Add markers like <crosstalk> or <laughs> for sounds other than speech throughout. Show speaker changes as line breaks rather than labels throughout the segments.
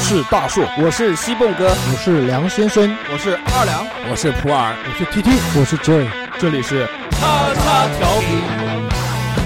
是大树，我是西蹦哥，
我是梁先生，
我是二两，
我是普洱，
我是 T T，我是 Joy，
这里是
叉叉调频。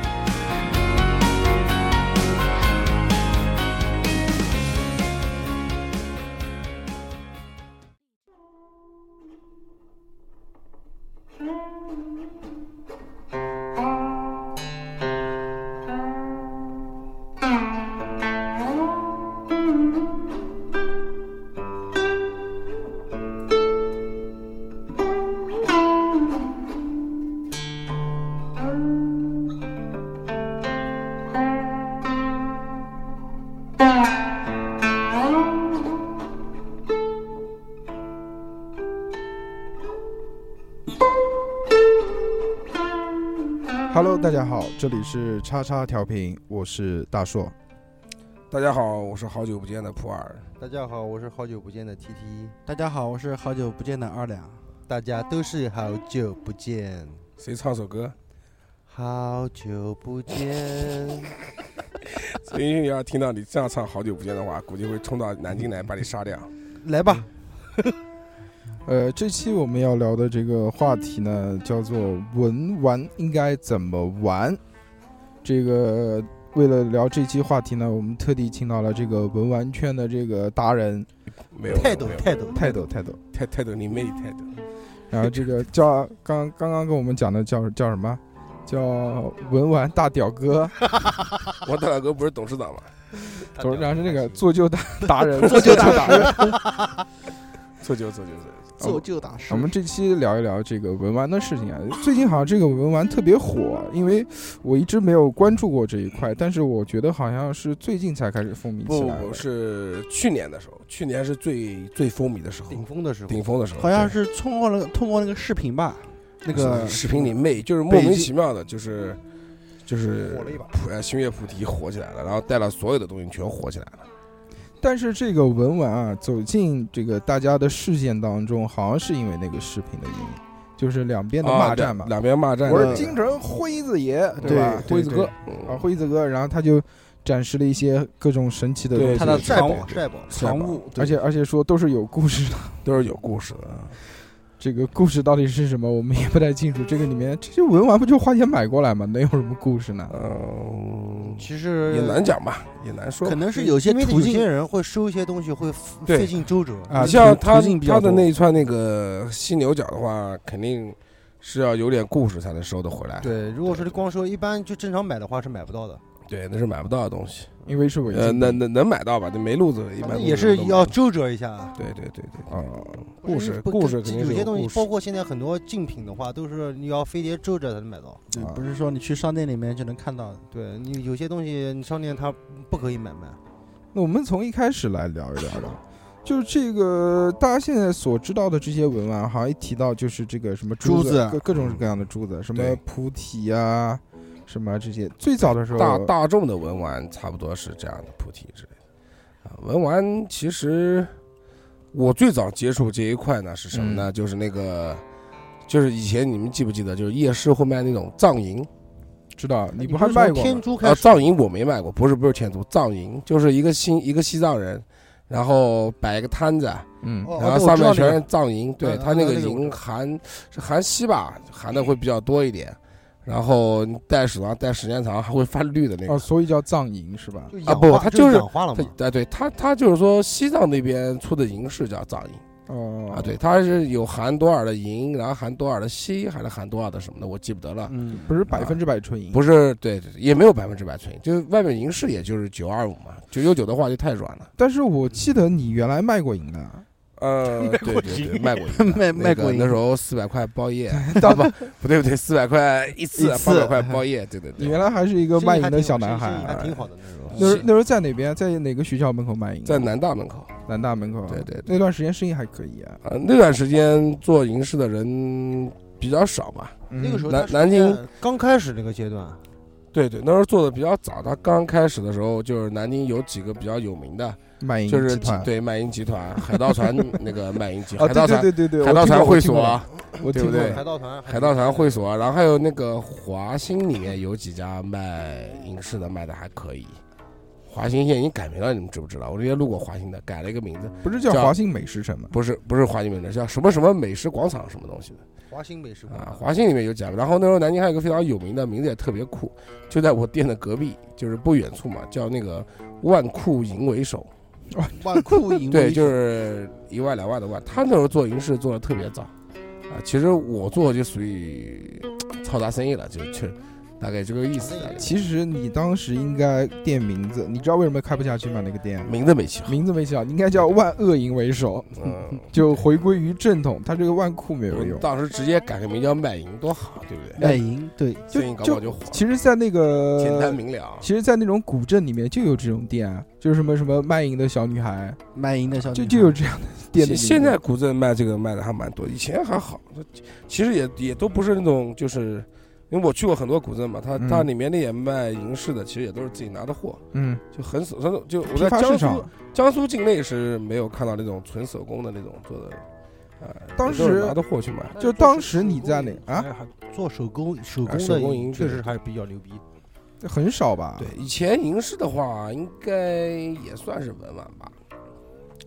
Hello，大家好，这里是叉叉调频，我是大硕。
大家好，我是好久不见的普洱。
大家好，我是好久不见的 T T。
大家好，我是好久不见的二两。
大家都是好久不见。
谁唱首歌？
好久不见。
所以要听到你这样唱《好久不见》的话，估计会冲到南京来把你杀
<laughs>
掉。
来吧，
呃，这期我们要聊的这个话题呢，叫做“文玩应该怎么玩”。这个为了聊这期话题呢，我们特地请到了这个文玩圈的这个达人，
没有
泰斗，泰斗，
泰斗，泰斗，
泰泰斗，你妹泰斗。
然后这个叫刚刚刚跟我们讲的叫叫什么？叫文玩大屌哥，
我大屌哥不是董事长吗？
董事长是那个
<laughs>
做旧达达人，
做旧
<laughs>
达 <laughs> 人，
做旧
<laughs>
做旧
做旧大师。
我们这期聊一聊这个文玩的事情啊，最近好像这个文玩特别火，因为我一直没有关注过这一块，但是我觉得好像是最近才开始风靡起来。
不，是去年的时候，去年是最最风靡的时候，
顶峰的时候，
顶峰的时候，
好像是通过了通过那个视频吧。那个
视频里妹就是莫名其妙的，就是就是
火了一把，
普呃星月菩提火起来了，然后带了所有的东西全火起来了。
但是这个文玩啊，走进这个大家的视线当中，好像是因为那个视频的原因，就是两边的骂战嘛，
啊、两边骂战。
我是京城辉子爷，
对嗯
吧？
辉子哥
啊，辉子哥，然后他就展示了一些各种神奇的东西，
他的
晒宝
晒
宝
藏物，
而且而且说都是有故事的，
啊都是有故事的。
这个故事到底是什么，我们也不太清楚。这个里面这些文玩不就花钱买过来吗？能有什么故事呢？
嗯，
其
呃
实
也难讲吧，也难说。
可能是有些
途
径，有些人会收一些东西，会
对
费尽周折
啊
你像
途
他
途径比较
他的
多
那一串那个犀牛角的话，肯定是要有点故事才能收得回来。
对，如果说你光说一般就正常买的话是买不到的，
对，那是买不到的东西。
因为是违禁
呃，
的。
能能能买到吧？那没路子，一般
反正
路
也
子
是
都买
要周折一下。
对对对对啊，
啊
故事
嗯不
故事
这
肯定
有
是
些东西
故，事
包括现在很多竞品的话，都是你要非得周折才能买到。
对不是说你去商店里面就能看到的。
对你有些东西，你商店它不可以买卖。
那我们从一开始来聊一聊吧。就是这个，大家现在所知道的这些文玩，好像一提到就是这个什么
珠
子
子，
各各种各样的珠子，什么
对
菩提啊，什么这些。最早的时候，
大大众的文玩差不多是这样的菩提之类的啊。文玩其实我最早接触这一块呢是什么
嗯
呢？就是那个，就是以前你们记不记得，就是夜市会卖那种藏银
知道你
是
不还
从
卖过
天
吗
珠开
啊？
始，
藏银我没卖过，不是不是天竺藏银，就是一个新一个西藏人，然后摆一个摊子，啊
嗯
哦
然后
对
上面
我知道
全
那
是
个
藏银，对
嗯
它
嗯
那个
那个我知
银
道
含是含硒吧，含的会比较多一点。然后你戴手上戴时间长还会翻绿的那个
哦，所以叫藏银是吧？
就
啊
氧
不
化
它
这
就是
氧化了嘛。
它啊，对它它就是说西藏那边出的银饰叫藏银
哦
啊，，对，它是有含多少的银，然后含多少的锡，还是含多少的什么的，我记不得了。
嗯，
不是百分之百纯银，
啊不是，对，对也没有百分之百纯，就是外面银饰也就是九二五嘛，九九九的话就太软了。
但是我记得你原来卖过
<laughs>
银的，
<laughs>
呃，对对对，卖过银的，那
卖卖
个
过瘾
那时候四百块包
<laughs>
夜，啊不不对不对，四百块一次
一，次
八百块包夜，对对
你
对
原。来还是一个
生意
卖
还
银的
挺
小
生意
男
生意还
孩
挺。好的那时候。
那时候那时候在哪边？在哪个学校门口卖淫？
在南大门口
南大门口。啊
对对对
那段时间生意还可以啊。
啊，那段时间做银饰的人比较少吧？
嗯
那个时候
南
它是
南京
在刚开始那个阶段，
对对，那时候做的比较早。他刚开始的时候，就是南京有几个比较有名的，
卖淫
就是
集团，
对卖淫集团、海盗
<laughs>
船那个卖淫集
啊，
团、海盗
对
船、
对对对对，
海盗船
我
会
听
所
过
啊，
我听过，
对
我听
不对
过
海盗团，
海盗船会所啊，然后还有那个华兴里面有几家卖银饰的，卖的还可以。华兴现在已经改名了，你们知不知道？我之前路过华兴的，改了一个名字，
不是叫
叫
华信美食城吗？
不是不是华兴名字，叫什么什么美食广场什么东西的
华兴美食馆
啊。华兴里面有几家，然后那时候南京还有一个非常有名的，名字也特别酷，就在我店的隔壁，就是不远处嘛，叫那个万库银为首。
万库银
对，就是一万两万的万。他那时候做银饰做的特别早，啊，其实我做就属于操他生意了，就就大概这个意思。大概
其实你当时应该店名字，你知道为什么开不下去吗？那个店
名字没起好，
名字没起好，你应该叫万恶淫为首，
嗯，
就回归于正统。它这个万库没 <laughs> 有用
我。当时直接改个名叫卖淫多好，对不对？
卖淫，对，
就
生意搞不好
就呃
就火了，
其实，在那
简单
个
明了。啊
其实，在那种古镇里面就有这种店啊，就是什么什么卖淫的小女孩，
卖淫的小
就
女
就
孩
有这样的店的
其
名字。
现在古镇卖这个卖的还蛮多，以前还好，其实也也都不是那种就是。因为我去过很多古镇嘛，它
嗯
它里面的也卖银饰的，其实也都是自己拿的货，
嗯，
就很少。很少就我
批
在
发
江
市
苏
场，
江苏境内是没有看到那种纯手工的那种做的，呃，
当
也都是
时
拿的货去买，
就当时你在哪啊？
哎做手工手
啊
工
手
的
工
银
银
确
对
实还是比较牛逼。
很少吧？
对，，以前银饰的话，应该也算是文玩吧。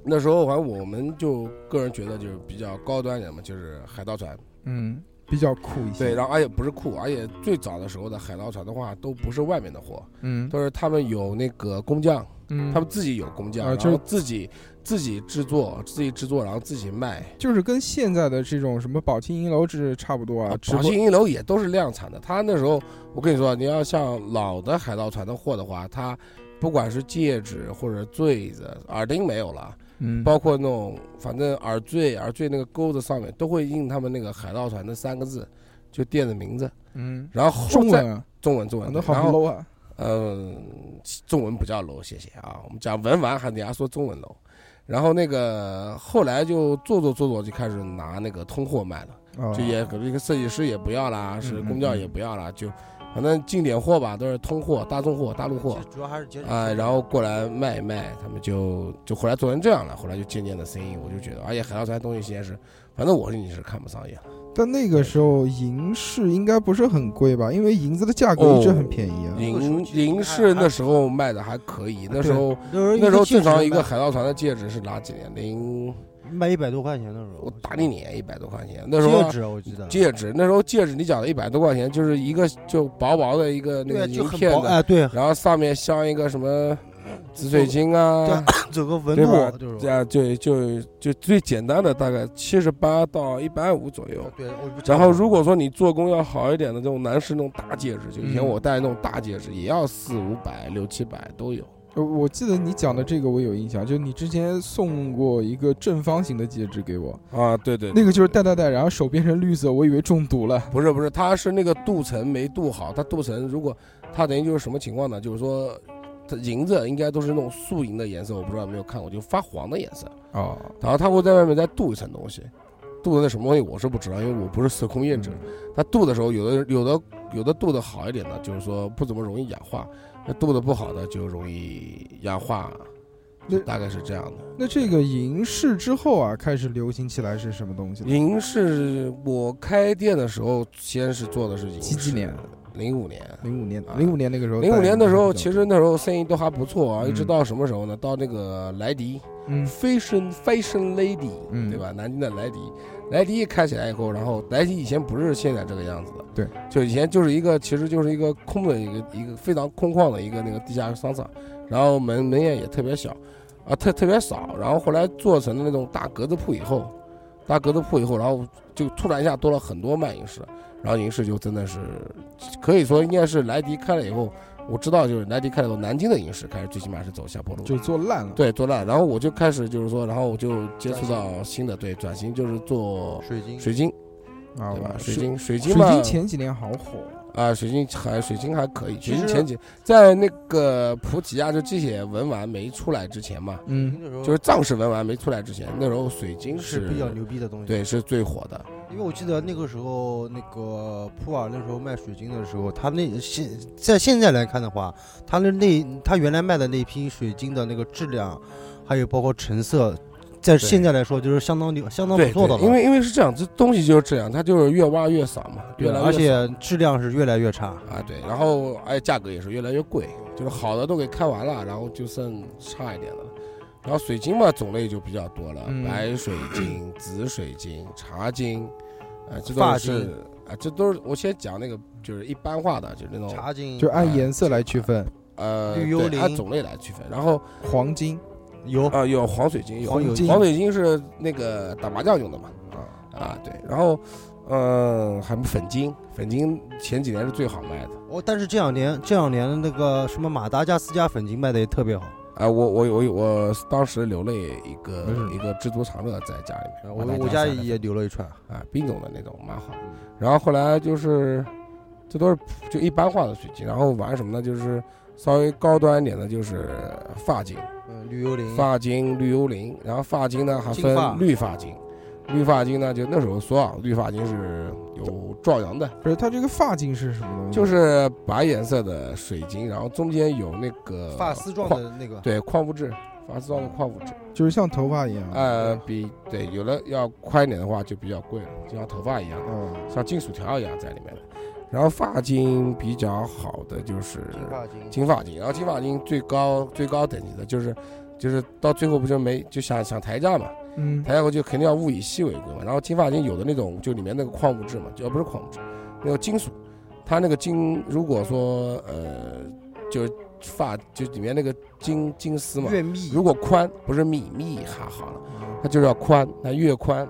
那时候反正我们就个人觉得就是比较高端一点嘛，就是海盗船。
嗯，比较酷一些。
对，然后而哎且不是酷，而且最早的时候的海盗船的话，都不是外面的货，
嗯
都是他们有那个工匠，
嗯，
他们自己有工匠，
啊
然
就
后自己自己制作，自己制作，然后自己卖。
就是跟现在的这种什么宝庆银楼是差不多啊，只
宝
不过
信银楼也都是量产的。它那时候，我跟你说，你要像老的海盗船的货的话，它不管是戒指或者坠子、耳钉没有了，
嗯，
包括那种反正耳坠、耳坠那个钩子上面都会印他们那个海盗船的三个字，就店的名字。
嗯
然后
中
再
文啊，
中文中文，
那
然后
好 low 啊，
嗯，中文不叫楼，谢谢啊。我们讲文玩还得要说中文楼。然后那个后来就做做做做，就开始拿那个通货卖了。
哦
这也可能一个设计师也不要啦，是
嗯
工匠也不要啦，就反正进点货吧，都是通货、大众货、
嗯
大陆货
其实主要还是节省
啊、
成本
然后过来卖一卖，他们就就后来做成这样了，后来就渐渐的生意，我就觉得，哎而且海盗船东西现在是，反正我是你是看不上眼，
但那个时候银饰应该不是很贵吧？因为银子的价格一直很便宜啊。
那个时候
哦银
其实
银饰那时候卖的还可以，那时候那
那
时候正常一个
戒指
海盗船的戒指是哪几年？零
卖卖一百多块钱的时候，
我打你脸一百多块钱，那时候
戒
啊。
指啊我记得
戒指那时候戒指你讲的一百多块钱，就是一个就薄薄的一个那
对
个
啊就
银
很
片
薄
的，
哎对，
然后上面镶一个什么紫水晶啊，<laughs>
走个纹
对
路啊
吧
就是
这样就就就最简单的大概七十八到一百五左右。
对，我
然后如果说你做工要好一点的这种男士那种大戒指，就以前
嗯
我戴那种大戒指也要四五百、六七百都有。
呃我记得你讲的这个我有印象，就你之前送过一个正方形的戒指给我，
啊，对对，
那个就是戴戴戴，然后手变成绿色，我以为中毒了。
不是不是，它是那个镀层没镀好，它镀层如果它等于就是什么情况呢？就是说。它银子应该都是那种素银的颜色，我不知道有没有看过，就发黄的颜色。
哦，
然后它会在外面再镀一层东西，镀的那什么东西我是不知道，因为我不是手工验证。它镀的时候，有的有的有的镀的好一点的，就是说不怎么容易氧化；那镀的不好的就容易氧化，
那
大概是这样的。
那这个银饰之后啊，开始流行起来是什么东西呢？
银饰，我开店的时候先是做的是银饰，
几几年？
零五年。
零五年
啊，
零五年那个时候戴
零
银
五
饰比较多，
年的时候，其实那时候生意都还不错啊，
嗯
一直到什么时候呢？到那个莱迪，
嗯
Fashion Fashion Lady，
嗯
对吧？南京的莱迪，莱迪一开起来以后，然后莱迪以前不是现在这个样子的，
对，
就以前就是一个，其实就是一个空的一个一个非常空旷的一个那个地下商场，然后门门面也特别小，啊，特特别少，然后后来做成了那种大格子铺以后，大格子铺以后，然后就突然一下多了很多卖银饰，然后银饰就真的是可以说应该是莱迪开了以后，我知道就是莱迪开了以后，南京的银饰开始最起码是走下坡路了，
就做烂了。
对，做烂。然后我就开始就是说，然后我就接触到新的，对，转型就是做
水晶
水晶，
啊，
对吧？
哦
我
水晶，水晶
水
嘛，
晶前几年好火，
啊，水晶还水晶还可以，水
其
晶
实
前几在那个普吉亚，就这些文玩没出来之前嘛，
嗯，
那时候
就是藏式文玩没出来之前，那时候水晶
是比较牛逼的东西。，
对，是最火的。
因为我记得那个时候，那个普洱那时候卖水晶的时候，他那现在现在来看的话，他的那他原来卖的那批水晶的那个质量，还有包括成色，在现在来说就是相当牛、相当不
对，
错的
对
了。
因为因为是这样，这东西就是这样，它就是越挖越少嘛，越
对，
来
啊
越
而
少
且质量是越来越差。
啊，对，然后哎，价格也是越来越贵，就是好的都给开完了，然后就剩差一点的了。然后水晶嘛，种类就比较多了，
嗯
白水晶、紫水晶、茶晶，啊，这都
发
是
晶
啊，这都是我先讲那个就是一般化的，就是那种
茶晶
就按颜色来区分，
呃，
绿幽
对按
灵
种类来区分。然后
黄金
有
啊，有黄水晶，有
黄
金
黄水晶是那个打麻将用的嘛，
哦
啊啊对，然后嗯，还有粉晶，粉晶前几年是最好卖的。
哦，但是这两年这两年的那个什么马达加斯加粉晶卖的也特别好。
啊，我我我我当时留了一个
没事
一个知足常乐在家里面，
哎我
把它
我
夹
家
起来
也留嗯了一串，
啊，冰种的那种蛮好。然后后来就是，这都是就一般化的水晶，然后玩什么呢？就是稍微高端一点的，就是发晶，
嗯，绿幽灵，
发晶、绿幽灵，然后发晶呢还
金
分
发
绿发晶，绿发晶呢就那时候说啊，绿发晶是有壮阳
嗯
的，
不是它这个发巾是什么东西？
就是白颜色的水晶，然后中间有那个
发丝状
矿，
的那个，
对矿物质，发丝状的矿物质。
就是像头发一样，
呃，比对有的要宽一点的话就比较贵了，就像头发一样，
哦，
像金属条一样在里面的。然后发巾比较好的就是
金发晶。
金发巾，然后金发巾最高最高等级的就是就是到最后不就没就想想抬价嘛，
嗯，
抬价我就肯定要物以稀为贵嘛。然后金发巾有的那种就里面那个矿物质嘛，就不是矿物质，那个金属，它那个金如果说呃就是发就里面那个金金丝嘛，
越密
如果宽不是密密还好了，
嗯
它就是要宽，它越宽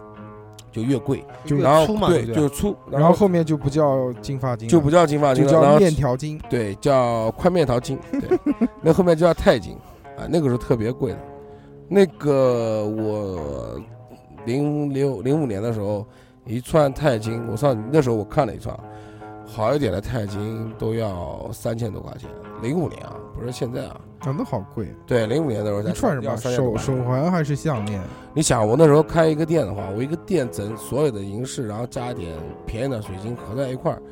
就越贵，
越
然后
粗嘛，
对
不
就是粗，
然后后面就不叫金发巾了，
就不叫金发金
就
了，然
叫
后
面条巾，
对叫宽面条
<laughs>
金，对，那后面就叫钛金啊，那个时候特别贵的，那个我零六零五年的时候一串钛金，我上那时候我看了一串，好一点的钛金都要三千多块钱，零五年啊，不是现在啊，
啊，那好贵，
对，零五年的时候才
一串什
要
么
3000多
手
块钱
手环还是项链？
你想，我那时候开一个店的话，我一个店整所有的银饰，然后加一点便宜的水晶合在一块儿，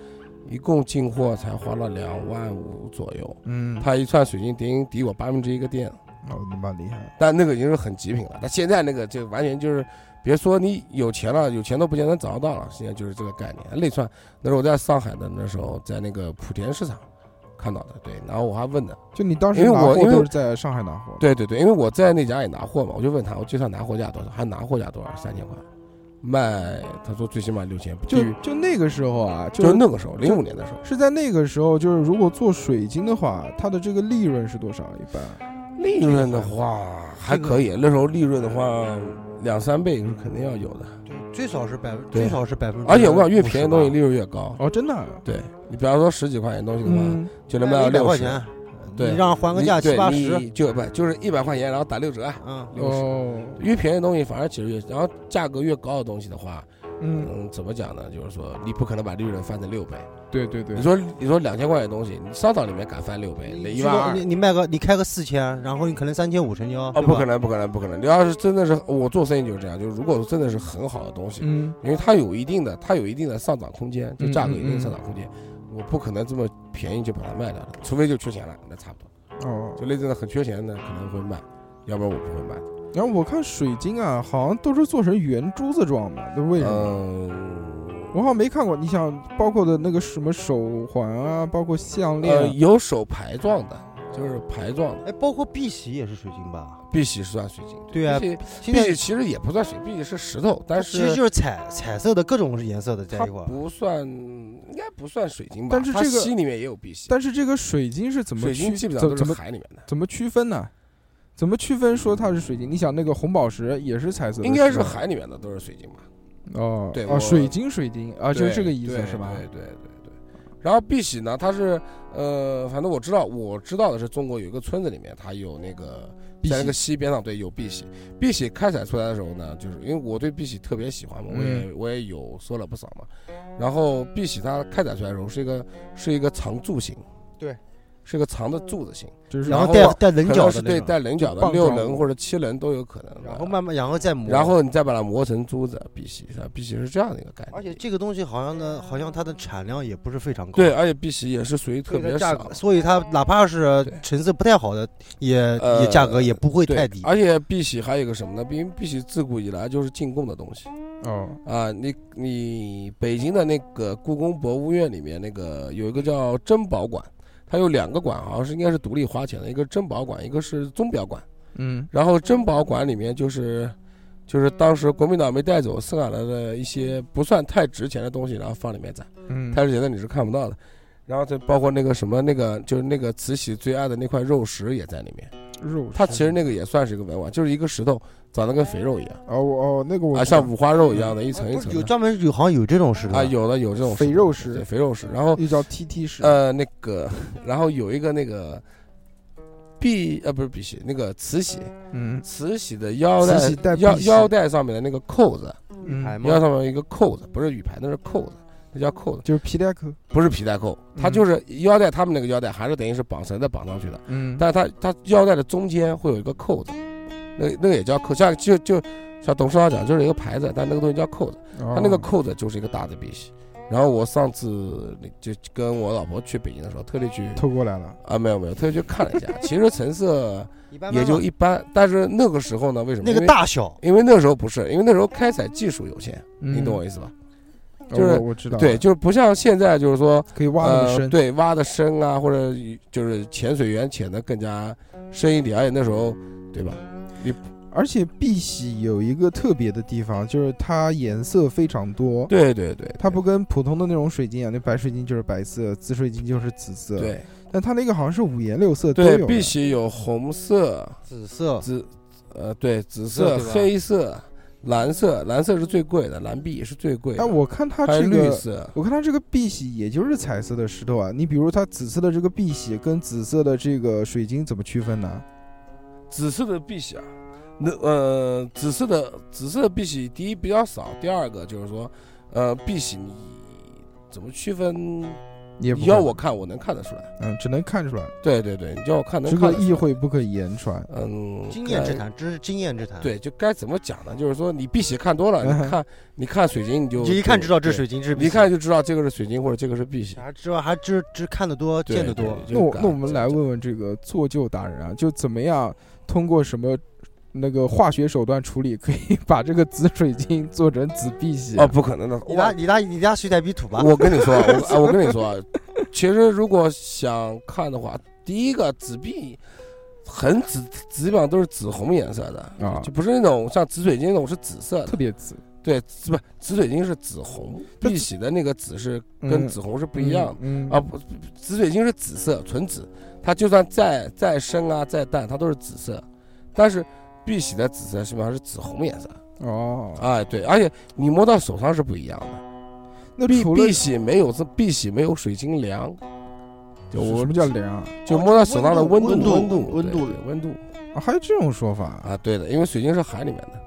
一共进货才花了两万五左右。
嗯，
他一串水晶顶抵我八分之一个店，
哦，他妈厉害，
但那个已经是很极品了。但现在那个就完全就是，别说你有钱了，有钱都不见得找得到了。现在就是这个概念。内串那时候我在上海的那时候，在那个莆田市场看到的，对。然后我还问的，
就你当时
因为
拿
我
货
因为
都是在上海拿货，，
对对对，因为我在那家也拿货嘛，我就问他，我这算拿货价多少？他拿货价多少？三千块，卖他说最起码六千，不低
就
于。
就那个时候啊，
就是
就
那个时候，零五年的时候，
是在那个时候，就是如果做水晶的话，它的这个利润是多少？一般
利润的话还可以，那时候利润的话
嗯
两三倍是肯定要有的。
对最少是百分，
对
最少是百分之。
而且我讲，越便宜的东西利润越高。
哦，真的啊，
对你，比方说十几块钱东西的话，
嗯，
就能卖到
一百
六
块
十，
钱，
对
你让还个价
你对
七八
你
十，
就不就是一百块钱，然后打六折，
嗯，
六十。
哦，
越便宜的东西反而其实越，然后价格越高的东西的话，
嗯，
嗯，怎么讲呢？就是说你不可能把利润翻成六倍。
对对对
你，说你说两千块钱的东西，你商场里面敢翻六倍，那一万二
你你卖个你开个四千，然后你可能三千五成交，
啊，
对吧
不可能，不可能，不可能！你要是真的是我做生意就是这样，就是如果真的是很好的东西，
嗯，
因为它有一定的它有一定的上涨空间，就价格有一定的上涨空间，我不可能这么便宜就把它卖掉了，除非就缺钱了，那差不多。
哦，
就类似的很缺钱的可能会卖，要不然我不会卖。
然后我看水晶啊，好像都是做成圆珠子状嘛，那为什么？
嗯，
我好像没看过。你想，包括的那个什么手环啊，包括项链
呃，
啊，
有手牌状的，就是牌状的，
哎，包括碧玺也是水晶吧？
碧玺是算水晶，
对啊
碧玺
现
碧玺
在
其实也不算水，碧玺是石头，但
其实
是
就是彩彩色的各种颜色的在
它
一块儿，
不算，应该不算水晶吧？
但是
它
这个
溪里面也有碧玺。
但是这个水晶是怎么
水晶
区
基本
怎
上都
怎
是
么
海里面的，
怎么区分呢？怎么区分说它是水晶？你想那个红宝石也是彩色的吧，
应该是海里面的都是水晶吧？
哦，
对
哦，
我
水晶水晶啊，
啊
就是这个意思是吧？
对对对对。然后碧玺呢，它是呃，反正我知道，我知道的是中国有一个村子里面，它有那个
碧
在那个
玺
溪边上，对，有碧玺。碧玺开采出来的时候呢，就是因为我对碧玺特别喜欢嘛，
嗯
我也、我也有说了不少嘛。然后碧玺它开采出来的时候是一个是一个长柱形，
对，
是一个长的柱子形，
就是
然
然
后
后
带带棱
可
角
能
的
是
那
对
种，
带棱角的
棒
六
状
棱或者七棱都有可能的。
然后慢慢然后再磨，
然后你再把它磨成珠子，碧玺，它碧玺是这样的一个概念。
而且这个东西好像呢，好像它的产量也不是非常高，
对，而且碧玺也是属于特
所以它
别
价
少
格，，所以它哪怕是
对
成色不太好的，也
呃
也价格也不会
对
太低。
而且碧玺还有一个什么呢？因为碧玺自古以来就是进贡的东西
哦，
啊。你你北京的那个故宫博物院里面那个有一个叫珍宝馆，它有两个馆，好像是应该是独立花钱的，一个珍宝馆，一个是钟表馆。
嗯，
然后珍宝馆里面就是。就是当时国民党没带走剩下来的一些不算太值钱的东西，然后放里面展。
嗯，
太值钱的你是看不到的。然后再包括那个什么那个，就是那个慈禧最爱的那块肉石也在里面。
肉
它
食
其实那个也算是一个文玩，就是一个石头长得跟肥肉一样，
哦我哦那个我
啊，
知道
像五花肉一样的，一层一层
有
的。
专门有好像有这种石头
啊，有的有这种
肥肉嗯
石头，
石
对肥肉石。然后
又叫 TT 石，
呃那个，然后有一个那个碧呃不是碧玺，那个慈禧，
嗯
慈禧的腰带
慈禧戴
腰
碧玺
腰带上面的那个扣子，
嗯，
腰上面有一个扣子，不是羽牌，那是扣子，那叫扣子，
就是皮带扣，
不是皮带扣，它
嗯
就是腰带，他们那个腰带还是等于是绑绳再绑上去的。
嗯，
但它它腰带的中间会有一个扣子，那那个也叫扣，像就就像董事长讲，就是一个牌子，但那个东西叫扣子，它
它
那个扣子就是一个大的碧玺。然后我上次就跟我老婆去北京的时候，特地去
偷过来了，
啊，没有没有，特地去看了一下，其实成色
一般般
也就
吧
一般，但是那个时候呢，为什么？
那个
因为，
大小，
因为那时候不是，因为那时候开采技术有限，
你
你懂我意思吧？
哦
就是
我我嗯知道了，
对，就是不像现在，就是说
可以挖那么
呃、
深，
对，挖的深啊，或者就是潜水员潜的更加深一点，而且那时候，对吧？
而且碧玺有一个特别的地方，就是它颜色非常多。
对对对，
它不跟普通的那种水晶一样，那白水晶就是白色，紫水晶就是紫色。，
对
但它那个好像是五颜六色都有
对，
的。
碧玺有红色、
紫色，
紫，呃，对，紫色、
色对吧
黑色、蓝色，蓝色是最贵的，蓝碧是最贵的，
但我看它
还有
这
绿
个，
色，
我看它这个碧玺也就是彩色的石头啊。你比如它紫色的这个碧玺跟紫色的这个水晶怎么区分呢？
紫色的碧玺啊。那呃，紫色的紫色的碧玺，第一比较少，第二个就是说，呃，碧玺你怎么区分？
也
你
不
要
会
我看，我能看得出来。
嗯，只能看出来，
对对对，你叫我看能
这
看
个
得出
意
来
会不可言传。
嗯，
经验之
该。
谈，这是经验之谈。，
对，就该怎么讲呢？就是说，你碧玺看多了，
嗯
你看，你看水晶，你就
你就一看知道这
对
水晶，这是
你一
碧玺
看就知道这个是水晶或者这个是碧玺，
啥知道，还知知看得多，
对
见得多。
对就
那我
感
那我们来问问这个做旧达人啊，就怎么样通过什么那个化学手段处理，可以 <laughs> 把这个紫水晶做成紫碧玺啊、
哦，不可能的，
你拿
我
你拿你拿水彩笔土吧，
我跟你说啊，我啊我跟你说啊，其实如果想看的话，第一个紫碧很紫，紫基本上都是紫红颜色的，
啊
就不是那种像紫水晶那种是紫色的
特，别紫，
对，紫不紫水晶是紫红，
它
碧玺的那个紫是
嗯
跟紫红是不一样的。
嗯，
啊，不，紫水晶是紫色，纯紫，它就算再再深啊再淡，它都是紫色。但是碧玺的紫色基本上是紫红颜色，
嗯哦，
哎，对，而且你摸到手上是不一样的。
那
碧
除了
碧玺没有这碧玺没有水晶凉，就是我
什么叫凉啊？
就摸到手上的温
温
度
度
温度
温度
对温度
啊还有这种说法啊？
啊，对的，因为水晶是海里面的，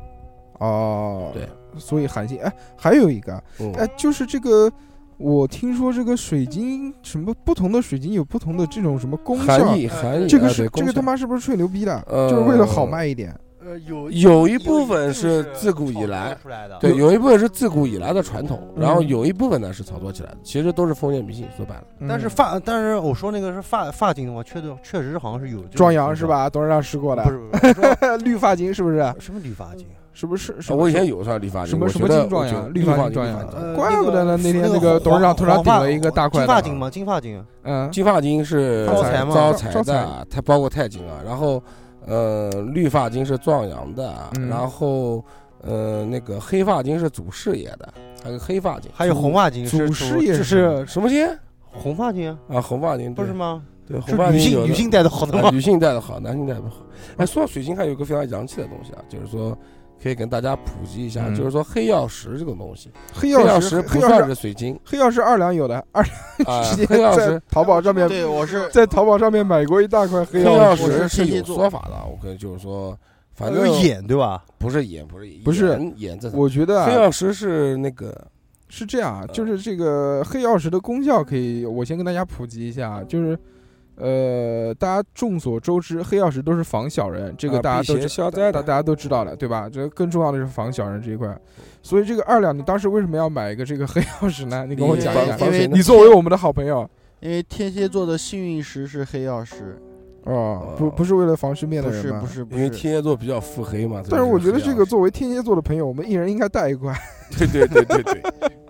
啊
哦，
对，
所以韩信哎，还有一个啊哎
嗯，，
就是这个。我听说这个水晶什么不同的水晶有不同的这种什么功效
含，义含义，
这个
哎
是
对
这
功
个
效
他妈是不是吹牛逼的？
呃
就是为了好卖一点。
呃，有
有一部分是自古以来。
出来的，
对，有一部分是自古以来的传统，然后
嗯
有一部分呢是炒作起来的，其实都是封建迷信。说白了。
但是
嗯
发，但是我说那个是发发巾的话，确实确实好像是有这种
壮阳是？吧？董事长试过了
不，是不是，我说
<laughs> 绿发巾是不是？
什么理发巾？
是不是？是
啊，
不
我以
是
前有一串理发
什
巾，
么
我
什
觉
么
得
金状
我觉
呀
得，
绿
绿
发
发
金状呀
金
<laughs> 呃，
怪不得呢那
那
天
个
那个
黄
董事长突然
黄
顶
发
了一个大块
金发
的
巾吗？金发巾，
嗯，
金发巾是
招财嘛
招
招
财
财
的，它包括钛金啊，然后呃，绿发巾是壮阳的，啊
嗯
然后呃，那个黑发巾是祖师爷的，还有黑发巾，
还有红发巾是
祖师也
就是是
什么巾
红发巾啊，
啊？红发巾
不是
对
吗？
对，
是
红发
女
巾有
性
的
女 <laughs> 性戴的好的
啊
吗？
<laughs>
女性戴的好，男性戴的不好。哎，说到水晶，还有一个非常洋气的东西啊，就是说可以跟大家普及一下，
嗯
就是说黑曜石这种东西，
黑
黑
曜
石
黑
不
曜
算
石
是水晶
黑曜石二两有的，二
啊，
<laughs> 直接
黑曜
在
石
淘宝上面
对，我是
<laughs> 在淘宝上面买过一大块黑
黑
曜
曜
石，
石是
天蝎
有
座
说法的，我跟就是说，反
有
正
眼对吧？
不是眼，不是眼，
呃不是
眼眼这
我觉得
黑
啊
曜石是那个
是这样啊，就是这个黑曜石的功效可以，我先跟大家普及一下，啊就是。呃，大家众所周知，黑曜石都是防小人，这个
啊
大家
辟
都
邪
知
消灾
大
的
大家都知道了，对吧？这更重要的是防小人这一块，所以这个二两，你当时为什么要买一个这个黑曜石呢？你跟我讲一
防
讲。
防谁呢
你？作为我们的好朋友，
因为天蝎座的幸运石是黑曜石，
哦，不不是为了防身边
不
的
是
人吗
不？是不
因为
是，
天蝎座比较腹黑嘛，
但是我觉得这
黑曜 <laughs>
个
石
作为天蝎座的朋友，我们一人应该带一块。
对对对对对，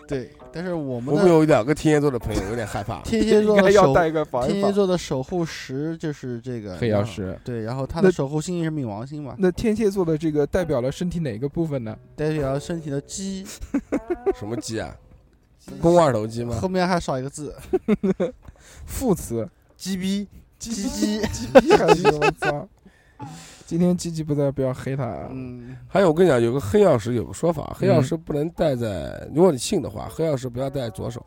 对，但是我
<laughs>
们
我们
的。
有两个天蝎座的朋友，有点害怕
天蝎
应
座
该
的
要
守
带一个防
天
一
蝎
防。
座的守护石就是这个嗯
黑曜，石。
对，然后它
那
的守护星是冥王星嘛，
那天蝎座的这个代表了身体哪个部
<laughs>
分呢？
代表身体的鸡，
什么鸡啊？肱二头肌吗？
<laughs> 后面还少一个字，
副词。
鸡逼，
鸡
鸡鸡，
<laughs> 鸡逼还是我操！今天鸡鸡不在，不要黑他啊。
嗯，
还有，我跟你讲，有个黑曜石，有个说法，黑曜石不能戴在，如果你信的话，黑曜石不要戴在左手。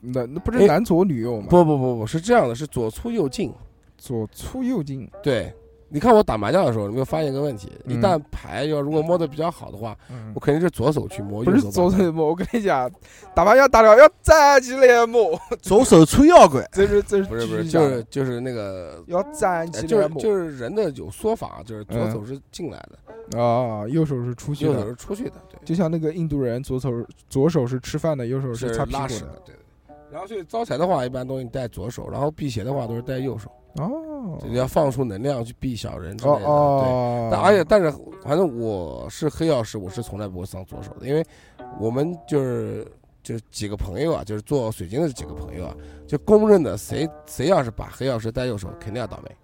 那那不
哎
是男左女右吗？
不不不不，是这样的，是左出右进。
左出右进。
对，你看我打麻将的时候，有没有发现一个问题？一
嗯
旦牌要如果摸得比较好的话，
嗯
我肯定是左手去摸，
不
右
是
手
左
把
腿摸，我跟你讲，打麻将打了要站起来摸，
左手出妖怪，
<laughs> 这是这是
不是不
继
是，
续
就
讲
是就是那个，
要站起
哎
来
就是
摸
就是人的有说法，就是左
嗯
手是进来的，
啊，右手是出去
右手
的，
是出去的，对，
就像那个印度人，左手左手是吃饭的，右手
是
擦屁
拉屎
股
的
的。，
对。然后所以招财的话，一般都是你戴左手，然后辟邪的话都是戴右手，
哦
你要放出能量去避小人之类
哦
的，对。
哦，
但而且但是，反正我是黑曜石，我是从来不会上左手的，因为我们就是就是几个朋友啊，就是做水晶的几个朋友啊，就公认的谁谁要是把黑曜石戴右手，肯定要倒霉。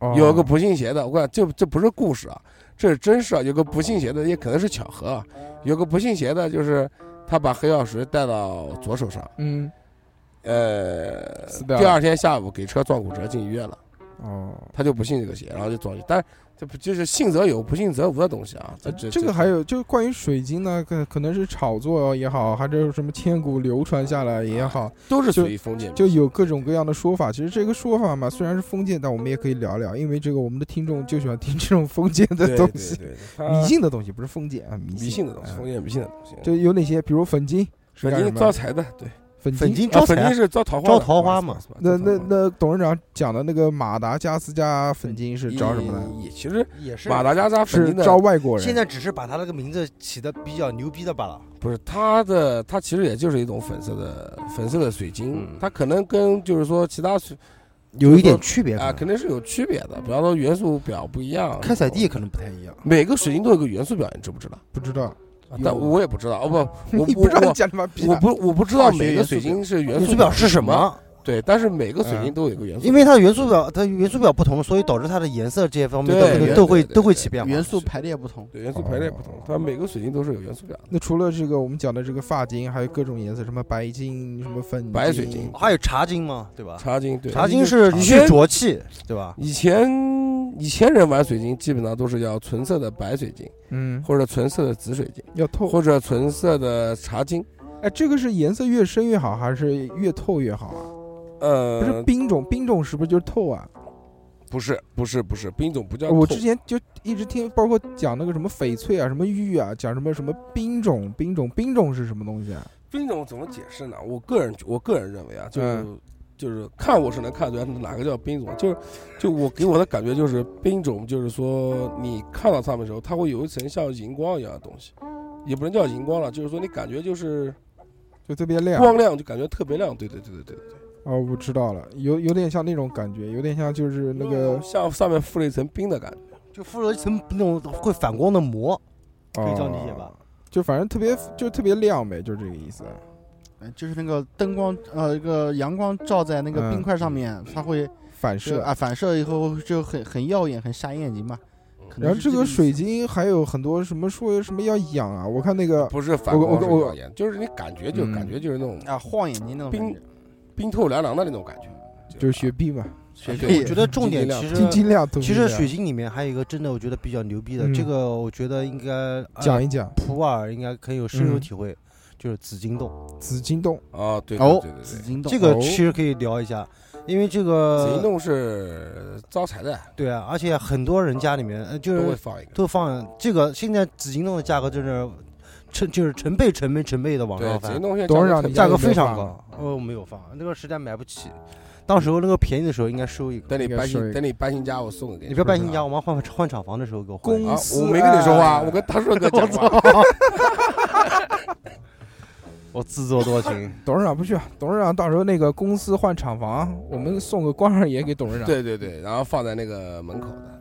哦
有个不信邪的，我跟你讲，这这不是故事啊，这是真事啊。有个不信邪的，也可能是巧合啊。有个不信邪的，就是他把黑曜石戴到左手上，
嗯
呃，
死掉了
第二天下午给车撞骨折进医院了。
哦，
他就不信这个邪，然后就撞去。但是这不就是信则有，不信则无的东西啊？这这
呃这个还有就关于水晶呢，可可能是炒作也好，还是有什么千古流传下来也好，
都是属于封建迷
就
信，
有各种各样的说法。其实这个说法嘛，虽然是封建，但我们也可以聊聊，因为这个我们的听众就喜欢听这种封建的
对
东
对
西，
对对
迷
他
信的东西，不是封建啊，迷信
迷信的东
<laughs>
西，
哎
封建迷信的东西。
就有哪些，比如粉晶，
粉
干什
金
么
招财的，
<laughs>
对，
粉
嗯粉金
晶。
啊
招
粉金
财，
是招桃花的，
招桃花嘛
是吧？是吧
那
招桃
那
花
那董事长讲的那个马达加斯加粉晶是招什么呢？
也也其实
也是
马达加斯加粉
是
金的
招外国人。
现在只是把他那个名字起的比较牛逼的罢了。
不是它的，它其实也就是一种粉色的粉色的水晶，它可能跟就是说其他水
有一点区别
啊，肯定是有区别的，比方说元素表不一样，
开采地可能不太一样。
每个水晶都有个元素表，你知不知道？
不知道，
啊但我也不知道，哦不，
<laughs>
我
你
我
不知道你
我
讲什么屁
我
啊？
不我不知道
化学
每个
元素
水晶是元
元
素
素表是什？么？
对，但是每个水晶
嗯
都有一个元素表，
因为它的元素表，它元素表不同，所以导致它的颜色这些方面
对
都会
对
都会
对对
都会起变化。
元素排列不同，
对元素排列不同
哦，
它每个水晶都是有元素表的。
那除了这个我们讲的这个发晶，还有各种颜色，什么白金、什么粉晶
白水晶
哦还有茶晶嘛，对吧？
茶晶对，
茶晶是
茶
去
晶
浊气，对吧？
以前以前人玩水晶基本上都是要纯色的白水晶，
嗯，
或者纯色的紫水晶，
要透。
或者纯色的茶晶。
哎，这个是颜色越深越好，还是越透越好啊？不是
呃，
冰种，冰种是不是就是透啊？
不是不是不是，冰种不叫
我
透
之前就一直听，包括讲那个什么翡翠啊、什么玉啊，讲什么什么冰种、冰种、冰种是什么东西啊？
冰种怎么解释呢？我个人我个人认为啊，就是、
嗯
就是看我是能看出来哪个叫冰种，啊就是就我给我的感觉就是冰种，就是说你看到它们的时候，它会有一层像荧光一样的东西，也不能叫荧光了，就是说你感觉就是
就特别亮。
光亮，就感觉特别亮。对对对对对对，
哦，我知道了，有有点像那种感觉，有点像就是那个
像上面附了一层冰的感觉。
就附了一层那种会反光的膜，
可
可以这样理解吧？
哦就反正特别就特别亮呗，就是这个意思。
呃就是那个灯光呃一个阳光照在那
嗯
个冰块上面，它会
反
就
射。
啊反射以后就很很耀眼，很瞎眼睛嘛。可能
然后
是
这个
意思
水晶还有很多什么说什么要养啊，我看那个
不是反
我
光
我
是
我
耀眼，就是你感觉就
嗯
感觉就是那种
啊晃眼睛那种
冰
感觉
冰透凉凉的那种感觉，啊
就是雪碧嘛，
水
对
晶我觉得重点
晶
其
晶
晶
实
晶亮度。
其实水晶里面还有一个真的，我觉得比较牛逼的，
嗯
这个我觉得应该呃
讲一讲
普洱应该可以有深入
嗯
体会，就是紫金洞。
紫金洞，
哦，对对
哦
对，对
紫
对，
金洞
这个
哦
其实可以聊一下，因为这
紫金
个
洞是招财的，
对啊，而且很多人家里面呃就
都
是
会放一个。
都放这个，现在紫金洞的价格就是成就是成倍成倍成倍的往
对，
上
紫
翻
金，洞现在
董事长
特
你
别
家
价
里
格
有
非常
放
高。哦，没有放，那个实在买不起，当时候那个便宜的时候应该收一个。
等你
应该
搬
说一
新
个
等你搬新家，我送个给
你
你。
不要搬新家，我们换换厂房的时候给我换一个。
啊
公，司
我没跟你说话，
啊
我跟大顺哥
<laughs>
讲话。
我自作多
<laughs>
情。
董事长不去，啊董事长到时候那个公司换厂房，啊我们送个光二爷给董事长。，
对对对，然后放在那个门口的。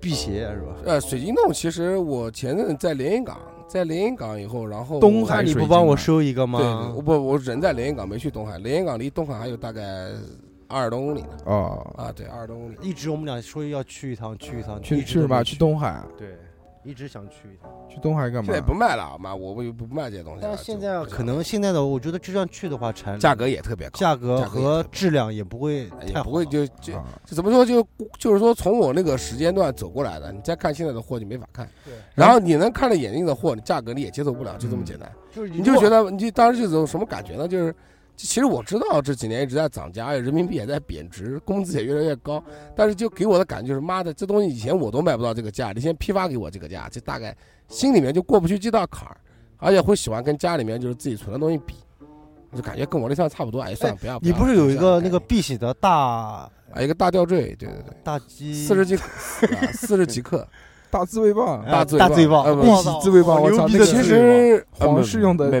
辟邪是吧？
呃，水晶洞其实我前阵在连云港，在连云港以后，然后
东
我
海
那哎你
水
不
晶
帮我
嘛
收一个
啊对，对
吗
我？不，我人在连云港，没去东海。连云港离东海还有大概二十多公里呢。
哦，
啊，对，二十多公里。
一直我们俩说要去一趟，去一趟，一
去
直
去
都
什么？
没
去东海？
对，一直想去一趟。
去东海干嘛啊
现在？不卖了，妈，我不不卖这些东西了。
但
就
现在
不想
可能现在的，我觉得就算去的话，产
价格也特别高，
价格
价格也
和
特别
质量也不会太
也
好
不会
了
就就
啊
就怎么说就就是说从我那个时间段走过来的，你再看现在的货你没法看。然后你能看着眼睛的货，你价格你也接受不了，就这
嗯
么简单。
就是
你就觉得你就当时这种什么感觉呢？就是其实我知道这几年一直在涨价，人民币也在贬值，工资也越来越高，但是就给我的感觉就是妈的，这东西以前我都卖不到这个价，你先批发给我这个价，就大概心里面就过不去这道坎儿，而且会喜欢跟家里面就是自己存的东西比。就感觉跟我那上差不多，哎，算了，不要。
你
要
不是有
这
一
样
个
的
那
感
个
觉
碧玺的大
啊，一个大吊坠，对对对，
大鸡
四十几克，啊四十几 <laughs> 克，
大自卫棒
哎、
大嘴
嘴大
巴
棒
呃，不
碧玺自卫棒，我
牛
操，
逼
那
的
个
其
其
实
实
呃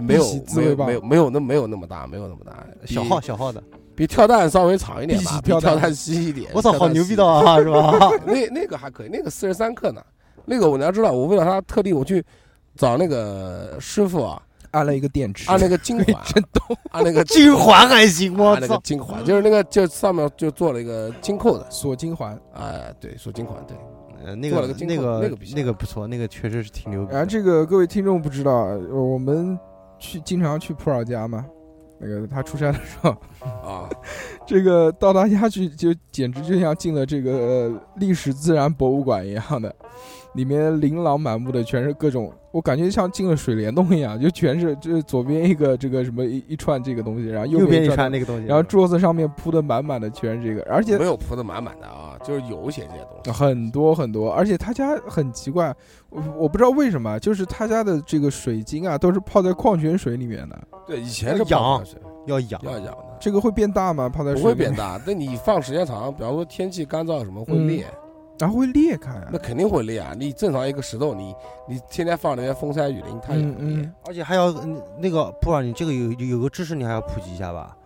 没
没没没
没
有
有没
没有
有
没
没有没
有
有那没有那么大，没有那么大，
小号小号的，
比跳蛋稍微长一点
比
吧，
起
比
跳
跳
蛋
蛋细一点。
我操，
跳
好
蛋
牛
细
逼
一
的
点！
啊，是吧？
那那个还可以，那个四十三克呢，那个我你要知道，我为了它特地我去找那个师傅啊，
按了一个电池，，
按那个
<laughs>
金环
真
按那个
金环还行，我
啊按那个
操！
金环，就是那个就上面就做了一个金扣的，
锁金环。
啊，对，锁金环，对，
呃那
做
个
了个金
那
扣那
个
个不行
那个不错，那个确实是挺牛逼的。
然后哎这个各位听众不知道，呃我们去经常去普洱家嘛，那个他出差的时候，
啊，
这个到他家去就简直就像进了这个呃历史自然博物馆一样的，里面琳琅满目的全是各种，我感觉像进了水帘洞一样，就全是就是左边一个这个什么一一串这个东西，然后
右边
边
一
串，
串那个东西，
然后桌子上面铺的满满的全是这个，而且
没有铺的满满的啊，就是有一些这些东
哦
西，
很多很多，而且他家很奇怪，我我不知道为什么，就是他家的这个水晶啊，都是泡在矿泉水里面的，
对，以前是
养
泡开水
要
啊
养
要养的。
这个会变大吗？泡在
不
水
会
里面
变，大， <laughs> 但你放时间长，比方说天气干燥什么会
嗯
裂，
然后会裂开啊
那。肯定会裂啊！你正常一个石头，你你天天放那些风吹雨淋，它也会
嗯
裂。
嗯，
而且还要嗯那个普洱，你这个有有有个知识你还要普及一下吧？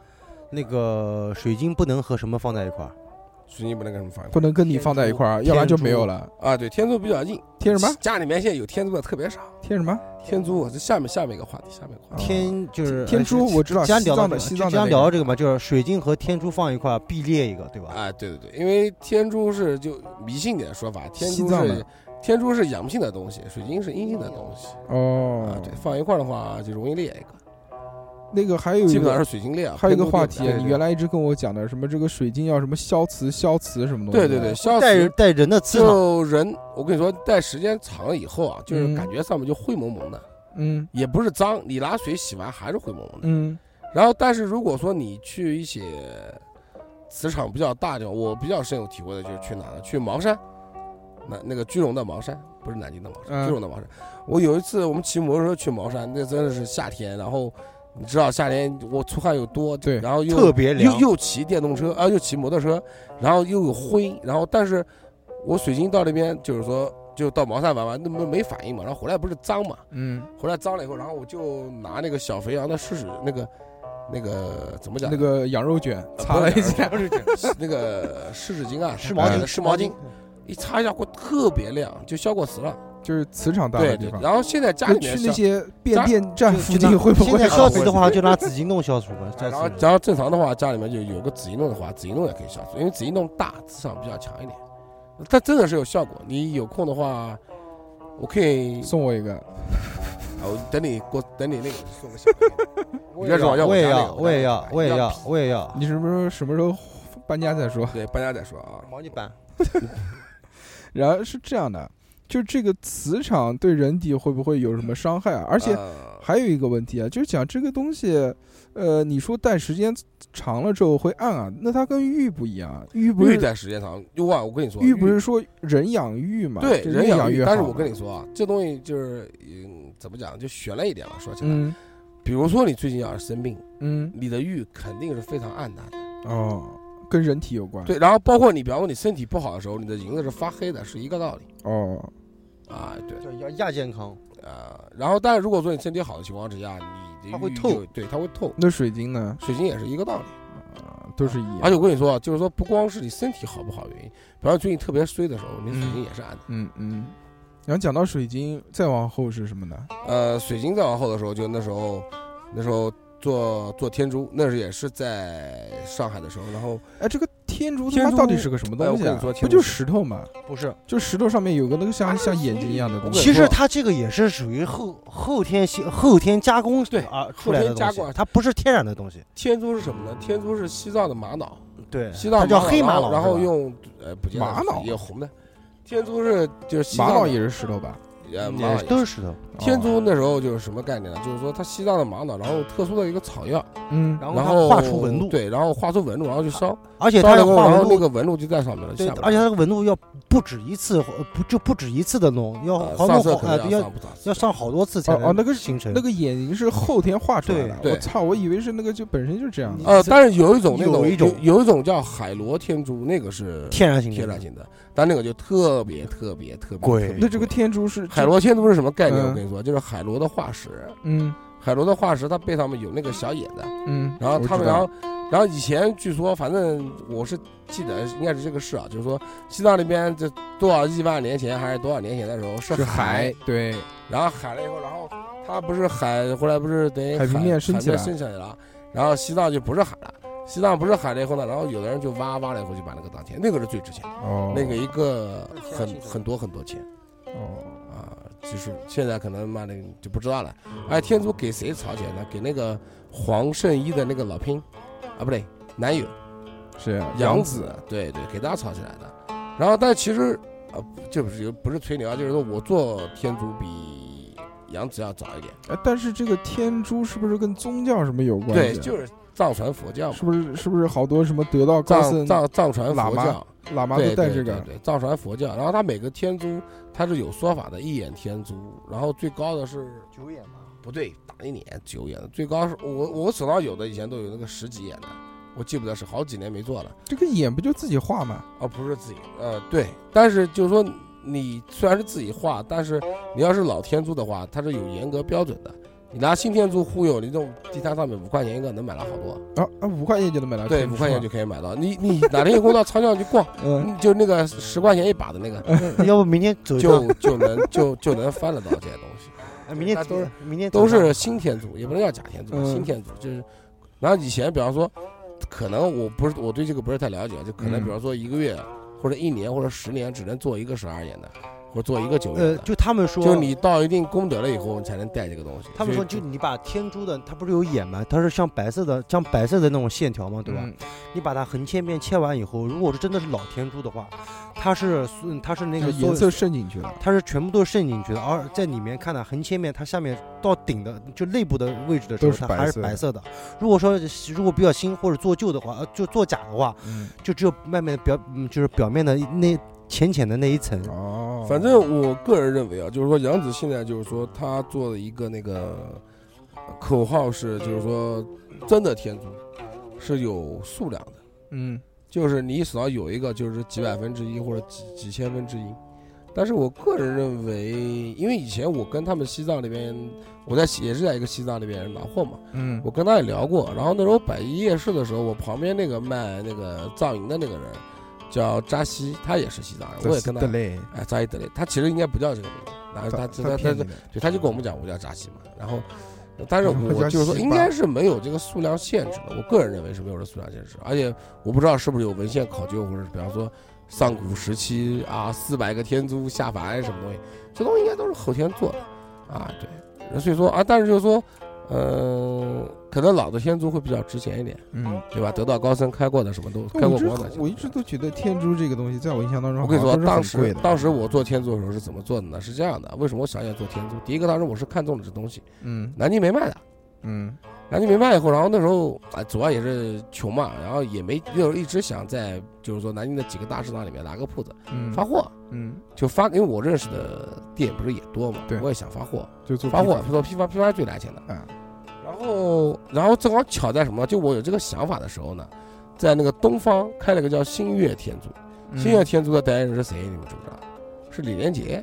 那个水晶不能和什么放在一块儿，
水泥不能跟什么放一
不
块
能跟你放在一块儿，
天珠
要不然就没有了。
儿啊？对，天珠比较硬。
天什么？
家里面现在有天珠的特别少。
天什么？
天珠，我是下面下面一个话题，下面一个话
啊
题。
天就是
天
呃
珠
是
我知道
既然聊到
西藏的
这个
西藏的
既然
那
聊
个
到这个嘛，就是水晶和天珠放一块儿必裂一个，对吧？
啊，对对对，因为天珠是就迷信点的说法，天
西
珠
藏
是
的
天珠是阳性的东西，水晶是阴性的东西啊
哦。，
对，放一块儿的话就容易裂一个，
那个还有一
基本上
个
是水晶裂啊。
还有一个
天珠裂
话
不
题
了，
你原来一直跟我讲的什么这个水晶要什么消磁消磁什么东西哎
对
的？
对对，消
带
磁
人带人的磁场，
就人，我跟你说，戴时间长了以后啊，就
嗯
是感觉上面就灰蒙蒙的，
嗯
也不是脏，你拿水洗完还是灰蒙蒙的。
嗯
然后，但是如果说你去一些磁场比较大的，我比较深有体会的就是去哪呢？去茅山，那那个句容的茅山，不是南京的茅山，
嗯
句容的茅山。我有一次我们骑摩托车去茅山，那真的是夏天，然后你知道夏天我出汗又多，
对
然后又
特别凉
又。又骑电动车啊，又骑摩托车，然后又有灰，然后但是我水晶到那边就是说就到茅山玩玩，那没没反应嘛，然后回来不是脏嘛，
嗯，
回来脏了以后，然后我就拿那个小肥羊的试试那个那个怎么讲
那个羊肉卷擦了一下，
那
<laughs>
个湿纸巾啊，
湿毛巾，
湿毛巾，一擦一下锅特别亮，就效果死了。
就是磁场大
对
的地
对，
方。
然后现在家
那
里面
去
像
那些变
家
电站
就
附
就
近
拿
会不
现
会
在
有
消
问
磁
题？
的话，就拿紫金洞消除吧。再
哎然后
次
然后正常的话，家里面就有个紫金洞的话，紫金洞也可以消除，因为紫金洞大，磁场比较强一点，它真的是有效果。你有空的话，我可 <laughs> 以，
送我一个，
啊我等你过，等你那个送个小礼物。你别找要
我也
家那
要，
个
我也要，我也
要
要，我也要。
你什么时候什么时候搬家再说。
对，搬家再说啊。
帮你搬。
然后是这样的，就这个磁场对人体会不会有什么伤害啊？而且
呃
还有一个问题啊，就是讲这个东西，呃，你说戴时间长了之后会暗啊，那它跟玉不一样啊，玉不
玉
是
在时间长，哇，我跟你说，
玉不是说人养玉嘛？
对
这
人
养
玉，
越
但是
好
我跟
嘛
你说啊，这东西就是嗯，怎么讲，就悬了一点了。说起来，
嗯
比如说你最近要是生病，
嗯
你的玉肯定是非常暗淡的。
哦，跟人体有关。
对，然后包括你，比方说你身体不好的时候，你的银子是发黑的，是一个道理
哦，
啊。对
叫亚亚健康，
啊，然后但是如果说你身体好的情况之下，你的
它会
玉
透
就，对，它会透。
那水晶呢？
水晶也是一个道理。
啊，都是一
嗯
样。
而且我跟你说啊，就是说不光是你身体好不好原因，比方说最近特别衰的时候，你水晶也是暗的。
嗯嗯。然后讲到水晶，再往后是什么呢？
呃，水晶再往后的时候，就那时候，那时候做做天珠，那时也是在上海的时候，然后
哎，这个天竺
天
他妈
竺
到底是个什么
哎
东
我
西
跟
啊
你说？
不
天竺啊
就是石头嘛？
不是。
就石头上面有个那个像像眼睛一样的东西。
其实它这个也是属于后后天先后天加工
对
啊出来的
后天加
东
工
西，它不是天然的东西。
天珠是什么呢？天珠是西藏的玛瑙，
对，
西藏
它
的
叫黑玛瑙，
然后
是吧
用呃不见得
玛瑙
也红的，天珠是就是西
玛
藏
瑙
的
也是石头吧？
呃玛
嗯也
瑙
是
也
都
是
是石头，
天
哦
珠那时候就是什么概念呢？就是说它西藏的玛瑙，然后特殊的一个草药，
嗯
然后
然
它
后
画出纹路，
对，然后画出纹路，然后去烧，
而且
烧
它
了
的
以后，
画
然后
纹
那
路，
个纹路就在上面了，
对，
下不来
而且它的纹路要不止一次，呃不就不止一次的弄，要
呃
好
上
弄
色
好
可
呃
能要
要
上不少次
要上好多次才
哦哦那
能
个
形成
那。个眼睛是后天画出来的。
对
我操，我以为是那个就本身就是这样的。
呃，但是有一种那种
有一种
有一种叫海螺天珠，那个是
天然形成
天然
的，
型的，但那个就特别特别特别
贵
特别
那这个天珠是
海螺天珠是什么概念？
嗯
我跟你说，就是海螺的化石，
嗯
海螺的化石它背上面有那个小眼的，
嗯，
然后
我
他们
知道
然后然后以前据说，反正我是记得应该是这个事啊，就是说西藏那边这多少亿万年前还是多少年前的时候是
是海，对，
然后海了以后，然后它不是海，后来不是等于
海平面升起来
海平面升起来了，然后西藏就不是海了。西藏不是海了以后呢，然后有的人就挖挖了以后就把那个当钱，那个是最值钱的，
哦，
那个一个
天然
很
形成的
很多很多钱
哦，
啊，就是现在可能妈的就不知道了。哎，天竺给谁炒起来呢？给那个黄圣依的那个老拼啊，不对，男友
是
杨
子，
对对，给他炒起来的。然后，但其实啊，这不是不是吹牛啊，就是说我做天竺比杨紫要早一点。
哎，但是这个天珠是不是跟宗教什么有关系啊？
对，就是藏传佛教嘛，
是不是是不是好多什么得道高
藏
僧
藏藏传
喇
佛
嘛
教，
喇嘛
对
都带
对
这
对
个？
对，藏传佛教。然后它每个天珠它是有说法的，一眼天珠，然后最高的是
九眼嘛，
不对，打一眼九眼的，最高是我我手上有的以前都有那个十几眼的，我记不得是好几年没做了，
这个眼不就自己画吗？
啊，不是自己，呃，对，但是就是说你虽然是自己画，但是你要是老天珠的话，它是有严格标准的。你拿新天珠忽悠，你这种地摊上面五块钱一个能买到好多，
啊啊，五块钱就能买到
对，
天
五
珠啊，
块钱就可以买到。你你哪天有空到超市去逛，
嗯，
嗯就嗯那个十块钱一把的那个，
要不明天走一趟，
就就能就就能翻得到这些东西，
哎明天
大家都是
明天
都
走一趟
是新天主，也不能叫假天主，
嗯
新天主就是。然后以前，比方说，可能我不是我对这个不是太了解，就可能
嗯
比方说一个月或者一年或者十年只能做一个十二眼的，或者做一个九眼
呃，
的，
就他们说
就你到一定功德了以后，你才能戴这个东西。
他们说，
所以
就你把天珠的，它不是有眼吗？它是像白色的，像白色的那种线条嘛，对吧？
嗯
你把它横切面切完以后，如果是真的是老天珠的话，它是嗯它是那
这
个
个
所有
颜色，渗进去了。
它是全部都渗进去的。而在里面看呢，横切面它下面到顶的就内部的位置的时
都
候，
是
它
白
还
色
是
的
白色的。如果说如果比较新或者做旧的话，呃，就做假的话，
嗯，
就只有外面的表，嗯，就是表面的那浅浅的那一层。
哦，
反正我个人认为啊，就是说杨紫现在就是说她做了一个那个呃口号是，就是说真的天珠是有数量的，
嗯，
就是你手上有一个就是几百分之一或者几几千分之一。但是我个人认为，因为以前我跟他们西藏那边，我在西也是在一个西藏那边人拿货嘛，
嗯
我跟他也聊过。然后那时候摆夜市的时候，我旁边那个卖那个藏银的那个人叫扎西，他也是西藏人，我也跟他
的嘞，
哎，扎伊德勒，他其实应该不叫这个名字，然后他他他
骗你
对
的
他就跟我们讲我叫扎西嘛，然后，但是
我
我
叫
就是说
西
应
巴
该是没有这个数量限制的，我个人认为是没有这数量限制，而且我不知道是不是有文献考究，或者是比方说上古时期啊，四百个天珠下凡什么东西，这东西应该都是后天做的啊，对，所以说啊，但是就是说呃，可能老的天珠会比较值钱一点，
嗯，
对吧？得到高僧开过的什么都开
但
过
我一
光的
直，啊我一直都觉得天珠这个东西，在我印象当中，
我跟你说，当
贵
时
的。啊
当时我做天珠的时候是怎么做的呢？是这样的，为什么我想要做天珠？第一个，当时我是看中了这东西，
嗯
南京没卖的，
嗯
南京没卖以后，然后那时候啊、主要也是穷嘛，然后也没就一直想在就是说南京的几个大市场里面拿个铺子
嗯，
发货，
嗯，
就发给我认识的店不是也多嘛
对，
我也想发货，
就做
发
批
货
发
做批发，批发最来钱的。
啊，
然后然后正好巧在什么？就我有这个想法的时候呢，在那个东方开了个叫星月天珠，
嗯
星月天珠的代言人是谁？你们知不知道？是李连杰。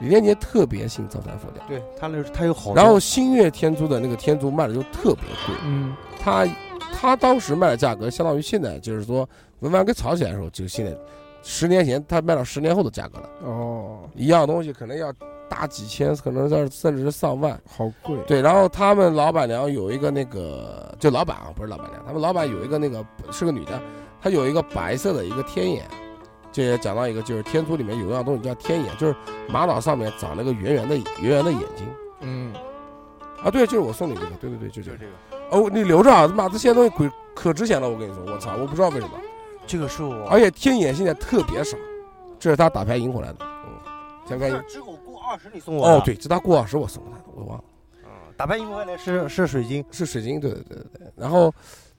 李连杰特别信造山佛教，
对他那他有
哦
好多，
然后星月天珠的那个天珠卖的就特别贵，
嗯
他他当时卖的价格相当于现在，就是说文玩跟炒起来的时候，就是现在十年前他卖到十年后的价格了，
哦，
一样东西可能要大几千，可能要甚至是上万。
好贵，
对，然后他们老板娘有一个那个，就老板啊，不是老板娘，他们老板有一个那个是个女的，她有一个白色的一个天眼，这也讲到一个就是天珠里面有一样东西叫天眼，就是玛瑙上面长了个圆圆的圆圆的眼睛
嗯，
啊，对，就是我送你这个，对对对，就这
就
个
是。这个，
哦，你留着啊！妈，这些东西鬼可值钱了，我跟你说，我操，我不知道为什么，
这个是我
而且天眼现在特别少，这是他打牌赢回来的，嗯，前开赢。
只有过啊二十你送我
哦，，对，这他过二十我送给他的，我忘了
打败一回来是是水晶，
是水晶，对对对对对。然后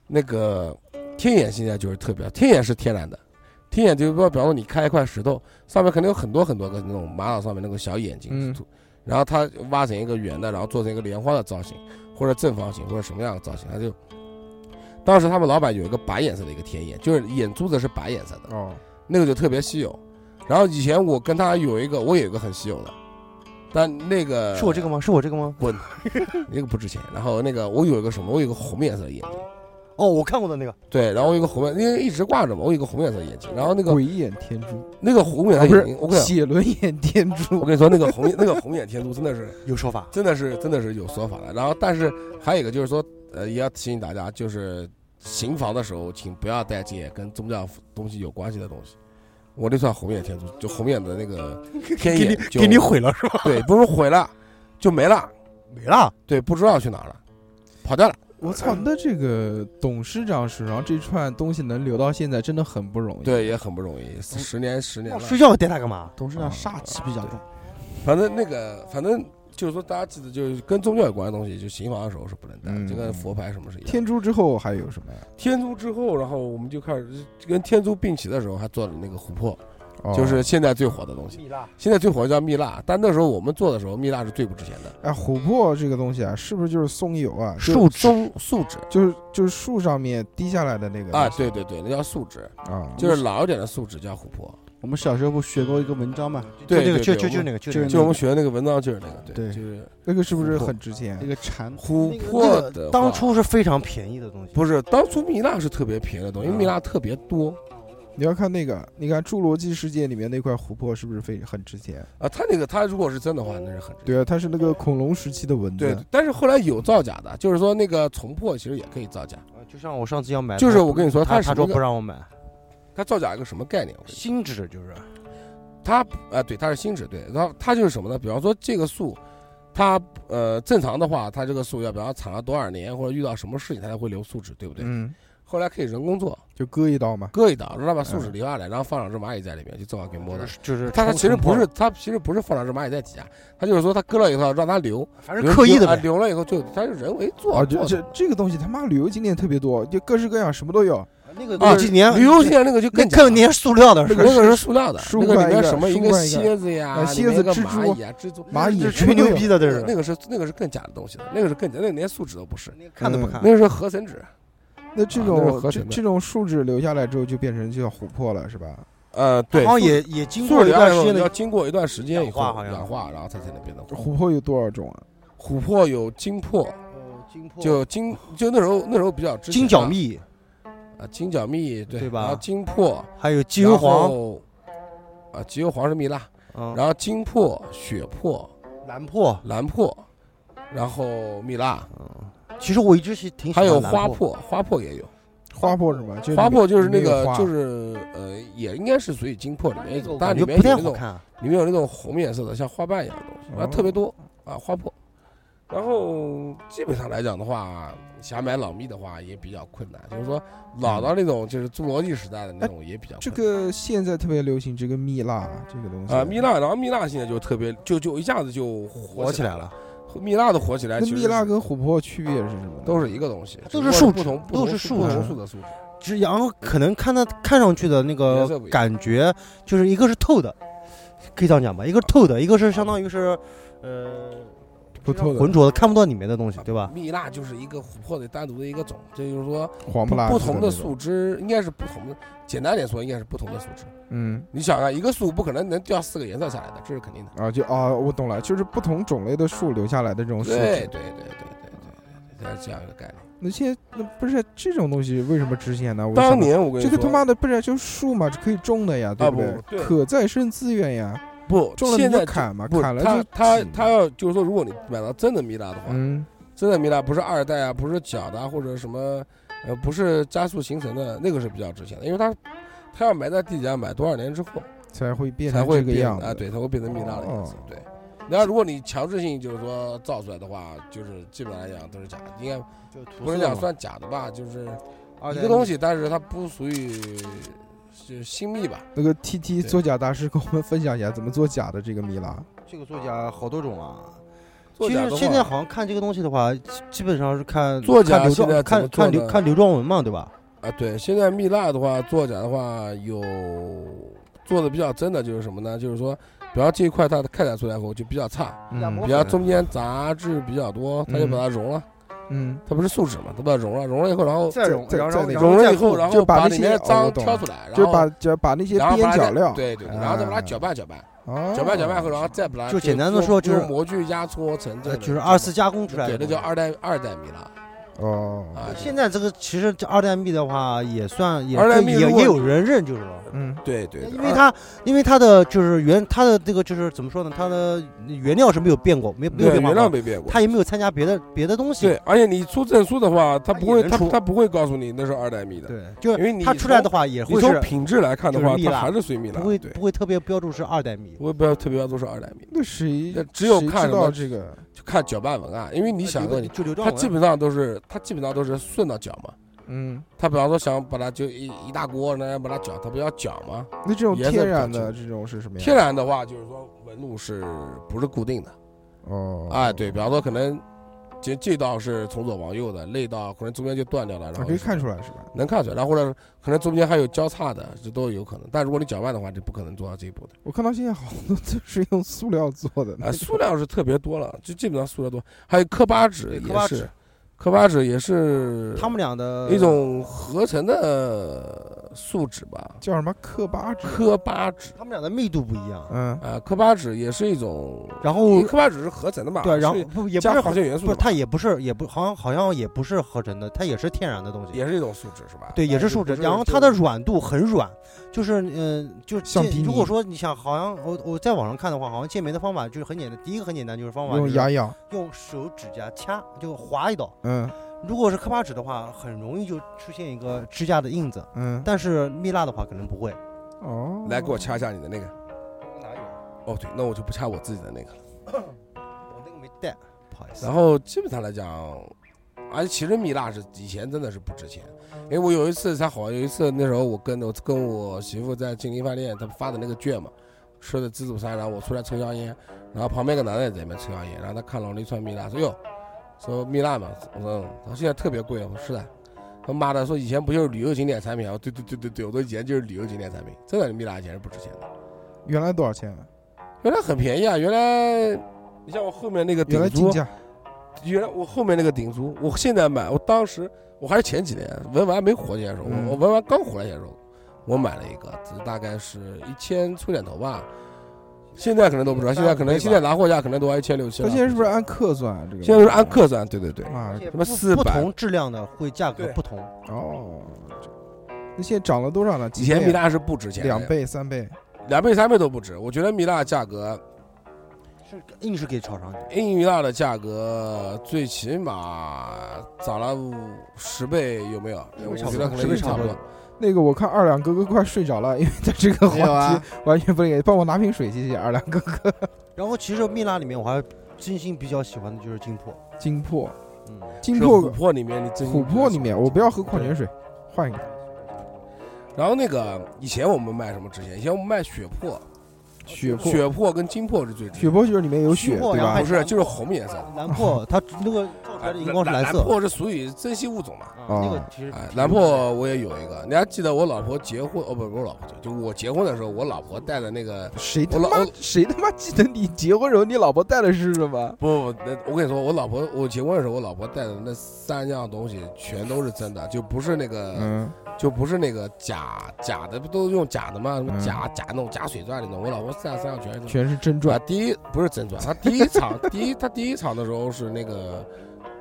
那个天眼现在就是特别，天眼是天然的，天眼就是说，比方说你开一块石头，上面肯定有很多很多个那种玛瑙上面那个小眼睛
嗯
图，然后它挖成一个圆的，然后做成一个莲花的造型，或者正方形，或者什么样的造型，它就。当时他们老板有一个白颜色的一个天眼，就是眼珠子是白颜色的，
哦，
那个就特别稀有。然后以前我跟他有一个，我也有一个很稀有的，但那个
是我这个吗？是我这个吗？
那个不值钱。然后那个我有一个什么，我有一个红颜色的眼睛，
哦，我看过的那个，
对，然后我有一个红颜，因为一直挂着嘛，我有一个红颜色的眼睛。然后那个
鬼眼天珠，
那个红
啊
眼
不
色眼
是
睛，我跟你讲
写轮眼天
我
珠，
跟你说，那个红眼那个红眼天珠真的是
有说法。
真的是真的是有说法的。然后，但是还有一个就是说，呃，也要提醒大家，就是行房的时候，请不要带这些跟宗教东西有关系的东西。我那串红眼天珠，就红眼的那
<laughs>
个天眼哎就，
了是吧？
对，不是毁了，就没了，
没了，
对，不知道去哪儿了，跑掉了。
我操，那这个董事长手上这串东西能留到现在，真的很不容易。，
对，也很不容易，
嗯
十年十年
那
了。
睡觉带它干嘛？
董事
哦
啊
长煞气比较重，
反正那个，反正就是说，大家记得，就是跟宗教有关的东西，就行房的时候是不能带的，
嗯
就跟佛牌什么是一样的。
天珠之后还有什么呀？
天珠之后，然后我们就开始跟天珠并齐的时候，还做了那个琥珀，
哦
就是现在最火的东西。
蜜蜡，
现在最火的叫蜜蜡，但那时候我们做的时候，蜜蜡是最不值钱的。
哎，琥珀这个东西啊，是不是就是松油啊？就
树松树脂
就是就是树上面滴下来的那个
啊，
东西
对对对，那叫树脂，
嗯
啊，
就是老一点的树脂叫琥珀。
我们小时候不学过一个文章嘛，
对
就那个，
对
就
对
就
我
就
们
那个，就
就
那个。
是
就我们学的那个文章就是那个，对，
对
就是
那个是不是很值钱
一？个蝉，
琥
那
珀
个
的话。
当初是非常便宜的东西，
不是当初蜜蜡是特别便宜的东西，
啊
因为蜜蜡特别多
你要看那个，你看《侏罗纪世界》里面那块琥珀是不是非很值钱？
啊。它那个它如果是真的话，那是很值钱。
对啊，它是那个恐龙时期的蚊
对
子，，
但是后来有造假的，就是说那个重破其实也可以造假。
呃就像我上次要买的，
就是我跟你说，
他
是
他
一个
说不让我买，
它造假一个什么概念？我跟你说，
新纸就是
它啊、对，它是新址，对，然后它就是什么呢？比方说这个树，它呃正常的话，它这个树要比方产了多少年，或者遇到什么事情，它才会留树脂，对不对？
嗯，
后来可以人工做，
就割一刀嘛。
割一刀，让它把树脂留下来，然后放两只蚂蚁在里面，就正好给摸
嗯啊就
的。
是就是
它它
重
其实不，
<laughs>
是，
重
它其实不是放两只蚂蚁在底下，它就是说它割了以后让它留，
碰反
留
正刻意的
啊
呗。
留了以后就它是人为做
啊，
做
这
的
这这个东西他妈旅游景点特别多，就各式各样，什么都有。
那个
啊
那几哦年
旅游现在那个就更
那
假了
更粘塑料
<laughs>
的
那
是
个
吧，
是塑料的，
书
那个
罐
里
一
面
个
什么
书
一个
罐一个
蝎子
哎
呀，
啊
里
蝎
面
子
一个
蜘蛛
蚂蚁啊，蜘蛛，
蚂蚁
这
什
吹
么都
牛
有
逼的这
那
是，
个是那个是更假的东西的，那个是更假，那个连树脂都不是，
那个看都不看
那。个是合成纸。
那这
啊那是
种
合
这
成的
这种树脂留下来之后，就变成就叫琥珀了，是吧？
呃，对，
好像也也经
树
过一
脂
段时间
要
的，
经过一段时间以后
氧化好像
氧化，然后它才能变成琥
琥珀有多少种啊？
琥珀有金珀，就金就那时候那时候比较值钱
呃金
的
角蜜，
啊，金角蜜对
对吧
然后金珀，
还有金油
然
黄，
后啊，金油黄是蜜蜡，
嗯，
然后金珀、血珀、
蓝珀，
蓝珀，然后蜜蜡，
嗯，其实我一直是挺喜
还
欢
有
蓝
花
珀，
珀，花珀也有。
花珀是吗？就
花
里面
珀就是那
里面有
个
花
就是呃，也应该是属于金珀里面一种，但
感
里
觉
面
嗯
有
不太
那
好
种
看。
里面有那种红颜色的，像花瓣一样的东西，
哦
然后特别多啊，花珀。然后基本上来讲的话，想买老蜜的话也比较困难，就是说老到那种就是侏罗纪时代的那种也比较
这
困难。
个现在特别流行这个蜜蜡这个东西
啊，蜜，蜡，然后蜜蜡现在就特别就就一下子就火
火起
来
来了，
了，蜜蜡的火起来
那
其实是，
蜜蜡跟琥珀区别是什么呢？
都是一个东西，
都
只不
是
过
树
不
脂
同不
都
同
是
树
树
不同
脂
树的树脂。
只然后可能看它看上去的那
颜
个
色不一样
感觉，就是一个是透的，可以这样讲吧，一个是透的，一个是相当于是呃
不透的
浑浊的，看不到里面的东西，对吧？
啊蜜蜡就是一个琥珀的单独的一个种，这就是说
嗯黄
不
不拉
不
几
同
那
的
种
树，枝应该是不同的，简单点说应该是不同的树枝。
嗯
你想啊，一个树不可能能掉四个颜色下来的，这是肯定的。
啊就啊我懂了，就是不同种类的树留下来的这种树
对对对
脂。
对对对对，是这样一个概念。
那现在那不是这种东西为什么值钱呢？我想
当
不
年我跟你
这
说，
个他妈的不是就是树嘛，可以种的呀，对
啊
对
不？对
可再生资源呀，
不，
种了
现
你
在
就砍嘛，
不，
砍了
他
就
他
挤嘛
他要就是说，如果你买到真的蜜蜡的话，
嗯
真的蜜蜡不是二代啊，不是假的啊或者什么，呃，不是加速形成的那个是比较值钱的，因为它它要埋在地底下埋多少年之后，
才会变
才
成
会
这个
变
样子
啊，对，它会变成蜜蜡的样子
哦。
对，然后如果你强制性就是说造出来的话，就是基本上来讲都是假的，应该
就
不是讲算假的吧，就是
二
哦
一
代
个东西，但是它不属于是新密吧？
那个 T T
对
作假大师给我们分享一下怎么做假的这个蜜蜡。
这个作假好多种啊。
作
其
假
实
的
现在
话
好像看这个东西的话，基基本上是看
作假
看刘
现在
壮
怎么做呢
看看刘看刘壮文嘛，对吧？
啊，对，现在蜜蜡的话，作假的话有做的比较真的就是什么呢？就是说，比方这一块它的开采出来后就比较差。
嗯
比较中间杂质比较多，它就把它溶了，
嗯，
它不是树脂嘛，它把它溶了，溶了以后，然后
再融再然后再然
溶了以后，
再
然后
就把那
里
些
面的
哦
脏
懂
挑
了
出来，然
就
后
把就把那些
然后
边
把它
角料，啊
对对，对然后再把它搅拌搅拌，
哦
搅拌搅拌以后，然后再把它
哎就简单地说
就
就是
模具压搓成这
呃，
个，
就是二次加工出来
对
的，
那叫。二代二代米蜡
哦，
啊。
现在这个其实这二代蜜的话，也算也
二代蜜
也
如果
也有人认，就是了。
嗯
对对，啊对
因为它，因为它的就是原它的这个就是怎么说呢？它的原料是没有变过，没没有
对
变
原
化过
料没变过。
它也没有参加别的别的东西。
对，而且你出证书的话，它
它
不会，
也能
它
出
它不会告诉你那是二代米的，
对，就
因
是
为你
它出来
从
的话也
你
会
从
是
品质来看的
就是
话，
蜜
它
蜡
还是水米蜡，
不会
对，
不会特别标注是二代蜜。
我也不要特别要都是二代米，
那谁
那只有
谁
看
知
什么
道这个
就看搅拌文案，因为你想问
呃，就刘
它
壮
基
文，
本上都是它基本上都是顺着搅嘛。
嗯，
他比方说想把它就一一大锅，然后把它搅，它不要搅嘛。
那这种
颜色
天
比较
然的
重
这种
啊
是什么样？
天然的话，就是说纹路是不是固定的？
哦，
哎，对，比方说可能这这道是从左往右的，那道可能中间就断掉了，然
啊，
后
可以看出来是吧？
能看出来，然后或者可能中间还有交叉的，这都有可能。但如果你搅拌的话，就不可能做到这一步的。
我看到现在好多都是用塑料做的，
啊，塑料是特别多了，就基本上塑料多，还有柯巴
对
纸
柯巴
也
纸
是，柯巴纸也是
他们俩的呃
一种合成的树脂吧，
叫什么克巴纸？
柯巴纸。
他们俩的密度不一样。
嗯，
啊，柯巴纸也是一种，
然后
柯巴纸是合成的嘛？
对，然后
是
不也不
加
是
化
合
学元素
不
的嘛，
是，它也不是也不好像好像也不是合成的，它也是天然的东西。
也是一种树脂是吧？
对，也
但
是
是
树
不
脂，
是
然后
就
它的软度很软，就是呃，就是
橡
界
皮
如果
泥
说你想，好像我我在网上看的话，好像界面的方法就是很简单，第一个很简单，就是方
啊
法就
用
是
牙痒，
用手指甲掐，就划一刀。
嗯
如果是柯巴纸的话，很容易就出现一个指甲的印子，
嗯，
但是蜜蜡的话可能不会。
哦，
来给我掐一下你的那个。
哪有？
哦，对，那我就不掐我自己的那个了。
我那个没带，不好意思。
然后基本上来讲，而且其实蜜蜡是以前真的是不值钱，因为我有一次才好，有一次那时候我跟我跟我媳妇在金陵饭店，他们发的那个券嘛，吃的自助餐，然后我出来抽香烟，然后旁边一个男的也在那边哎抽香烟，然后他看老李穿蜜蜡，说哟，说蜜蜡嘛，我说嗯，他说现在特别贵，我说是的。他妈的，说以前不就是旅游景点产品啊？对对对对对，我说以前就是旅游景点产品，真的蜜蜡以前是不值钱的，
原来多少钱？啊
原来很便宜啊，原来你像我后面那个
原
顶
来
珠
进，价
原来我后面那个顶足，我现在买，我当时我还是前几年文玩没火起来的时候，
嗯
我我文玩刚火起来的时候，我买了一个，只大概是一千出点头吧，现在可能都不知道，现在可能现在拿货价可能都要一千六七
它
了。
现在是不是按克算啊？这个
现在都是按克算？对对对，
啊？
也
什么
不
400
不同质量的会价格
对
不同，
哦，那现在涨了多少呢？
以
几
前
倍啊
蜜蜡是不值钱的，
两倍、三倍，
两倍、三倍都不值。我觉得蜜蜡价格，
是硬是给炒上去。
英语蜡的价格最起码涨了五十倍，有没有？我觉得可
十
能
倍
也
差
差
不
不
多
多。
那个我看二两哥哥快睡着了，因为他这个
没有
话
啊
题完全不理解。帮我拿瓶水，谢谢二两哥哥。
然后其实蜜蜡里面我还真心比较喜欢的就是金珀，
金珀，
嗯，
金
是
珀
琥珀里面的真
琥珀里面，我不要喝矿泉水，换一个。
哦然后那个以前我们卖什么值钱？以前我们卖血珀，
血珀，
血珀跟金珀是最值
血
钱。
珀就是里面有血，
琥珀
对
然后还
吧
不？是，就是红颜色。
蓝珀它那个照出来的荧光是
蓝
色，
珀是属于珍稀物种嘛？
啊
哦
那个其实
哎，蓝珀我也有一个。你还记得我老婆结婚？哦，不，不是我老婆，就我结婚的时候，我老婆戴的那个。
谁他
我老
妈
我
谁他妈记得你结婚时候你老婆带的是什么？
不不，不那我跟你说，我老婆我结婚的时候，我老婆带的那三样东西全都是真的，就不是那个，
嗯，
就不是那个假假的，不都用假的吗？什么
嗯
假、假那种假水钻那种。我老婆带的三样全是真的
全是真
啊
钻，
第一不是真 <laughs> 钻，她第一场第一她第一场的时候是那个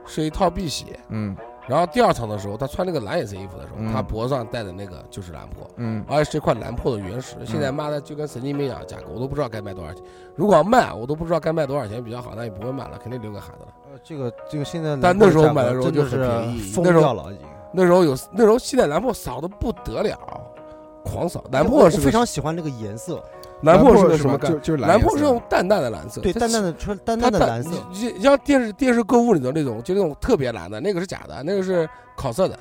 是一套碧玺，
嗯
然后第二场的时候她穿那个蓝颜色衣服的时候，
嗯
她脖子上戴的那个就是蓝珀。
嗯，
而且是一块蓝珀的原石，现在妈的就跟神经病一样价格，我都不知道该卖多少钱。如果要卖，我都不知道该卖多少钱比较好，那也不会卖了，肯定留给孩子了。
呃这个这个现在蓝
但
珀
那时候
价格
买的时候
真的
就很便宜
是啊疯
那时候
掉了已经。
那时候有，那时候西南蓝珀少的不得了，狂少。蓝珀是
我
个
非常喜欢那个颜色，
蓝
珀
是个
是
什么
就
干？
就是
蓝
颜
珀
色
是那种淡淡的蓝色，
对，
它
淡淡
是。
的纯淡
它嗯
淡的蓝色，
你你像电视电视购物里的那种，就那种特别蓝的，那个是假的，那个是烤色的。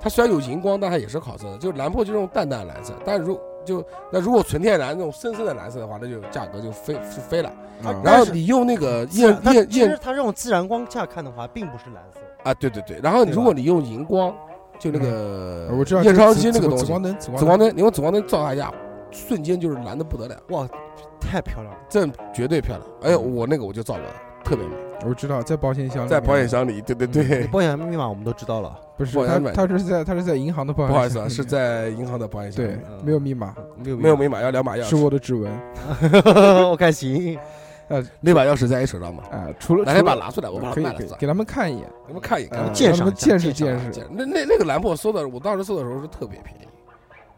它虽然有荧光，但它也是烤色的。就蓝珀就那种淡淡蓝色，但如就那如果纯天然那种深深的蓝色的话，那就价格就飞就飞了。
嗯
然后
但是
你用那个
自然
验
它
验
其实
验
它这种自然光下看的话，并不是蓝色。
啊，对对对。然后你
对
如
吧
果你用荧光，就那个
呃嗯我知道
验
就是
钞
紫
机那
紫
个东
紫
西，
光灯，紫
紫
光
光灯，你用紫光灯照它一下，瞬间就是蓝的不得了，
哇，太漂亮了！
这绝对漂亮。哎呦，我那个我就照过，特别美，嗯
灯，我知道在保险箱里面，
在保险箱里，对对对。
保险密码我们都知道了，
不是
保险箱
他
里面
他是在他是在银行的保
不
险箱里面，
好意
<laughs>
思啊，是在银行的保险箱里
对
面，
嗯
没有密码，
没有
啊没
<laughs>
有，没码要两把钥
是
匙，
我的指纹
我看行。
那把钥匙在你手上嘛？
啊，除了
哪天
除
把它
了
拿出来，我把
可
它
以
卖了
可以
算了，
给他们看一眼，
你们看一眼，
呃
看一
见
眼
识
让他们
一下
见识
见
见
识
识，
见那那那个蓝珀收的，我当时收的时候是特别便宜，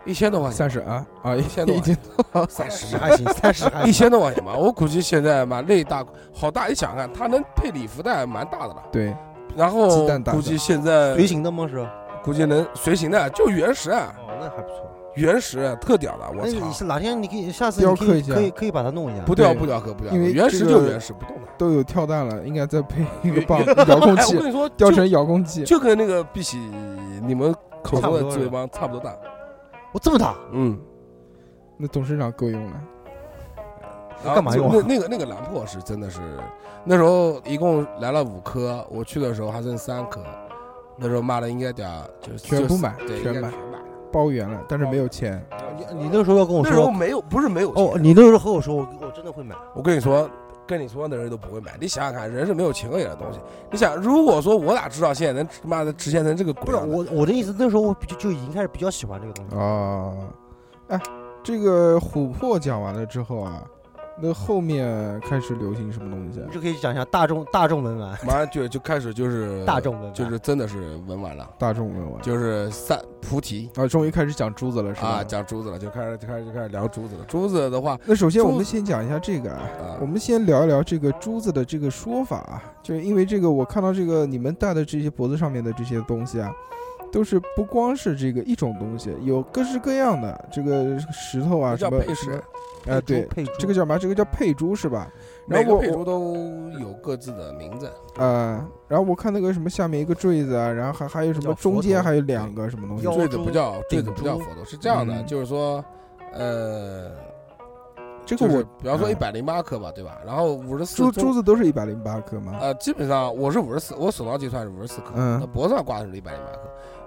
一千多块钱，
三十啊啊，一
千
千
多
一千
哦三十
十还行，三十还
一
行。
千多块钱吧，我估计现在嘛，那一大好大，你想看，它能配礼服袋蛮大的了。
对，
然后
鸡蛋大小
估计现在
随行的吗？是？哦，
估计能随行的，就原石啊，
那还不错。
原石啊特屌的，
哎
那
我
你是
操，
哪天你可以下次
雕
你可
刻
以
一下
可以可以把它弄一下。
不掉
对
不掉哥不掉哥，
因为
原石
这
就
个
原石不动的。
都有跳蛋了，应该再
<laughs>
配一
原
个棒
原
遥控
哎，我
器，
跟你说，
雕
就
成遥控器，
就跟那个碧玺你们口中
差不
的
多
自由邦差不多大，
我这么大，
嗯。
那董事长够用了，
然后
干嘛用啊
那那个那个蓝珀是真的是，那时候一共来了五颗，我去的时候还剩三颗，那时候骂的应该得就是
全部买
对，
全
应该
买
全买。
包圆了，但是没有钱，
你你那时候要跟我
那时候
说
没有，不是没有
哦，
钱
你那时候和我说，我我真的会买。
我跟你说，跟你说的人都不会买。你想想看，人是没有情可言的东西。你想，如果说我哪知道现在能他妈的值钱成这个
不
鬼
是
样子？
我我的意思，那时候我就就已经开始比较喜欢这个东西。
哦，哎，这个琥珀讲完了之后啊，那后面开始流行什么东西啊
你？就可以讲一下大众大众文玩，
马上就就开始就是
<laughs> 大，众文玩
就是真的是文玩了，
大众文玩
就是三菩提
啊，终于开始讲珠子了，是吧？
啊，讲珠子了，就开始就开始就开始聊珠子了。珠子的话
那首先
珠
我们先讲一下这个啊，
啊
我，们先聊一聊这个珠子的这个说法啊，就是因为这个我看到这个你们戴的这些脖子上面的这些东西啊，都是不光是这个一种东西，有各式各样的这个石头啊
这叫
什么
配
什么
饰，
哎、对，
配珠
这个叫什么？这个叫配珠是吧？然
每个
后我
配
我
珠都有各自的名字。
呃，然后我看那个什么下面一个坠子啊，然后还还有什么
叫佛
中间
头
还有两个什么东西
腰，
坠子不叫坠
顶
子不叫
珠
佛头，是这样的，
嗯
就是说，呃，
这
就
个
是
我
比方说
嗯
一百零八颗吧，对吧？然后五十四
珠珠子都是一百零八克嘛，
呃，基本上我是五十四，我手上计算是五十四颗，
嗯
那脖子上挂的是一百零八颗，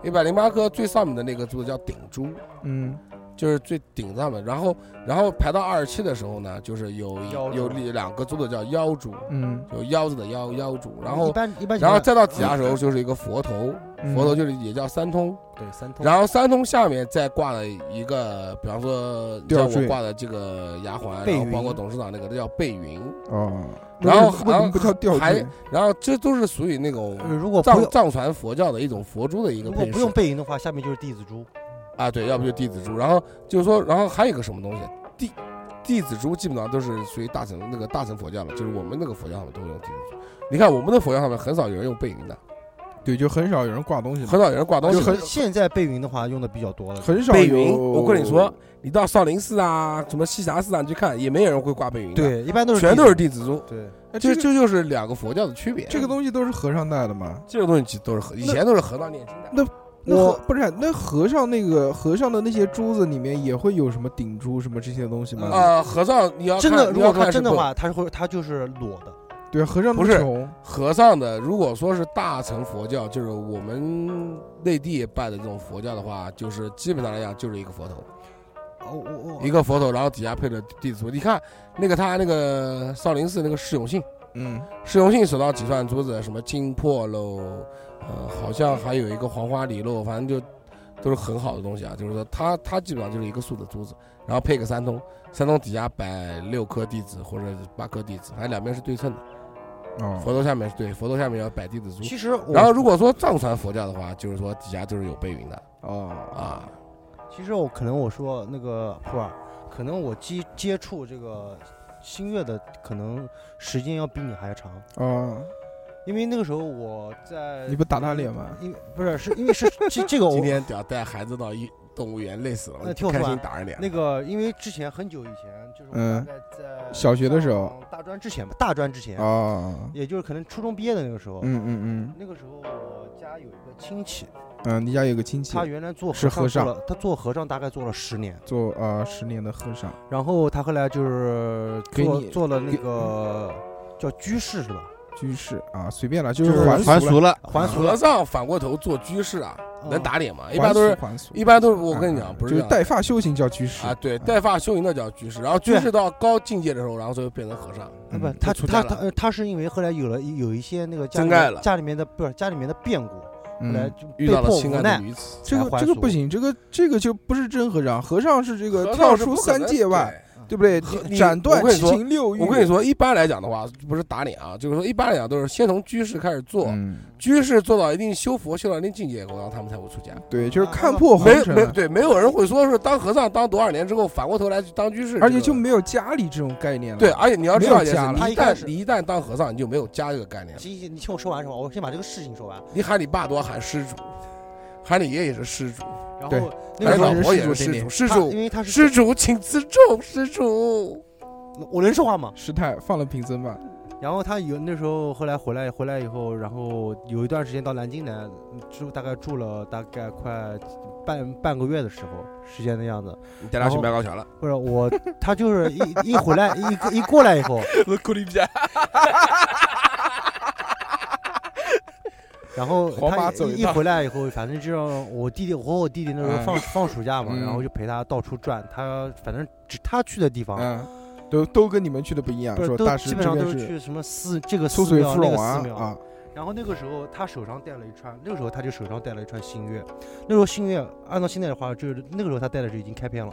一百零八颗最上面的那个珠子叫顶珠，
嗯，
就是最顶上面。然后，然后排到二十七的时候呢，就是有一
腰珠
有两个珠子叫腰珠，
嗯，
有腰子的腰腰珠，然
一
后
般一般情
然后
况下，
再到底下的时候就是一个佛头，
嗯
佛头就是也叫三通，
对三通，
然后三通下面再挂了一个，比方说
吊
像
坠
我挂的这个牙环，
背
然后
云
包括董事长那个都叫背云，
哦，
然后
为什
还
么不叫吊
还
坠？
然后这都是属于那种。
呃如果不
藏
用
藏传佛教的一种佛珠的一个
如
配
果
饰，
不用背影的话，下面就是弟子珠，
啊，对，要不就弟子珠，然后就是说，然后还有一个什么东西，弟弟子珠基本上都是属于大乘那个大乘佛教了，就是我们那个佛教上面都会用弟子珠。你看我们的佛教上面很少有人用背云的，
对，就很少有人挂东西嘛，
很少有人挂东西
就。很
现在背云的话用的比较多了，
很少
背
有
哎
云，我跟你说，，你到少林寺啊，什么栖霞寺啊，你去看，也没有人会挂背云的，，
对，一般都是
全
地
都是弟子宗。
对，
哎
这
这
这就是两个佛教的区别。
这个东西都是和尚带的嘛。
这个东西其实都是和以前都是和尚念经的，
那
我
和不是那和尚那个和尚的那些珠子里面也会有什么顶珠什么这些东西吗？
呃，和尚你要看
嗯真的，
你
如
要
果
看
说
是
真的
不
话，他是会他就是裸的，
对，和尚那么
不是
穷，
和尚的，如果说是大乘佛教，就是我们内地拜的这种佛教的话，就是基本上来讲就是一个佛头，
哦我我
一个佛头，然后底下配着弟子。你看那个他那个少林寺那个释永信，
嗯，
释永信手上几串珠子，什么金珀喽，呃，好像还有一个黄花梨喽，反正就都是很好的东西啊。就是说他他基本上就是一个素的珠子，然后配个三通，三通底下摆六颗弟子或者八颗弟子，反正两边是对称的。
哦，
嗯
佛头下面是对，佛头下面要摆弟子珠。
其实我
然后如果说藏传佛教的话，就是说底下就是有背云的
哦，
啊，
其实我可能我说那个普洱，可能我接接触这个新月的可能时间要比你还要长，
哦，
因为那个时候我在
你不打他脸吗？
因为不是是因为是 <laughs> 这这个我
今天屌带孩子到一动物园累死了，
哦那听我
开
说
心
完
打人脸。
那个因为之前很久以前就是我
嗯
大概在
小学的时候
上大专之前吧，大专之前，
嗯哦，
也就是可能初中毕业的那个时候，
嗯嗯嗯
那个时候我家有一个亲戚，
嗯，你家有个亲戚
他原来做
是
和
和
尚做
尚
了，他做和尚大概做了十年。
做啊十年的和尚，
然后他后来就是
给
做
你
做了那
给
个叫居士是吧？
居士啊，随便了，就
就是是
还
还
了，
俗了，
还俗
和
了，哦
尚反过头做居士啊，能打脸吗？一般
还
都是
俗还俗啊
一般都是我跟你讲，不
嗯就是是带嗯发修行叫居士
啊，对，带发修行那叫居士，然后居士到高境界的时候，然后就变成和尚。
啊不
嗯，
他
就出
他
家
他
了
呃他是因为后来有了有一些那个家
真
里
爱
面
了
家里面的不是家里面的变故，后来
嗯，
就被
遇到了
迫
心
无
爱的
奈
女子，
这
才
个
还
这个
俗
不行，这个这个就不是真和尚，和尚是这个
和
跳
尚是不
出
可
三
能
界外，。
对
对不对
和？你
斩断
我跟你
七
说
情六欲。
我跟你说，一般来讲的话，不是打脸啊，就是说一般来讲都是先从居士开始做，
嗯，
居士做到一定修佛修到一定境界以后，然后他们才会出家。
对，就是看破红
啊没
尘
没，对，没有人会说是当和尚当多少年之后反过头来去当居士，
而且就
这个
没有家里这种概念了。
对，，啊而且你要知道一件
没
事，
有家
你一
了他一开始
旦你一旦当和尚，你就没有家这个概念了。
行行，你听我说完是吧？我先把这个事情说完。
你喊你爸多喊施主，喊你爷也是施主，
然
对
后那
喊
个
还
你
时
有
候
哎老
是
婆
施
也
主
是施主，施
这里
他因
主
为他是
施主，请自重，施主。
我能说话吗？
师太放了贫
<laughs>
僧吧。
然后他有那时候后来回来回来以后，然后有一段时间到南京来住，大概住了大概快半半个月的时候时间的样子。
你带
他去买
高桥了？
不是我，他就是一一回来一一过来以后，
库里比亚，
然后
皇马
他
走
一
一
一
趟
回来以后，反正就让我弟弟，我和我弟弟那时候
嗯
放放暑假嘛，
嗯
然后就陪他到处转。他反正只他去的地方，
嗯，都都跟你们去的不一样，
不
说
都
大师
基
这
本上
边
都是
是
去什么寺这个寺
苏水
庙
芙
那
蓉
个
啊
寺庙
啊。，
然后那个时候他手上戴了一串，那个时候他就手上戴了一串新月。那时候新月按照现在的话，就是那个时候他戴的是已经开篇了，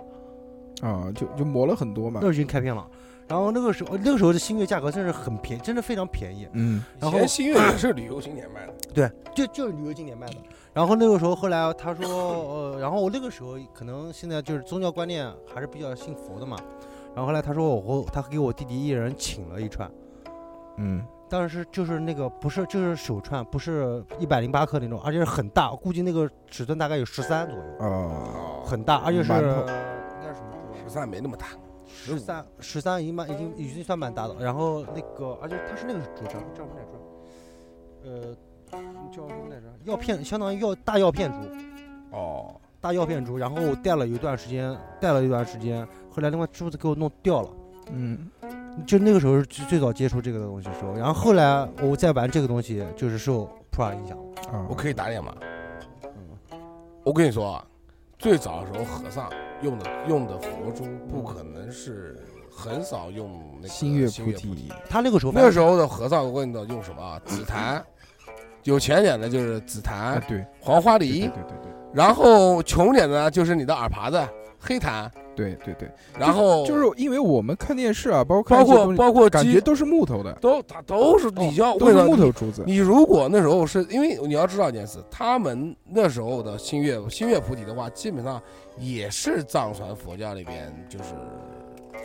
啊，就就磨了很多
那
嘛
时。候已经开篇了。然后那个时候那个时候的新月价格真是很便宜，真的非常便宜。
嗯，
然后
以前新月也是旅游景点卖的，
对，就就是旅游景点卖的。然后那个时候，后来他说，呃，然后我那个时候可能现在就是宗教观念还是比较信佛的嘛。然后后来他说我和他给我弟弟一人请了一串，
嗯，
但是就是那个不是就是手串，不是一百零八克那种，而且是很大，估计那个尺寸大概有十三左右，
哦，
哦，
很大，而且是
馒头
应该是什么珠啊
十三没那么大，
十三十三已经蛮已经已经算蛮大的了。然后那个，而且它是那个主张叫什么来着？呃，叫什么来着？药片，相当于药大药片珠，
哦，
大药片珠。然后戴了有一段时间，戴了一段时间，后来那块珠子给我弄掉了。
嗯，
就那个时候是最最早接触这个东西的时候，然后后来我再玩这个东西，就是受普洱影响了。
啊
我可以打脸吗？
嗯，
我跟你说啊，最早的时候和尚用的用的佛珠不可能是很少用那个
心悦
心
菩
菩
提，
他那个时候
那个时
候
候的和尚，我问你用什么啊？紫檀，有钱点的就是紫
啊
檀、
对，
黄花
对
梨
对，对对
然后穷点的就是你的耳耙子、黑檀，
对对对对，
然后
就是因为我们看电视啊，包括看
包
一些
括
东西
包括
感
鸡
觉都是木头的，
都它都是你要
哦都
为
是
了
木头竹子。
你如果那时候是因为你要知道一件事，他们那时候的新月新月菩提的话，基本上也是藏传佛教里边就是呃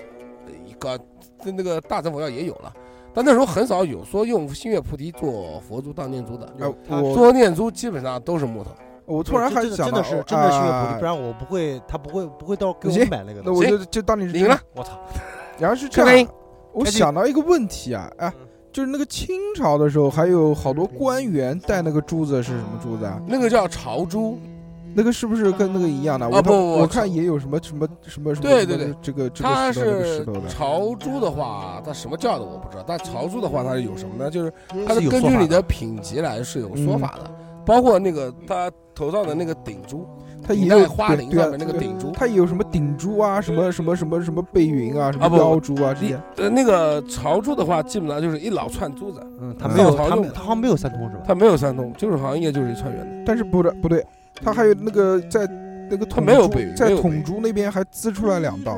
一个那那个大乘佛教也有了，但那时候很少有说用新月菩提做佛珠当念珠的，
哎，
他
我
做念珠基本上都是木头。
我突然还
真的
想
真
到，
的是真的是因为菩
啊
提，不然我不会，他不会不会到给我
行
买那个
那
的。
我就就当你是
赢了，
我操，
然后是这
开
样，我想到一个问题啊，哎
嗯，
就是那个清朝的时候，还有好多官员戴那个珠子是什么珠子啊？
那个叫朝珠，
那个是不是跟那个一样的？我
啊
看
不不
我看也有什么什么什么什么，
对对对，
这个这
它
个石头那个石
是
头的，
朝珠的话，它什么叫的我不知道，但朝珠的话它是有什么呢？就是它
是
是
有
根
说
据
法
你的品级来是有说法的，
嗯
包括那个它头上的那个顶珠，
它也
你戴
有
花
对
翎
对啊
上面那个顶珠，
它也有什么顶珠啊，什么什么什么什么背云啊，什么
啊不
腰珠啊这
你
些。
呃那个朝珠的话，基本上就是一老串珠子，
嗯，他
嗯
没有，
草
他
用
没
的
他好像没有三通是吧？
它没有三通，就是好像也就是一串圆的。
但是不对不对，它还有那个在那个
它
筒
嗯没有
珠
背没
在
有
筒
背
珠那边还滋出来两道，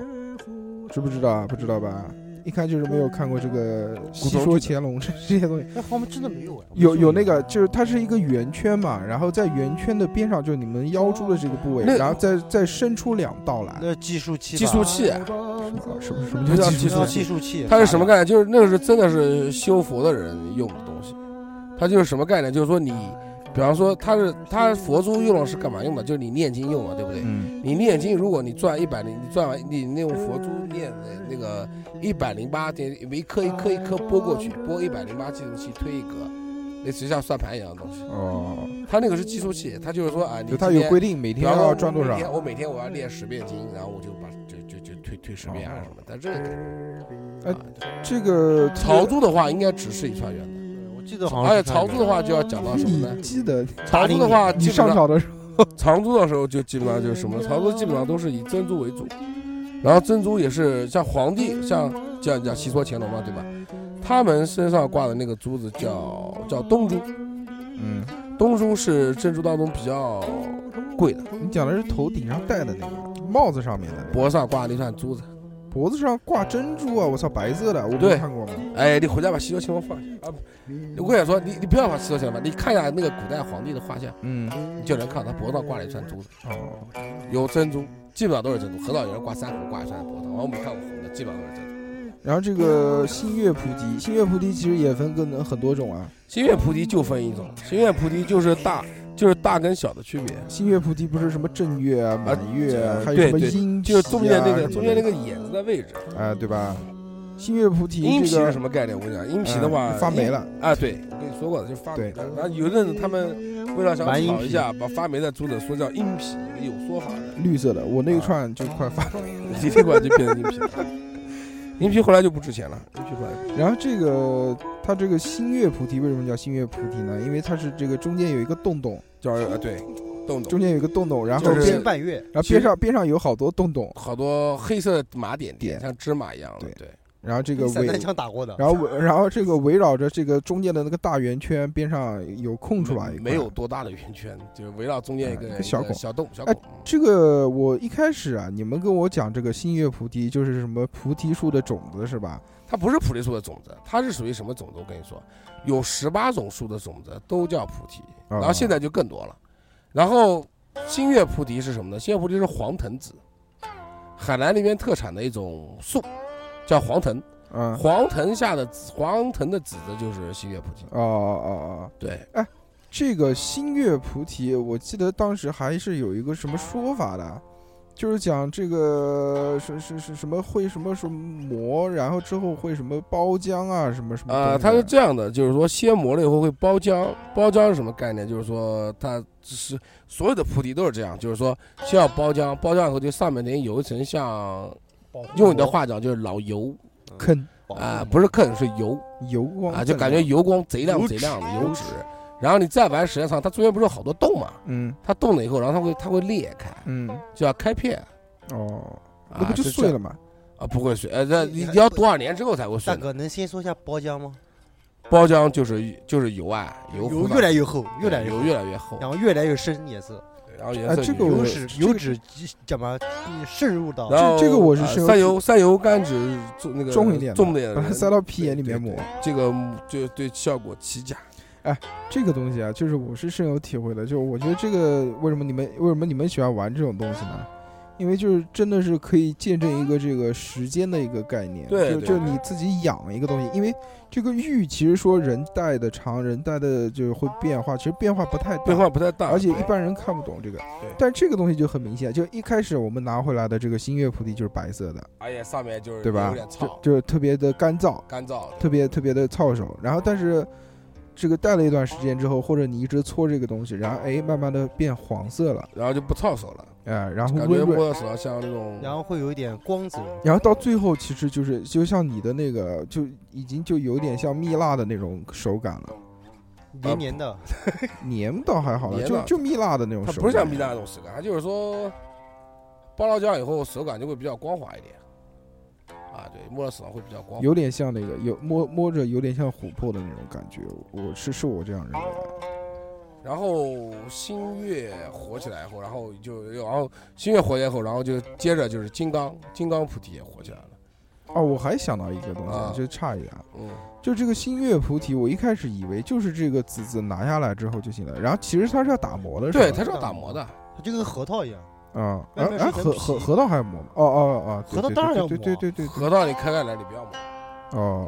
知不知道啊？不知道吧？一看就是没有看过这个《
古
戏
装
说
剧
乾隆》这这些东西。
那好像真的没有哎。
有有那个，就是它是一个圆圈嘛，然后在圆圈的边上就是你们腰珠的这个部位，
那
然后再再伸出两道来。
那是计数器吧，
计数器，嗯
啊什 <laughs> 么什么
不
叫
叫
技
技
术
那
术
是
器？
计数器，
它是什么概念？就是那个是真的是修佛的人用的东西，它就是什么概念？就是说你，比方说它是它佛珠用了是干嘛用的？就是你念经用嘛，对不对？
嗯，
你念经，如果你转一百零，你转完你那用佛珠念的那个一百零八点，一颗一颗一颗拨过去，拨一百零八计数器推一格，类似于像算盘一样的东西。
哦，
它那个是计数器，它就是说啊，你
就它
今
有
天
规定，每
比
天
方说
要
我
赚多
每
少。
天我每天我要练十遍经，然后我就把就就就推推十遍啊什么的。但这个哎
哎
啊
这个
朝珠的话，应该只是一串圆的。
我记得好像
而且
是
朝珠哎的话就要讲啊到什么
你
呢？
记得
朝珠的话，
你
基本
上
上
朝的时候，
朝珠的时候就基本上就是什么，朝珠基本上都是以珍珠为主，然后珍珠也是像皇帝，像讲讲西说乾隆嘛，对吧？他们身上挂的那个珠子叫叫东珠，
嗯，
东珠是珍珠当中比较贵的，
你讲的是头顶上戴的那个帽子上面的那个，
脖上挂了一串珠子。
脖子上挂珍珠啊！我操，白色的，我没
对
看过吗？
哎，你回家把西说乾隆放下啊！不我跟你说，你你不要把西说乾隆放，你看一下那个古代皇帝的画像，
嗯，
你就能看到他脖上挂了一串珠子。
哦，
有珍珠，基本上都是珍珠，很少有人挂珊瑚挂一串脖上。我没看过红的，基本上都是珍珠。
然后这个新月菩提，新月菩提其实也分更很多种啊。
新月菩提就分一种，新月菩提就是大，就是大跟小的区别，
新月菩提不是什么正月啊、满月啊，
对
还有什么
对
阴、啊，
就是中间那
什
个
么
中间那个眼睛的位置。
的，哎、对吧？新月菩提
阴皮
这个
是什么概念？我跟你讲，阴皮的话
嗯发霉了，
阴啊，对，我跟你说过的，就发霉
对
了。然后有一阵子他们为了想
玩阴
炒一
皮
下，把发霉的珠子说叫阴皮，有说法的。
绿色的，我那一
啊
串就快发。
你这块就变成阴皮了。 <laughs> 阴皮后来就不值钱了，阴皮后来就不值钱
然后这个它这个新月菩提为什么叫新月菩提呢？因为它是这个中间有一个洞洞，
叫啊对，洞洞
中间有一个洞洞，然后
就
边、
是
半月，
然后边上边上有好多洞洞，
好多黑色的马点点，
点
像芝麻一样的
对。
对，
然后这个
散
围
弹枪打
啊
过的，
然后围然后这个围绕着这个中间的那个大圆圈边上有空出来一块
嗯没有多大的圆圈，就是围绕中间一个
哎
一
一个
个
小孔
小洞小
哎
孔。嗯
这个我一开始啊，你们跟我讲这个新月菩提就是什么菩提树的种子是吧？
它不是菩提树的种子，它是属于什么种子？我跟你说，有十八种树的种子都叫菩提，
啊
然后现在就更多了。然后新月菩提是什么呢？新月菩提是黄藤子，海南那边特产的一种树，叫黄藤。
嗯，
黄藤下的紫黄藤的籽子就是新月菩提
哦。哦哦哦，
对，
这个新月菩提，我记得当时还是有一个什么说法的，就是讲这个是是是什么会什么什么魔，然后之后会什么包浆啊，什么什么东西的。
呃，它是这样的，就是说先磨了以后会包浆，包浆是什么概念？就是说它是所有的菩提都是这样，就是说先要包浆，包浆以后就上面等于有一层像，用你的话讲就是老油
嗯
坑
啊、不是坑是油
油哦光
啊，就感觉油光贼亮贼亮的油脂。然后你再玩时间长，它中间不是有好多洞嘛？
嗯
它洞了以后，然后它会它会裂开，
嗯
就要开片，
哦，
啊
那不就
这
碎了吗？
啊？不会碎，呃，这你要多少年之后才会碎
大
呢？
哥，能先说一下包浆吗？
包浆就是就是油啊，油
油
糊的
越来越厚，越来越
油
厚，
越来越厚，
然后越来越深颜色，
然后
哎
颜色
这
越
个我
油
油
脂
这个
油脂怎么嗯渗入到
然后
这这个我是
呃
深有
三
体
油三油甘脂重那个
重一点的
重一点
把它
的
塞到屁眼里面
对
抹
对。这个就对效果奇佳。
这个东西啊，就是我是深有体会的，就是我觉得这个为什么你们为什么你们喜欢玩这种东西呢？因为就是真的是可以见证一个这个时间的一个概念，
对
就
对
就你自己养一个东西，因为这个玉其实说人戴的长，人戴的就是会变化，其实变化不太大，
变化不太大，
而且一般人看不懂这个。但这个东西就很明显，就一开始我们拿回来的这个星月菩提就是白色的，
而且哎上面就是
对吧
有点？糙
就就是特别的干燥，
干燥，
特别特别的操手。然后但是这个戴了一段时间之后，或者你一直搓这个东西，然后哎慢慢的变黄色了，
然后就不操手了，
哎、然后
感
温
觉
润
摸。到手上像那种
然后会有一点光泽，
啊
然后到最后，其实就是就像你的那个，就已经就有点像蜜蜡的那种手感了，
黏黏的，
黏倒还好了，
黏
就
了
就蜜蜡的那种
它
手感。
不是像蜜蜡那种手感，它就是说包了浆以后手感就会比较光滑一点。啊，对，摸到手上会比较光滑。
有点像那个有摸摸着有点像琥珀的那种感觉，我是是我这样认为的。
然后星月火起来以后，然后就然后星月火起来以后，然后就接着就是金刚金刚菩提也火起来了。
哦，我还想到一个东西，
啊
就差一点啊，
嗯，
就这个星月菩提，我一开始以为就是这个籽籽拿下来之后就行了，然后其实它是要打磨的，
对，
是吧
它是要打磨的。
它就跟核桃一样。
啊，
外
哎
面是
哎，
一层
核
皮
核核桃还要磨吗？哦哦哦，对
核桃
对
当然
对
要
对
磨
对对对对，
核桃你开开来，你不要磨。
哦，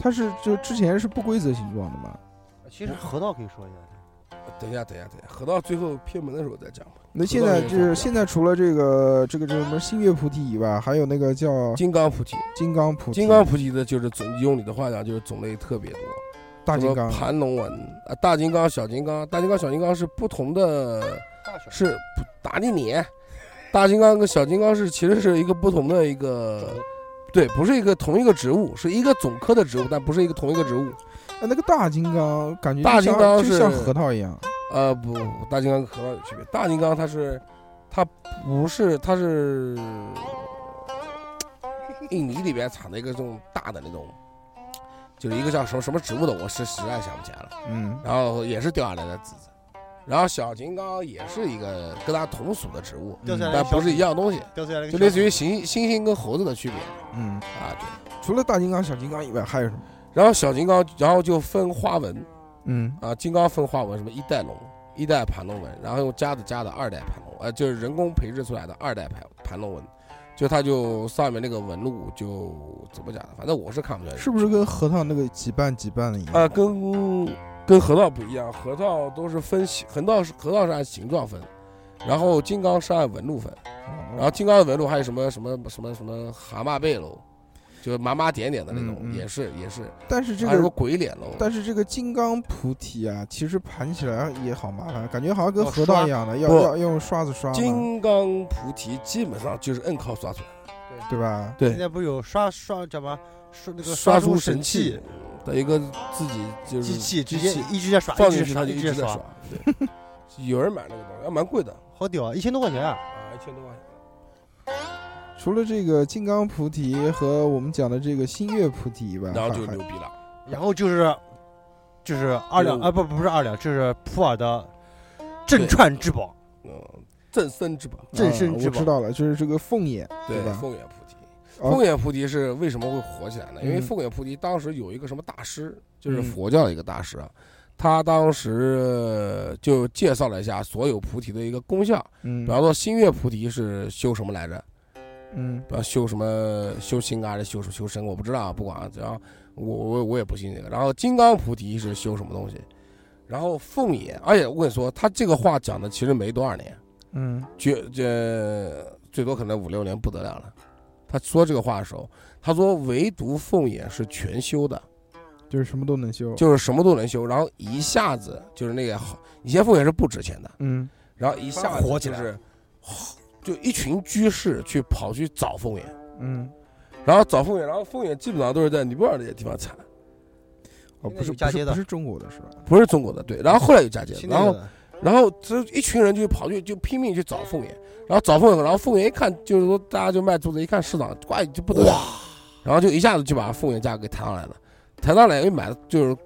它是就之前是不规则形状的嘛，
其实核桃可以说一下的，
嗯等一下，等一下，等一下，核桃最后偏门的时候再讲吧。
那现在就
核桃也是
是现在除了这个这个这个什么星月菩提以外，还有那个叫
金刚菩提，
金刚菩提，
金刚菩提的就是种，用你的话讲就是种类特别多，
大
什
金
么
刚
盘龙纹啊，大金刚、小金刚，大金刚、小金刚是不同的，
大小
是不打你脸。大金刚跟小金刚是其实是一个不同的一
种
个
类，
对，不是一个同一个植物，是一个种科的植物，但不是一个同一个植物。
哎，那个大金刚感觉就
大金
像
刚
就是像核桃一样，
呃，不，不大金刚跟核桃有区别。大金刚它是，它不是，它是印尼里边产的一个这种大的那种，就是一个叫什么什么植物的，我是实在想不起来了。
嗯，
然后也是掉下来的籽子，然后小金刚也是一个跟它同属的植物，
掉下来
但
个小
不是一样东西，
掉下来个
就
小
类似于猩猩猩跟猴子的区别
嗯，
啊。对，
除了大金刚、小金刚以外，还有什么？
然后小金刚，然后就分花纹，
嗯，
啊，金刚分花纹，什么一代龙、一代盘龙纹，然后用加的加的二代盘龙，呃，就是人工培植出来的二代盘盘龙纹，就它就上面那个纹路就怎么讲呢？反正我是看不出来。
是不是跟核桃那个几瓣几瓣的一样？
啊，跟跟核桃不一样，核桃都是分形，核桃是核桃是按形状分，然后金刚是按纹路分，
哦
然后金刚的纹路还有什么什么什么什么蛤蟆背喽，就是麻麻点点的那种，
嗯嗯
也是也是，
但是这
还有个
个，
鬼脸喽。
但是这个金刚菩提啊，其实盘起来也好麻烦，感觉好像跟
要
核
刷
桃一样的，要
不
要要用刷子刷嘛，
金刚菩提基本上就是摁靠刷出来的。
对吧？
对
现在不是有刷刷叫什么刷那个
刷
出
出
神
神器的一个自己就是
机器，直
机
接
器
一直在刷，
放
一
进
直
去
刷，
它就
一
直在
刷 <laughs>
刷，。对，有人买那个东西，还蛮贵的
好屌啊！一千多块钱啊！
啊，一千多块钱。
除了这个金刚菩提和我们讲的这个星月菩提以外，
然后就
还
牛逼了，
然后就是就是二两
有
啊，不不是二两，就是普洱的镇
对
串之宝，
嗯，镇僧之宝，
镇
啊
身之
我知
宝。
道了，就是这个凤眼，
对
吧，？
凤眼菩提。
哦
凤眼菩提是为什么会火起来呢？因为
嗯
凤眼菩提当时有一个什么大师，就是
嗯
佛教的一个大师啊，他当时就介绍了一下所有菩提的一个功效，
嗯
比方说星月菩提是修什么来着？
嗯
不要修什么修心啊，还是修什修身，我不知道啊，不管啊，只要我我我也不信这个。然后金刚菩提是修什么东西，然后凤眼，而且我跟你说，他这个话讲的其实没多少年，
嗯
绝这最多可能五六年不得了了。他说这个话的时候，他说唯独凤眼是全修的，
就是什么都能修，
就是什么都能修，然后一下子就是那个好，以前凤眼是不值钱的，
嗯
然后一下子
火起
就
来
是，就一群居士去跑去找凤眼。
嗯，
然后找凤眼，然后凤眼基本上都是在尼泊尔那些地方产，
哦，
现在
不是
有嫁
不是
接的
不是中国的是吧？
不是中国的。对，然后后来有嫁接，
现在
然后
的
然后这一群人就跑去就拼命去找凤眼，然后找凤眼，然后凤眼一看就是说大家就卖珠子，一看市场哇就不得了，然后就一下子就把凤眼价格给抬上来了，抬上来因为买的就是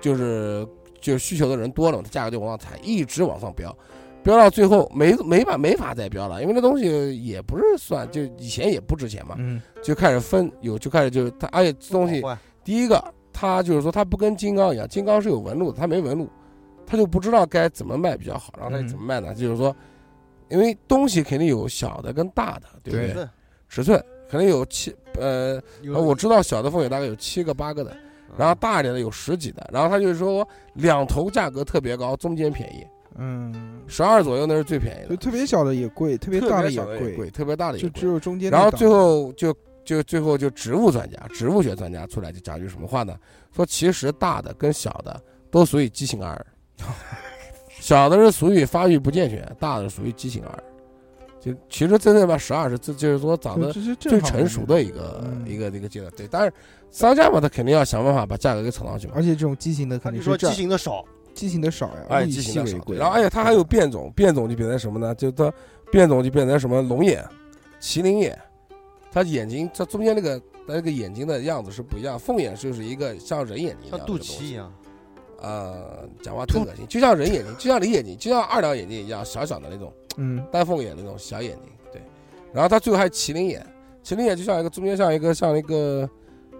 就是就是需求的人多了嘛，价格就往上抬，一直往上飙。飙到最后没没法没法再飙了，因为那东西也不是算就以前也不值钱嘛，
嗯
就开始分有就开始就它，而且这东西
好坏
第一个，它就是说它不跟金刚一样，金刚是有纹路的，它没纹路，它就不知道该怎么卖比较好，然后它就怎么卖呢？就是说，因为东西肯定有小的跟大的，对不对？
对
尺寸可能有七呃，
有
我知道小的凤眼大概有七个八个的，
嗯
然后大一点的有十几的，然后他就说两头价格特别高，中间便宜，
嗯，
十二左右那是最便宜的，
就特别小的也贵，特别
特
大的
别
也
小的也
贵，
特别大的也
就只
贵。
有中间那
然
档。
后最后就就最后就植物专家、植物学专家出来就讲句什么话呢？说其实大的跟小的都属于畸形儿，小的是属于发育不健全，大的属于畸形儿。就其实真正把十二是这就是说长得
这是
最成熟的，一个
嗯
一个一个阶段。对，但是商家嘛，他肯定要想办法把价格给炒上去嘛。
而且这种畸形的
他
肯
就说
定是
畸
这
形的少，
畸形的少呀，
哎，
物以
畸
稀
形的
为
少。
贵。
然后而且它还有变种，变种就变成什么呢？就它变种就变成什么龙眼、麒麟眼，它眼睛它中间那个它那个眼睛的样子是不一样。凤眼就是一个像人眼睛一样
像
的
肚
东西
脐一样，
呃，讲话特恶心，就像人眼睛，就像人眼睛，就像二两眼睛一样小小的那种
嗯，
丹凤眼那种小眼睛。对，然后它最后还有麒麟眼，麒麟眼就像一个中间像一个像一个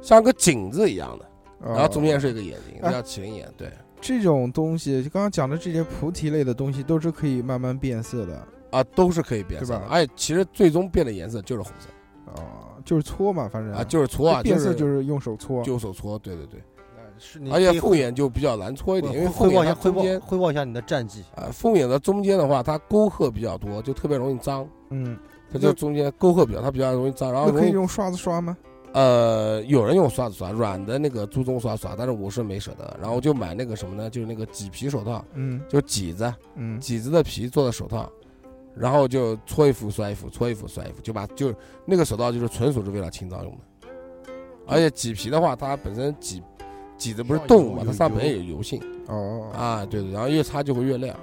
像一个井字一样的，
然
然后中间是一个眼睛，
哦哎
叫麒麟眼。对，
这种东西，就刚刚讲的这些菩提类的东西，都是可以慢慢变色的
啊，都是可以变色的
对。吧
哎，其实最终变的颜色就是红色。
啊，就是搓嘛，反正
啊，就是搓啊，
变色
就
就是是用手搓，
就手搓，对对对，
呃是你
而且
可
凤
以
眼就比较难搓一点，因为
汇
凤眼
报一下
它
汇
中
报
间
汇报一下你的战绩，
啊，凤眼的中间的话，它沟壑比较多，就特别容易脏，
嗯，
它就中间沟壑比较，它比较容易脏，然后
那可
容
以
易
用刷子刷吗？
呃，有人用刷子刷软的那个猪鬃刷刷，但是我是没舍得，然后我就买那个什么呢，就是那个麂皮手套，
嗯
就麂子啊
嗯，
麂子的皮做的手套。然后就搓一副刷一副，搓一副刷一副，就把就那个手套就是纯属是为了清脏用的，
嗯
而且麂皮的话，它本身麂麂子不是动物嘛，它上本身有油性，
哦，
啊，对对，然后越擦就会越亮，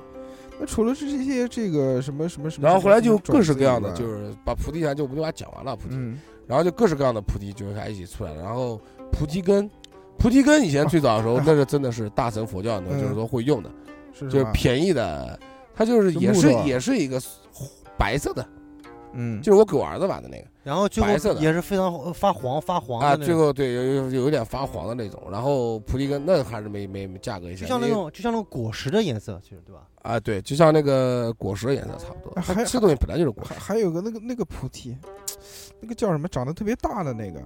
那除了这些这个什么什么什么，
然后后来就
什么
各式各样的，
种子以
就
外
是把菩提禅就我们就把它讲完了菩提，
嗯，
然后就各式各样的菩提就开始一起出来了，然后菩提根，菩提根以前最早的时候
啊
那个真的是大乘佛教呢，
嗯
就是说会用的，
是
就是
吧
便宜的，它就是
就
也
木
是
头啊
也是一个白色的，
嗯，
就是我给我儿子买的那个
然后最
白色
后
的
也是非常呃发黄发黄
啊，
的那
最
种，
后对有有有点发黄的那种，然后菩提根那还是没没没价格一下，
就像那
因为
种就像那种果实的颜色，其实对吧？
啊对，就像那个果实的颜色差不多，
还
它吃东西本来就是果实
还。还有个那个那个菩提，那个叫什么，长得特别大的那个，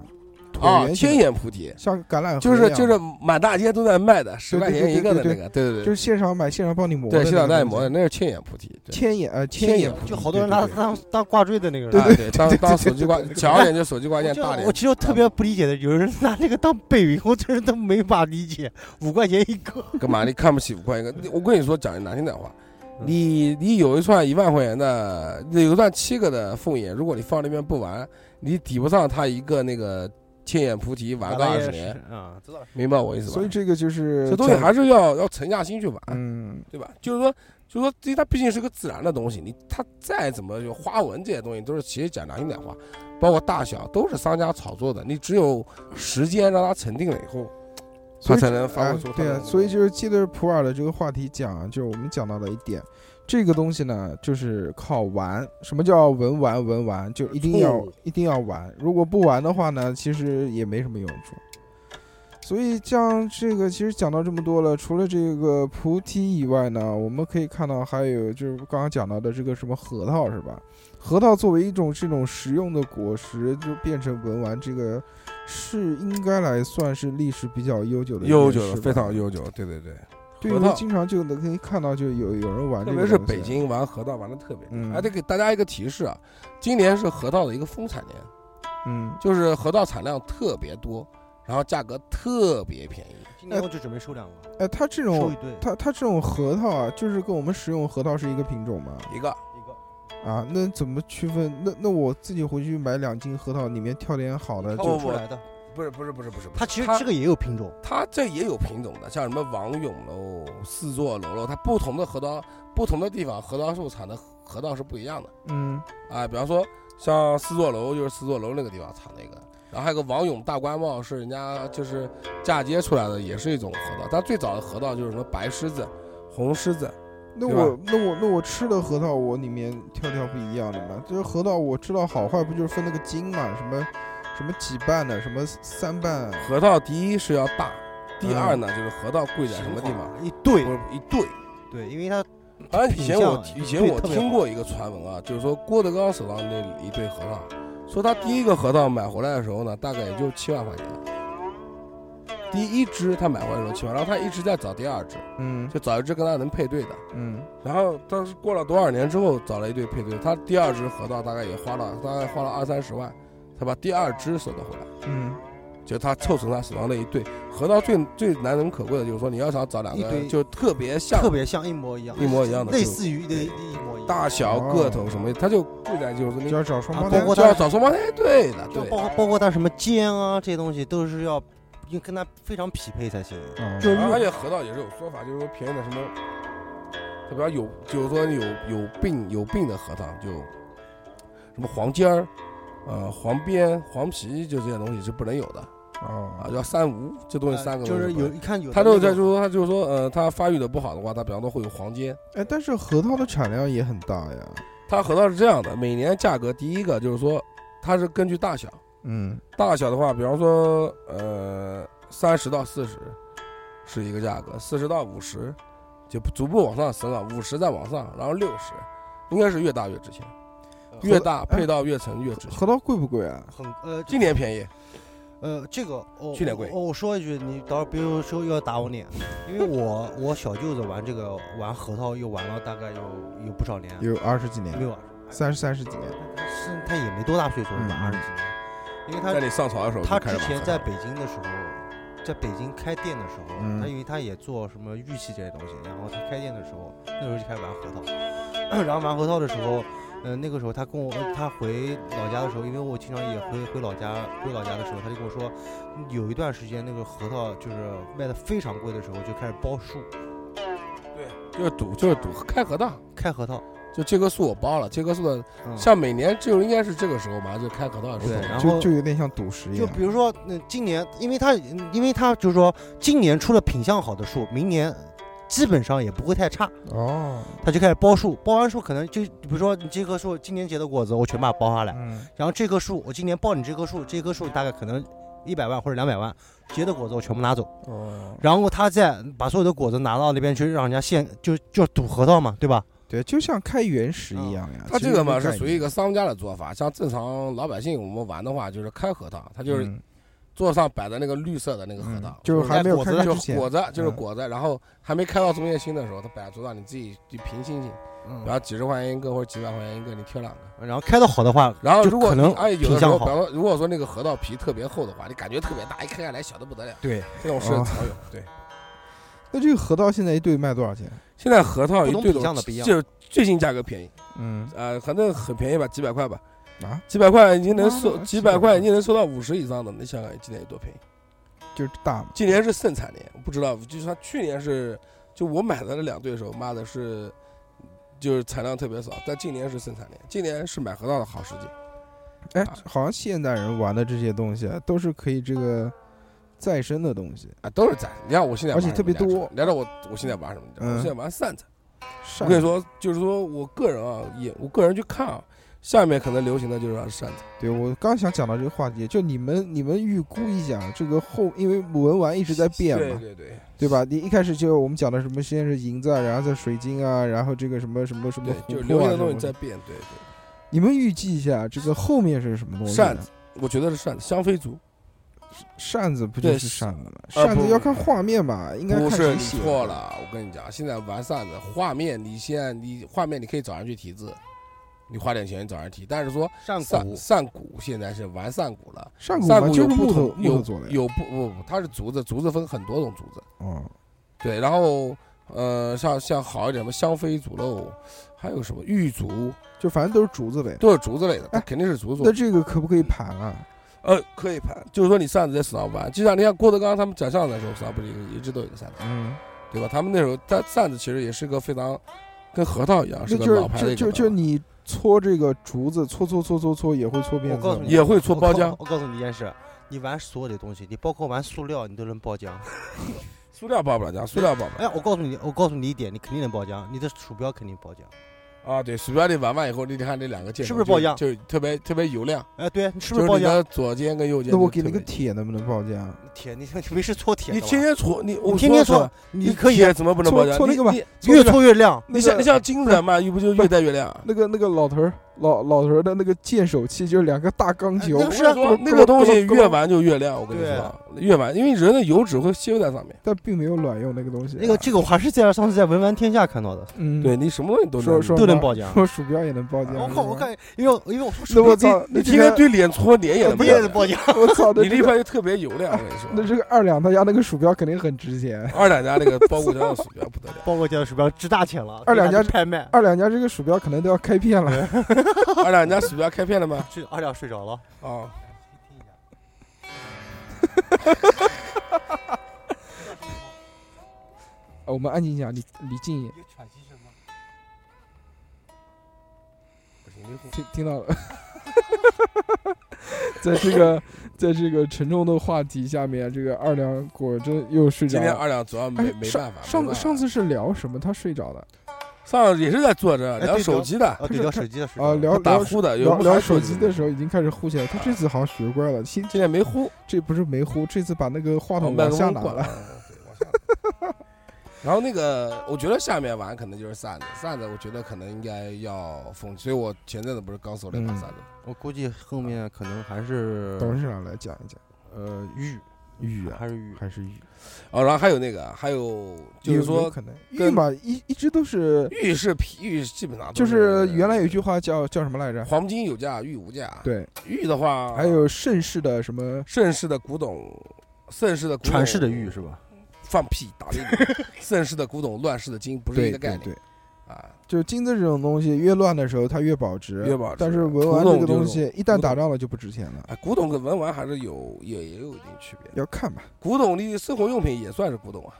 啊
椭，圆形
天
的
眼菩提，
像橄榄核
就是
一样
就是满大街都在卖的，十
对
块
对
钱一
对
个的
对
那
对
个，对对
就是现场买现场帮你磨
对，
的那
对
个
现
东西，
场带磨的，那是千眼菩提，对
千眼呃
千眼
眼
菩
菩提，
就好多人
对
拿
对对
当当挂坠的那个
啊
人。
对，当当手机挂，小一点就手机挂件，
就
大点
我其实我特别不理解的，有人拿那个当背影，我真是都没法理解。五块钱一个，
<laughs> 干嘛？你看不起五块一个？我跟你说，讲句难听点话，
嗯
你你有一串一万块钱的，你有一串七个的凤眼，如果你放那边不玩，你抵不上他一个那个千眼菩提玩个二十年，
啊，知道了
明白我意思吧？
所以这个就是
这东西
讲
还是要要沉下心去玩，
嗯，
对吧？就是说，就是说，这它毕竟是个自然的东西，你它再怎么有花纹这些东西，都是其实讲良心点话，包括大小都是商家炒作的。你只有时间让它沉定了以后，它
所以
才
这
能发
哎
挥出它
对
的那
啊，
个
所以就是接着普洱的这个话题讲啊，就是我们讲到了一点，这个东西呢，就是靠玩。什么叫文玩？文玩就一定要
嗯
一定要玩，如果不玩的话呢，其实也没什么用处。所以像这个，其实讲到这么多了，除了这个菩提以外呢，我们可以看到还有就是刚刚讲到的这个什么核桃是吧？核桃作为一种这种食用的果实，就变成文玩，这个是应该来算是历史比较悠久的一件
悠久
事
的，
吧
非常。悠久。对对对，
对，
核
我
桃
们经常就能可以看到，就有有人玩这
特
个，
别
啊
是北。京玩核桃玩的特别厉害。
嗯
而且给大家一个提示啊，今年是核桃的一个丰产年，
嗯，
就是核桃产量特别多，然后价格特别便宜。
今年我就准备收两个，
哎，它这
收一
种
堆，
它它这种核桃啊，就是跟我们食用核桃是一个品种嘛？
一个
一个
啊，那怎么区分？那那我自己回去买两斤核桃，里面挑点好的，
挑
就
挑
哦我
出来的。
不是不是不是不是，
它其实
它
这个也有品种，
它这也有品种的，像什么王永楼、四座楼楼，它不同的核桃，不同的地方核桃树产的核桃是不一样的
嗯，
啊。比方说，像四座楼就是四座楼那个地方产那个，然后还有个王永大官帽是人家就是嫁接出来的，也是一种核桃。它最早的核桃就是什么白狮子、红狮子，
那
对吧
我那我那我吃的核桃，我里面挑挑不一样的嘛。就是核桃，我知道好坏不就是分那个斤嘛？什么什么几瓣的，什么三瓣，啊
核桃第一是要大，第二呢就是核桃贵在什么地方？
嗯一对
不是一对，
对，因为它
啊，以前我
品相
以前我
对特别好
听过一个传闻啊，就是说郭德纲手上那一对核桃，说他第一个核桃买回来的时候呢，大概也就七万块钱。第一只他买回来的时候七万，然后他一直在找第二只，
嗯
就找一只跟他能配对的。
嗯
然后但是过了多少年之后，找了一对配对，他第二只核桃大概也花了大概花了二三十万，才把第二只收得回来。
嗯
就他凑成他手上那一对核桃最最难能可贵的就是说，你要想找两
一
个
堆
就特别像、
特别像一模一样，
一模一样的，
类
就
似于一一模一样，
大小、个头什么的，他就贵在就是
嗯，
那
就要找双
啊
胞
包
胎
括
就要找双胞胎，对的，
就
对
包括包括它什么肩啊这些东西都是要要跟它非常匹配才行。
啊
就
而且河道也是有说法，就是说便宜的什么，特别有就是说有有病有病的核桃，就什么黄尖儿。呃，黄边、黄皮就这些东西是不能有的啊，
哦
要三无，这东西三个
呃就
东西
是
不能
有一看有
他就在就
在
是说，他就是说，呃，他发育的不好的话，他比方说会有黄疖。
哎，但是核桃的产量也很大呀，
它核桃是这样的，每年价格第一个就是说，它是根据大小，
嗯
大小的话，比方说，呃，三十到四十是一个价格，四十到五十就逐步往上升啊，五十再往上，然后六十，应该是越大越值钱，越大
哎
配到越沉越值钱。
核桃贵不贵啊？
很呃
今年便宜，
呃，这个哦，
去年贵
哦，我说一句，你到时候别说又要打我脸，因为我我小舅子玩这个玩核桃又玩了大概有有不少年，
有二十几
没
年，
有啊，
三十三十几年，
是他也没多大岁数
嗯
吧，二十几年，因为
嗯在
他
你上床的时哦候就
他
开始
之
玩
前
核
在
桃
北京的时候。在北京开店的时候，
嗯
他因为他也做什么玉器这些东西，然后他开店的时候，那时候就开始玩核桃， <coughs> 然后玩核桃的时候，呃，那个时候他跟我，他回老家的时候，因为我经常也回回老家，回老家的时候，他就跟我说，有一段时间那个核桃就是卖的非常贵的时候，就开始包树
就是赌就是赌开核桃，
开核桃，
就这棵树我包了，这棵树的
嗯、
像每年就应该是这个时候嘛，就开核桃的时
对，
候。
然后
就就有点像赌石一
就
样。
比如说，嗯，今年，因为它，因为它就是说，今年出了品相好的树，明年基本上也不会太差，
哦，
它就开始包树，包完树可能就，比如说你这棵树今年结的果子，我全把它包下来，
嗯
然后这棵树我今年报你这棵树，这棵树大概可能一百万或者两百万，结的果子我全部拿走，
哦，
然后他再把所有的果子拿到那边去，让人家现就就赌核桃嘛，对吧？
对，就像开原石一样呀。
嗯它
其
这
实
个嘛
概
是属于
念
一个商家的做法，像正常老百姓我们玩的话，就是开核桃，它就是
嗯
桌上摆的那个绿色的那个核
嗯
桃，
就是还没有
果
开
子
开
就
之前
果子就是
嗯
果子，然后还没开到中间心的时候，它摆在桌上，你自己去平心性，
嗯
然后几十块钱一个或者几百块钱一个，你挑两个。
然后开的好的话，
然后
就
如果
可
你
能
哎有的
品
时候，
相
比
好
方说如果说那个核桃皮特别厚的话，你感觉特别大，一开下来小的不得了，
对。
这种事
哦
常有。对，
那这个核桃现在一对卖多少钱？
现在核桃
不
一
同
对
品相的不一样
就是最近价格便宜，
嗯
呃，反正很便宜吧，几百块吧，
啊，
几百块已经能
妈
收，
的
几
几百
百块
块
已经能收到五十以上的，你想想今年有多便宜？
就是大嘛。
今年是盛产年，不知道，就是他去年是，就我买的那两对手，妈的是，就是产量特别少，但今年是盛产年，今年是买核桃的好时机。
哎
啊，
好像现代人玩的这些东西啊都是可以这个再生的东西，
啊，都是在。你看我现在玩
而且特别多
什么你知道我我现在玩什么？你知道吗
嗯
我现在玩扇子。
扇
我跟你说，就是说我个人啊，也我个人去看啊，下面可能流行的就是扇子。
对我刚想讲到这个话题，就你们你们预估一下这个后，因为文玩一直在变
对
嘛，
对对
对吧？你一开始就我们讲的什么先是银子啊，然后再水晶啊，然后这个什么什么什么
对，就是
琥
流
珀
行
啊
的
什
东
么
西在
的，
变。对对，
你们预计一下这个后面是什么东西呢？
扇子我觉得是扇子，香妃竹。
扇子不
对
就是扇子吗？
呃
扇子
不
要看画面吧，应该
不
看
是
谁
你
写的
错。了，我跟你讲，现在玩扇子画面，你现在你画面你可以找人去提字，你花点钱找人提，但是说
上
扇
古
扇骨现在是玩扇骨了，
扇骨
扇
嘛
骨
就
有
是
不
木头
同
木头
有
做的呀，
有不不不，它是竹子，竹子分很多种竹子，
哦，
对，然后呃像像好一点什么香妃竹喽，还有什么玉竹，
就反正都是竹子呗。
都是竹之类的，
哎
肯定是竹做的。
那这个可不
嗯
可以盘啊？这
呃，可以盘，就是说你扇子在手上玩，就像你看郭德纲他们讲相声的时候，手上不是一个一直都有个扇子，
嗯，
对吧？他们那时候扇扇子其实也是个非常跟核桃一样，
那
啊是个
就
老
是
牌的
就
一个
就
东西
就你搓这个竹子，搓搓搓搓搓也会
我
搓变
告诉
色
你，
也会搓包浆
我告我告诉你一件事，你玩所有的东西，你包括玩塑料，你都能包浆。
塑料包不了浆，塑料包不了
哎，我告诉你，我告诉你一点，你肯定能包浆，你的鼠标肯定包浆。
啊。对，鼠标你玩完以后，你得看这两个键
是不是包浆
就就特别特别油亮，
哎，对，你是
是
不是包
你
浆？
的左肩跟右肩
那
就
我
特
给
别？啊
那个铁能不能报价？啊
铁，你 <laughs> 你没事搓铁的
你
吧，
天天搓，你我
天天
搓
搓，你可以
铁怎么不能
搓
包浆？
搓那
你
个吧
你
搓
越
那个
搓越亮。
那
你像
个
你像金子嘛，不就越戴越亮？
那个那个老头儿老老头儿的那个剑手器就是两个大钢球
哎那，个是啊
咕噜
那个东西
咕噜咕噜
越玩就越亮，我跟你
对
说，越玩，因为人的油脂会吸收在上面。
但并没有卵用那个东西。啊
那个这个我还是在上次在文玩天下看到的，
嗯，
对，你什么东西都
说
能
说
都能
嘛
爆浆
说鼠标也能爆浆。
我
是
靠，
吗
我看，因为因为我说
那我操，
你
那
天
这
天
个
对脸搓，脸也能
不
爆
也是
浆。
爆浆，
<laughs> 我
<laughs>
操，那
你
这
那
个
块就特别油亮，我跟你
那
说。
这个二两他家那个鼠标肯定很值钱。
<laughs> 二两家那个包谷浆的鼠标不得了，
<laughs>
包括这鼠标值大钱了，
二两
可以
家
拿去拍卖。
二两家这个鼠标可能都要开片 <laughs> 了。
二两家鼠标开片了吗？
这二两睡着了，
啊，
啊我们安静讲，离离近一点，
不行，那
听听到了。 <laughs> 在这个，在这个沉重的话题下面，这个二两果真又睡着
今天
了。
二两主要没
哎，
没
上
办法。没
上
办法
上次是聊什么？他睡着了
上也是在坐着
哎
聊
对
手机的，
啊，对，
是
聊
他
手机的时
啊，
候，
聊
<laughs> 打
聊
呼的，有啊
聊
不
聊
哎还
手机的
候，
时候已经开始呼起来。他这次好像学乖了，现
今天没呼，
这不是没呼，这次把那个话
把
筒
麦
往
克
下
风
拿
关
了
了。。对，往下拿然后那个，我觉得下面玩可能就是扇子，扇子我觉得可能应该要封，所以我前阵子不是刚手了一把
嗯
扇子，
我估计后面可能还
嗯
是
董事长来讲一讲，
呃玉
玉啊
还是玉，
还是玉？
哦，然后还有那个，还有就是
有有
说
可能玉
跟
嘛，一一直都是，
玉是皮玉，基本上都
就是原来有一句话叫叫什么来着？
黄金有价玉无价，，啊
对，
玉的话
还有盛世的什么？
盛世的古董，盛世的古董
传世的玉是吧？
放屁打脸，
<laughs>
盛世的古董，乱世的金不是
对
一个概
对
念
对，
啊。
就是金子这种东西，越乱的时候它越保值，
越保值
但是文玩这个东西一旦打仗了就不值钱了，
啊，古董跟文玩还是有也也有一定区别的。
要看吧。
古董的生活用品也算是古董啊。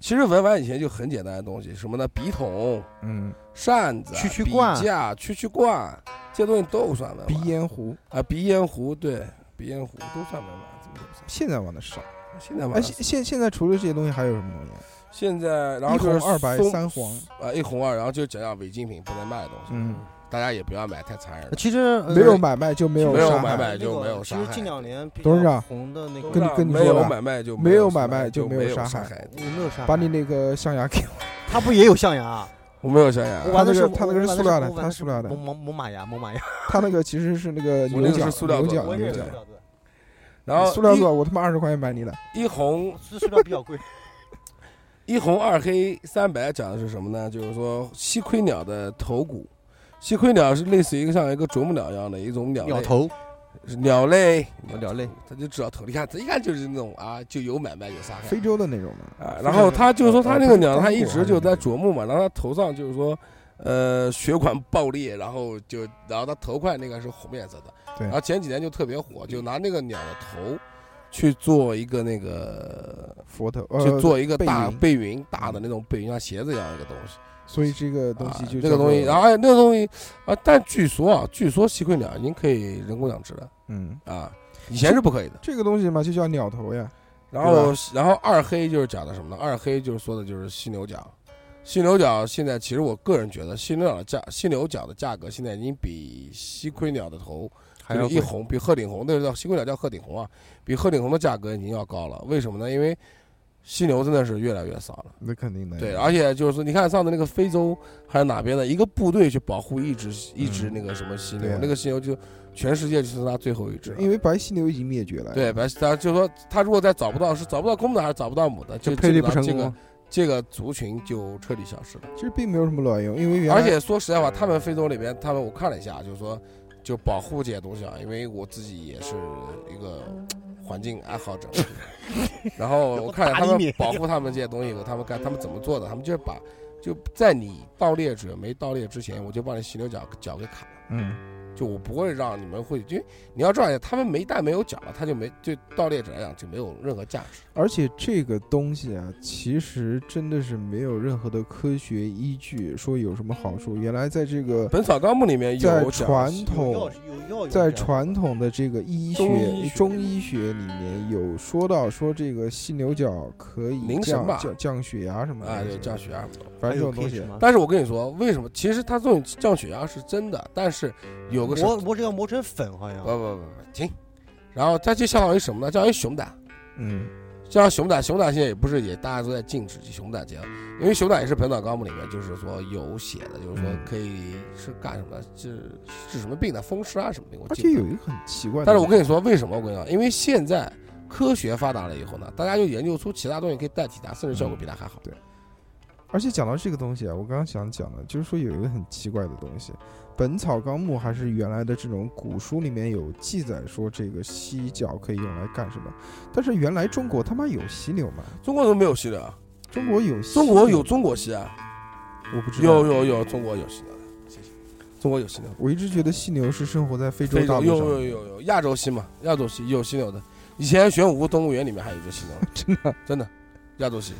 其实文玩以前就很简单的东西，什么呢？笔筒、
嗯，
扇子、啊
蛐蛐
笔
罐
架、蛐蛐罐，这些东西都算文玩。
鼻烟壶
啊，鼻烟壶，对，鼻烟壶都算文玩，怎么都不算？
现在玩的少，
现在
哎，
玩，
现现现在除了这些东西还有什么东西？
现在然后
一
就是
红二白
松
三黄
啊，一红二，然后就讲讲违禁品不能卖的东西，
嗯，
大家也不要买太残忍了。
其实
没有买卖就没有
嗯没有
杀
买
害
卖就没有
其
杀
实
害
近两年比
董事
较
长
红的那
跟
个
你跟你
没
说
有
吧
买卖就
没有
有
买
买
卖就
没
没有杀
杀
害
害。
有没有啥？
把你那个象牙
啊
给我，
他不也有象牙？啊
我没有啊想想
我，
他
玩的
那
是
个他那个是塑料的，他塑料的
猛，猛猛马牙，猛马牙，
他那个其实是那个
我那个
牛角
是塑料
牛
做的
角
我也
牛
是
角，
然后
塑料
一哎
做，我他妈二十块钱买你的，
一红
塑料比
<laughs>
较贵。
一红二黑三白讲的是什么呢？就是说西盔鸟的头骨，西盔鸟是类似于像一个啄木鸟一样的一种鸟类
鸟头，
是鸟类，
哦
鸟类，
它就知道头，你看这一看就是那种啊，就有买卖有杀害
非洲的那种嘛，
啊。然后他就说他那个鸟，
哦
它一直就在啄木嘛，然后它头上就是说。呃，血管爆裂，然后就，然后它头块那个是红颜色的，
对
然后前几年就特别火，就拿那个鸟的头去做一个那个
佛头，
就
呃，
做一个
背
大
云
背云，大的那种背云，像鞋子一样的一个东西。
呃所以这个东西
啊
就
那个东西，然
叫做
后哎那个东西啊，但据说啊，据说吸盔鸟已经可以人工养殖了
嗯，
啊，以前是不可以的。
这个东西嘛就叫鸟头呀，
然后，然后二黑就是讲的什么呢？二黑就是说的就是犀牛角。犀牛角现在其实我个人觉得，犀牛角的价，犀牛角的价格现在已经比西盔鸟的头
还
就是
有
一红比鹤顶红，那叫西龟鸟叫鹤顶红啊，比鹤顶红的价格已经要高了。为什么呢？因为犀牛真的是越来越少了。
那肯定的，
对，而且就是说，你看上次那个非洲还是哪边的一个部队去保护一只一只那个什么犀牛
对啊，
那个犀牛就全世界就是它最后一只
是
了。
因为白犀牛已经灭
哎
绝了，
对，，白它就说它如果再找不到是找不到公的还是找不到母的，就
配对不成
这个
功，
这个族群就彻底消失了。
其实并没有什么卵用，因为原来
而且说实在话，他们非洲那边，他们我看了一下，就是说就保护这些东西啊，因为我自己也是一个环境爱好
<laughs>
者，然后我看了他们保护他们这些东西以后，他们干他们怎么做的，他们就是把就在你盗猎者没盗猎之前，我就把你犀牛角角给砍了。
嗯，
就我不会让你们会，因为你要知道，他们没蛋没有角了，他就没对盗猎者来讲就没有任何价值。
而且这个东西啊，其实真的是没有任何的科学依据说有什么好处，原来在这个
《本草纲目》里面有
在
讲
传
西
有
统
药有药有
在
这样
传统的这个医
中医
学
学
中医学里面有说到说这个犀牛角可以
凝神
降
吧
降降血压什么的
啊，
这
有
些
降血，压。
反正这
还有
种东
K
西
什。么
但是我跟你说，为什么？其实它这种降血压是真的，但是有个什
磨
么？
呃
磨这要磨成粉好像
不不不不，停。然后它就相当于什么呢？相当于熊胆，
嗯
像熊胆，熊胆现在也不是也大家都在禁止熊胆结合，因为熊胆也是本草纲目里面就是说有写的，就是说
嗯
可以是干什么治治什么病的，风湿啊什么病，我
而
记
且
不
有
得
一个很奇怪的，
但是我跟你说为什么？我跟你讲，因为现在科学发达了以后呢，大家就研究出其他东西可以代替它，甚至效果比它还好。
嗯而且讲到这个东西啊，我刚刚想讲的就是说有一个很奇怪的东西，《本草纲目》还是原来的这种古书里面有记载说这个犀角可以用来干什么，但是原来中国他妈有犀牛吗？
中国都没有西的，啊
中国有犀
中国
牛
有，中国西啊，
我不知道
有。有有，中国有犀牛，谢谢。中国有犀牛，
我一直觉得犀牛是生活在非洲
非洲
大陆
有
上
有
的，
有有亚洲犀嘛，亚洲犀有犀牛的。以前玄武湖动物园里面还有一只犀牛，
<laughs> 真的。
真的，亚洲犀，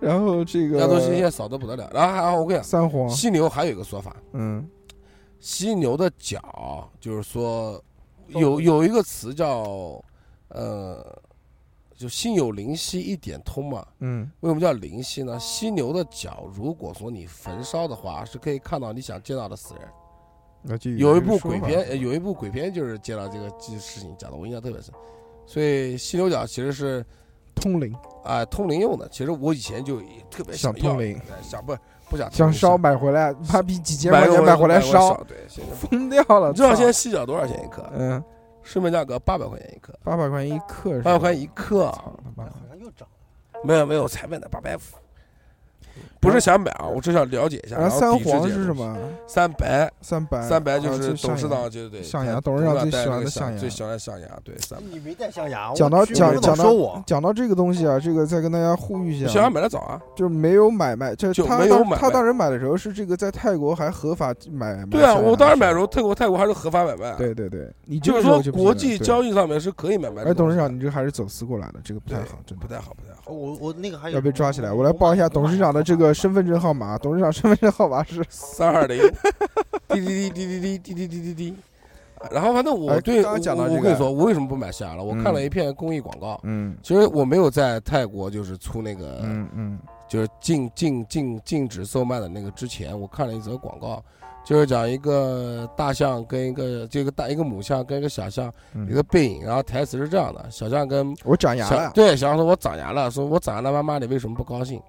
然后这个
亚洲犀现在少得不得了。然后还有我跟你
三黄
讲，，犀牛还有一个说法，
嗯，
犀牛的角就是说
哦
有有一个词叫呃，就心有灵犀一点通嘛。
嗯，
为什么叫灵犀
哦
呢？犀牛的角，如果说你焚烧的话，是可以看到你想见到的死人。
那就
有一
这
部
个说
鬼
法
片，呃有一部鬼片就是介绍这个这事情，讲的我印象特别深。所以犀牛角其实是
通灵，
啊、通灵用的。其实我以前就也特别
想
要
通灵，
哎想不不想
想烧
买
买回来， <laughs> 妈逼几千块钱买回来烧，，
对，现在
疯掉了。
你知道
操
现在犀角多少钱一克？
嗯，
市面价格八百块钱一克，
八百块钱一克是吧，啊
八百块钱一克，啊
操他妈的
哎像又涨了。
没有没有，才买的八百五。不是想买啊，我只想了解一下。
然后三
后抵制这
黄
些
是什
东西？
么？
三白，
三白，
三白
啊
就是董事。
上
长，
扬
就是对
象牙
他
董事长
带
最喜
那
欢
个
的
象
象
最
牙
喜欢的象牙，对三白。
你没带象牙，我
讲到
去
讲
我老
讲
说
到
我，
讲到这个东西啊，这个再跟大家呼吁一
象牙
下，
买的早啊，
就是没有买卖，就是
就
他
没有
当
买卖
他当时买的时候是这个在泰国还合法买卖。
对啊，我当时买的时
过。
候，泰国泰国还是合法买卖啊，
对对对，你这
就
个
是
时候
说
就不行
国
了
际。
对
交易上面是可以买卖的。
哎，董事长，你这个还是走私过来的，这个不
对
太好，真
不
的
太好，不太好，
哦我我那个还有
要被抓起来。我来报一下董事长的这个身份证号码，啊董事长身份证号码是
三二
<laughs>
零，滴滴滴滴滴滴滴滴滴滴滴。然后反正我
哎
对
刚
我
刚讲到这
我
个
跟你说，我为什么不买象牙了？我看
嗯
了一片公益广告，
嗯
其实我没有在泰国就是出那个
嗯嗯
就是禁禁禁禁止售卖的那个之前，我看了一则广告，就是讲一个大象跟一个这个大一个母象跟一个小象
嗯，
一个背影，然后台词是这样的：小象跟
我长牙
小
了，
对小象说：“我长牙了，说我长牙了，妈妈你为什么不高兴？”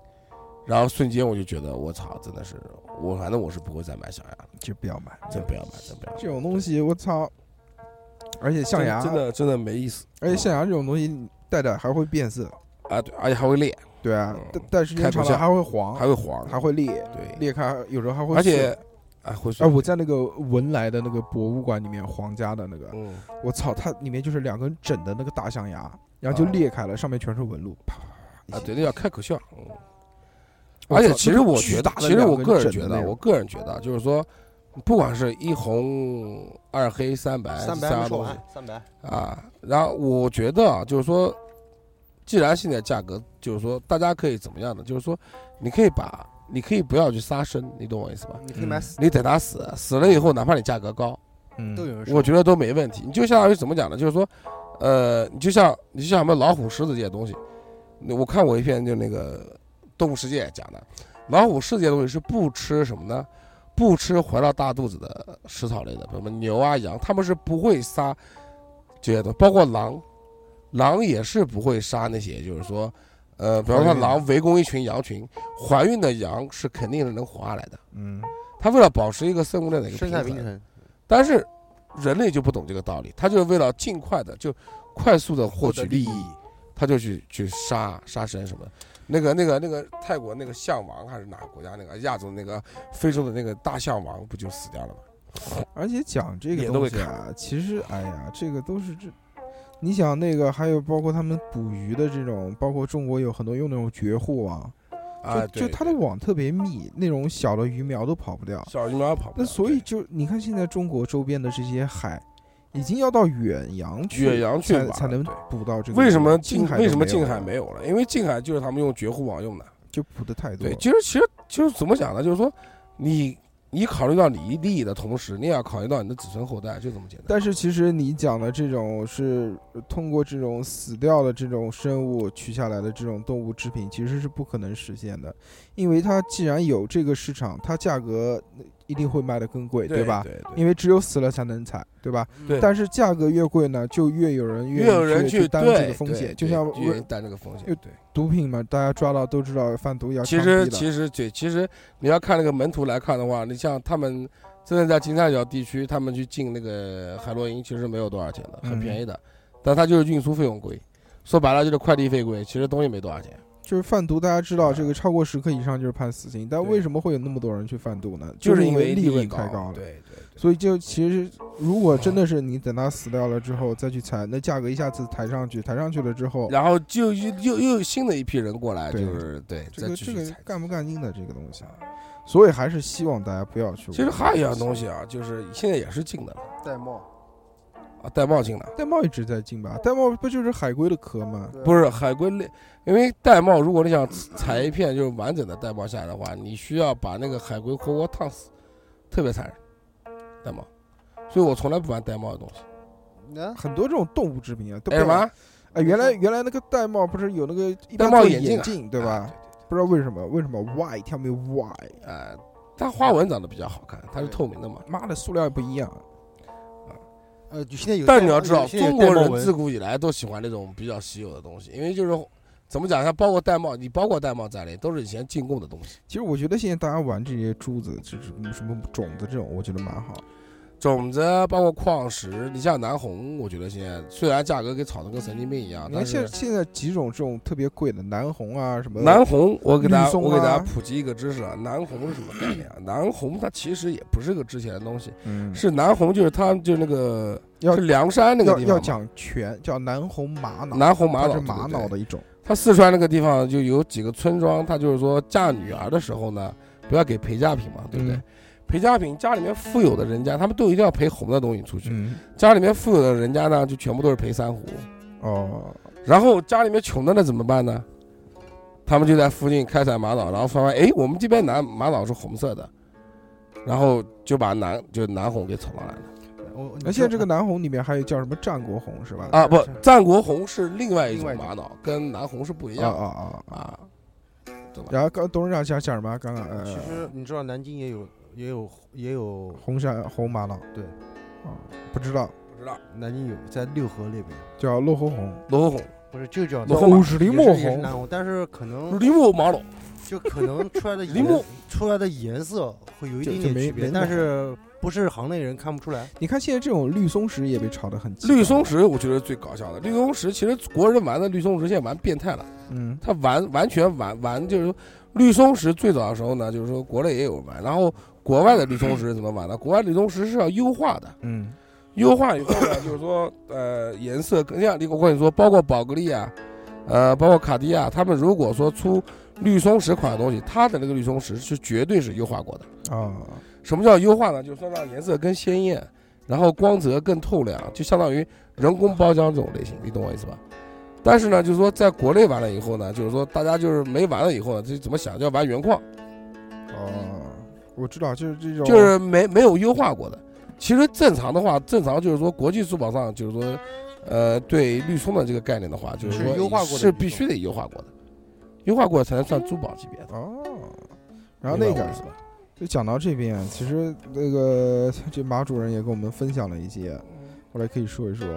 然后瞬间我就觉得我操，真的是我反正我是不会再买小牙了，
就不要买
真不要买，真不要买
这种东西，我操！而且象
真
牙，
真的真的没意思
而且象牙这种东西戴着还会变色，
啊！对，而且还会裂，
对啊
嗯，
戴戴时间
开
长
口
了
笑
还会黄，
还会黄，
哦还会裂，
对，
裂开有时候还会碎。
而且啊会
哎，
碎
我在那个文莱的那个博物馆里面，皇家的那个，
嗯，
我操，它里面就是两根整的那个大象牙，然后就
啊
裂开了，上面全是纹路。啪
啊，对，那叫开口笑。嗯
我
而且
操
其
那
实
个
我
巨
觉得
大，的
其实
两
我
根
个人
整
觉
的
得，
那种
我个人觉得，啊就是说，不管是一红、二黑、三白、
三
三
百还没
样
说
东西
完，三百
啊，然后我觉得啊，就是说，既然现在价格，就是说，大家可以怎么样呢？就是说，你可以把，你可以不要去杀生，你懂我意思吧？
你可以买死
你等它死，死了以后，哪怕你价格高，
嗯，
都有人收
我觉得都没问题。你就相当于怎么讲呢？就是说，呃，你就像你就像什么老虎、狮子这些东西，那我看过一篇就那个《动物世界》讲的，老虎、狮子这些东西是不吃什么呢？不吃怀到大肚子的食草类的，什么牛啊、羊，他们是不会杀这些的，包括狼，狼也是不会杀那些，就是说，呃，比方说
怀孕的
狼围攻一群羊群，怀孕的羊是肯定是能活下来的。
嗯，
它为了保持一个生物链的一个
生
平
态
衡，
平衡，
但是人类就不懂这个道理，他就是为了尽快的就快速的获取利益，他就去去杀杀神什么的。那个那个那个泰国那个象王还是哪个国家那个亚洲那个非洲的那个大象王不就死掉了吗？
而且讲这个
脸都
东
会
西啊，其实哎呀，这个都是这。你想那个，还有包括他们捕鱼的这种，包括中国有很多用那种绝户网，
啊，
就
对
就它的网特别密，那种小的鱼苗都跑不掉。
小鱼苗跑不
那
了。
所以就你看，现在中国周边的这些海，已经要到远洋去，
远洋去
才
玩
才能
对
捕到这个。
为什么
近
近
海
为
都
什么
有
近
了
海没有了？因为近海就是他们用绝户网用的。
就捕的太多
对，
了？
其实其实就是怎么讲呢？就是说你你考虑到你利益的同时，你也要考虑到你的子孙后代，就这么简单。
但是其实你讲的这种是通过这种死掉的这种生物取下来的这种动物制品，其实是不可能实现的，因为它既然有这个市场，它价格一定会卖得更贵，
对
吧？
对
因为只有死了才能踩，对吧？
对
但是价格越贵呢，就越有人
越有人
意去担这
对
个风
对
险，
对
就像
有人担这个风险，
因为
对。
毒品嘛，大家抓到都知道贩毒要
其
枪
实
毙了
其实对，其实你要看那个门徒来看的话，你像他们真的在金三角地区，他们去进那个海洛因，其实没有多少钱的，很
嗯
便宜的，但它就是运输费用贵，说白了就是快递费贵，其实东西没多少钱。
就是贩毒，大家知道这个超过十克以上就是判死刑，但为什么会有那么多人去贩毒呢？
就是是
因
因为
利
利
润
润
太
高
了。
对哦对对
所以就其实，如果真的是你等他死掉了之后再去踩，那价格一下子抬上去，抬上去了之后，
然后就又又又有新的一批人过来，
对
就是对，
这
再
个
继
这
续
个
采。
干不干净的这个东西啊，所以还是希望大家不要去
嗯
玩。
其实还有一样东西啊，就是现在也是进的了
戴帽，
啊，戴帽进的，
戴帽一直在进吧，戴帽不就是海龟的壳吗？
不是海龟类，因为戴帽，如果你想采一片就是完整的戴帽下来的话，你需要把那个海龟活活烫死，特别残忍。戴帽，所以我从来不玩戴帽的东西。
那
很多这种动物制品啊，都不
哎什
要
么？
哎，原来原来那个戴帽不是有那个一般
戴帽
做
眼镜
眼
啊
镜对
啊
吧？？不知道为什么，为什么 why tell me why？
对呃，它花纹长得比较好看，它是透明的嘛。
妈的，塑料不一样。
呃，就现在有戴帽，
但你要知道，
现在有
中国
戴帽
人
纹
自古以来都喜欢那种比较稀有的东西，因为就是怎么讲，像包括戴帽，你包括戴帽在内，都是以前进贡的东西。
其实我觉得现在大家玩这些珠子，就是什么种子这种，我觉得蛮好。
种子包括矿石，你像南红，我觉得现在虽然价格给炒得跟神经病一样，
你
啊但
看
是
现现在几种这种特别贵的南红啊什么
南红，我给大
绿
家
松啊
我给大家普及一个知识啊，南红是什么概念
<coughs>
啊？南红它其实也不是个值钱的东西，
嗯
是南红就是它就是那个
要
是凉山那个
要
地
要
方嘛，
讲全，叫南红玛瑙，
南红玛瑙
它是
对
玛
对
瑙
对
的一种。
他四川那个地方就有几个村庄，他就是说嫁女儿的时候呢，不要给陪嫁品嘛，对不对？
嗯
陪嫁品，家里面富有的人家，他们都一定要陪红的东西出去。
嗯，
家里面富有的人家呢，就全部都是陪珊瑚。
哦，
然后家里面穷的那怎么办呢？他们就在附近开采玛瑙，然后发现，哎，我们这边南玛瑙是红色的，然后就把南就南红给炒上来了。
我
那现在这个南红里面还有叫什么战国红是吧？
啊，不
是，
战国红是另外一
另外
种
一种
玛瑙，跟南红是不一
啊
样的
啊啊！
啊。对吧？
然后刚董事长想讲什么？刚刚呃
其，实你知道南京也有也有也有
红山红玛瑙
对，
啊，不知道
不知道
南京有在六合那边，
叫落红红，
罗红、
不是就叫
罗红
五十里墨
也是也是南
红，
红，但是可能
林木玛瑙。
就可
<laughs>
能出来的
林木
颜出来的颜色会有一
就
点
就
点
没
区别，
没那么
但是不是行内人看不出来。
你看现在这种绿松石也被炒得很奇怪
绿松，石我觉得是最搞笑的。绿松石其实国人玩的绿松石现在玩变态了，
嗯，
他玩完全玩玩就是说绿松石最早的时候呢，就是说国内也有玩，然后国外的绿松石是怎么玩呢？国外绿松石是要优化的，
嗯，
优化以后呢，就是说呃颜色更像你我跟你说，包括宝格丽啊，呃包括卡地亚，他们如果说出绿松石款的东西，它的那个绿松石是绝对是优化过的。
啊，
什么叫优化呢？就是说让颜色更鲜艳，然后光泽更透亮，就相当于人工包浆这种类型，你懂我意思吧？但是呢，就是说在国内玩了以后呢，就是说大家就是没玩了以后呢，就怎么想就要玩原矿，
哦，我知道，就是这种，
就是没没有优化过的。其实正常的话，正常就是说国际珠宝上就是说，呃，对绿松的这个概念的话，就是说
是优化过的
是必须得优化过的，优化过才能算珠宝级别的。
哦。然后那
明白
个
我意思吧
就讲到这边，其实那个这马主任也跟我们分享了一些，后来可以说一说。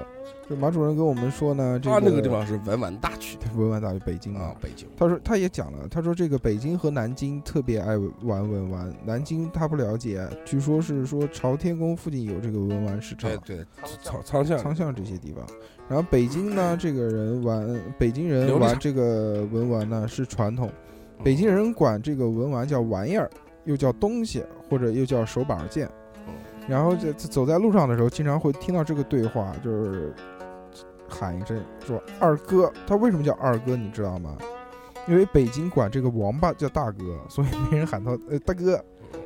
就马主任跟我们说呢，这嗯
他啊那个地方是文玩大区
对文玩大于北京嘛
啊，，北京。
他说他也讲了，他说这个北京和南京特别爱玩文玩，南京他不了解，据说是说朝天宫附近有这个文玩市场
对，对，苍苍象
苍巷这些地方。然后北京呢，这个人玩北京
琉
人
璃
玩
厂
这个文玩呢是传统，
嗯
北京人管这个文玩叫玩意儿，又叫东西，或者又叫手把儿件。
嗯
然后这这走在路上的时候，经常会听到这个对话，就是喊一声说“二哥”，他为什么叫二哥？你知道吗？因为北京管这个王八叫大哥，所以没人喊他呃大哥，
嗯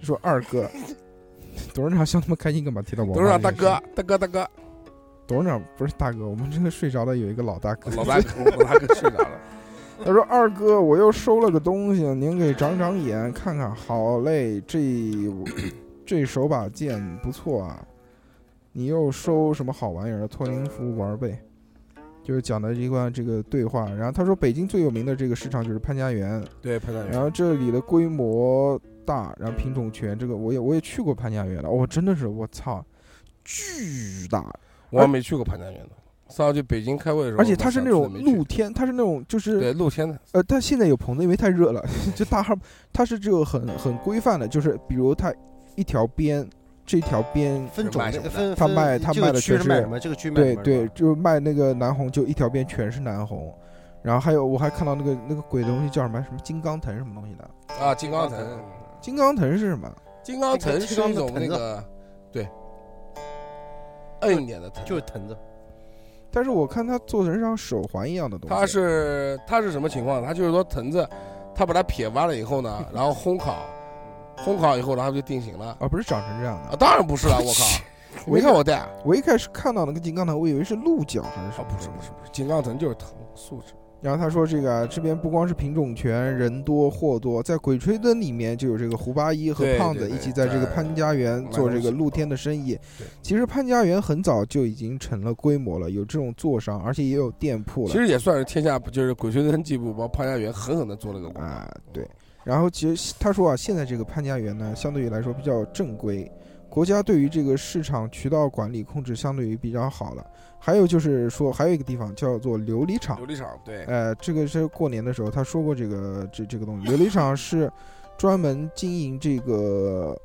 说二
<laughs>
哥。董事长笑他妈开心干嘛？提到王八
董事长
这
大
个事
哥，大哥大哥，
董事长不是大哥，我们这个睡着的有一个老大哥，
老大哥，老大哥睡着
<laughs>
了。
他说：“二哥，我又收了个东西，您给长长眼看看。”好嘞，这这手把剑不错啊。你又收什么好玩意儿？托您福玩呗。就是讲的一段这个对话。然后他说，北京最有名的这个市场就是潘家园，
对，潘大
然后这里的规模大，然后品种全这个我也我也去过潘家园了，我、真的是我操，巨大，
我还没去过潘家园呢。上去北京开会的时候，
而且它是那种
我们上次没
露
去
天，它是那种就是
对露天的，
呃，但现在有棚子，因为太热了， <laughs> 就大号，它是只有很很规范的，就是比如它一条边，这条边，
分种
卖
类
什么的
分
他
分
卖他
这个
卖的
区
全
卖
是
什么，这个区卖
对
什么
对，，就卖那个南红，就一条边全是南红，然后还有我还看到那个那个鬼东西叫什么什么金刚藤什么东西的，
啊，金刚藤，
金刚藤是什么？
金刚藤是一种那
金刚藤
个，对，摁一点的藤，
就是藤子，
但是我看它做成像手环一样的东西，
它是它是什么情况？它就是说藤子，它把它撇弯了以后 <laughs> 呢，然后烘烤，烘烤以后，然后就定型了。
啊，不是长成这样
啊，
的。
当然不是了， <laughs> 我靠！你没看我戴啊？
我一开始看到那个金刚藤，我以为是鹿角还是什
啊，
么，
不是不是。不是，金刚藤就是藤素质。
然后他说这个这边不光是品种全，人多货多，在《鬼吹灯》里面就有这个胡八一和
对
胖子
对对
一起在这个
在
潘家园
买
做这个
东西
露天的生意
对。
其实潘家园很早就已经成了规模了，有这种坐商，而且也有店铺
其
了。
实也算是天下，就是《鬼吹灯》这部把潘家园狠狠的做了个广告
啊，对。然后其实他说啊，现在这个潘家园呢，相对于来说比较正规，国家对于这个市场渠道管理控制相对于比较好了。还有就是说，还有一个地方叫做琉璃厂
琉，璃厂，对，
呃，这个是过年的时候他说过这个这这个东西，琉璃厂是专门经营这个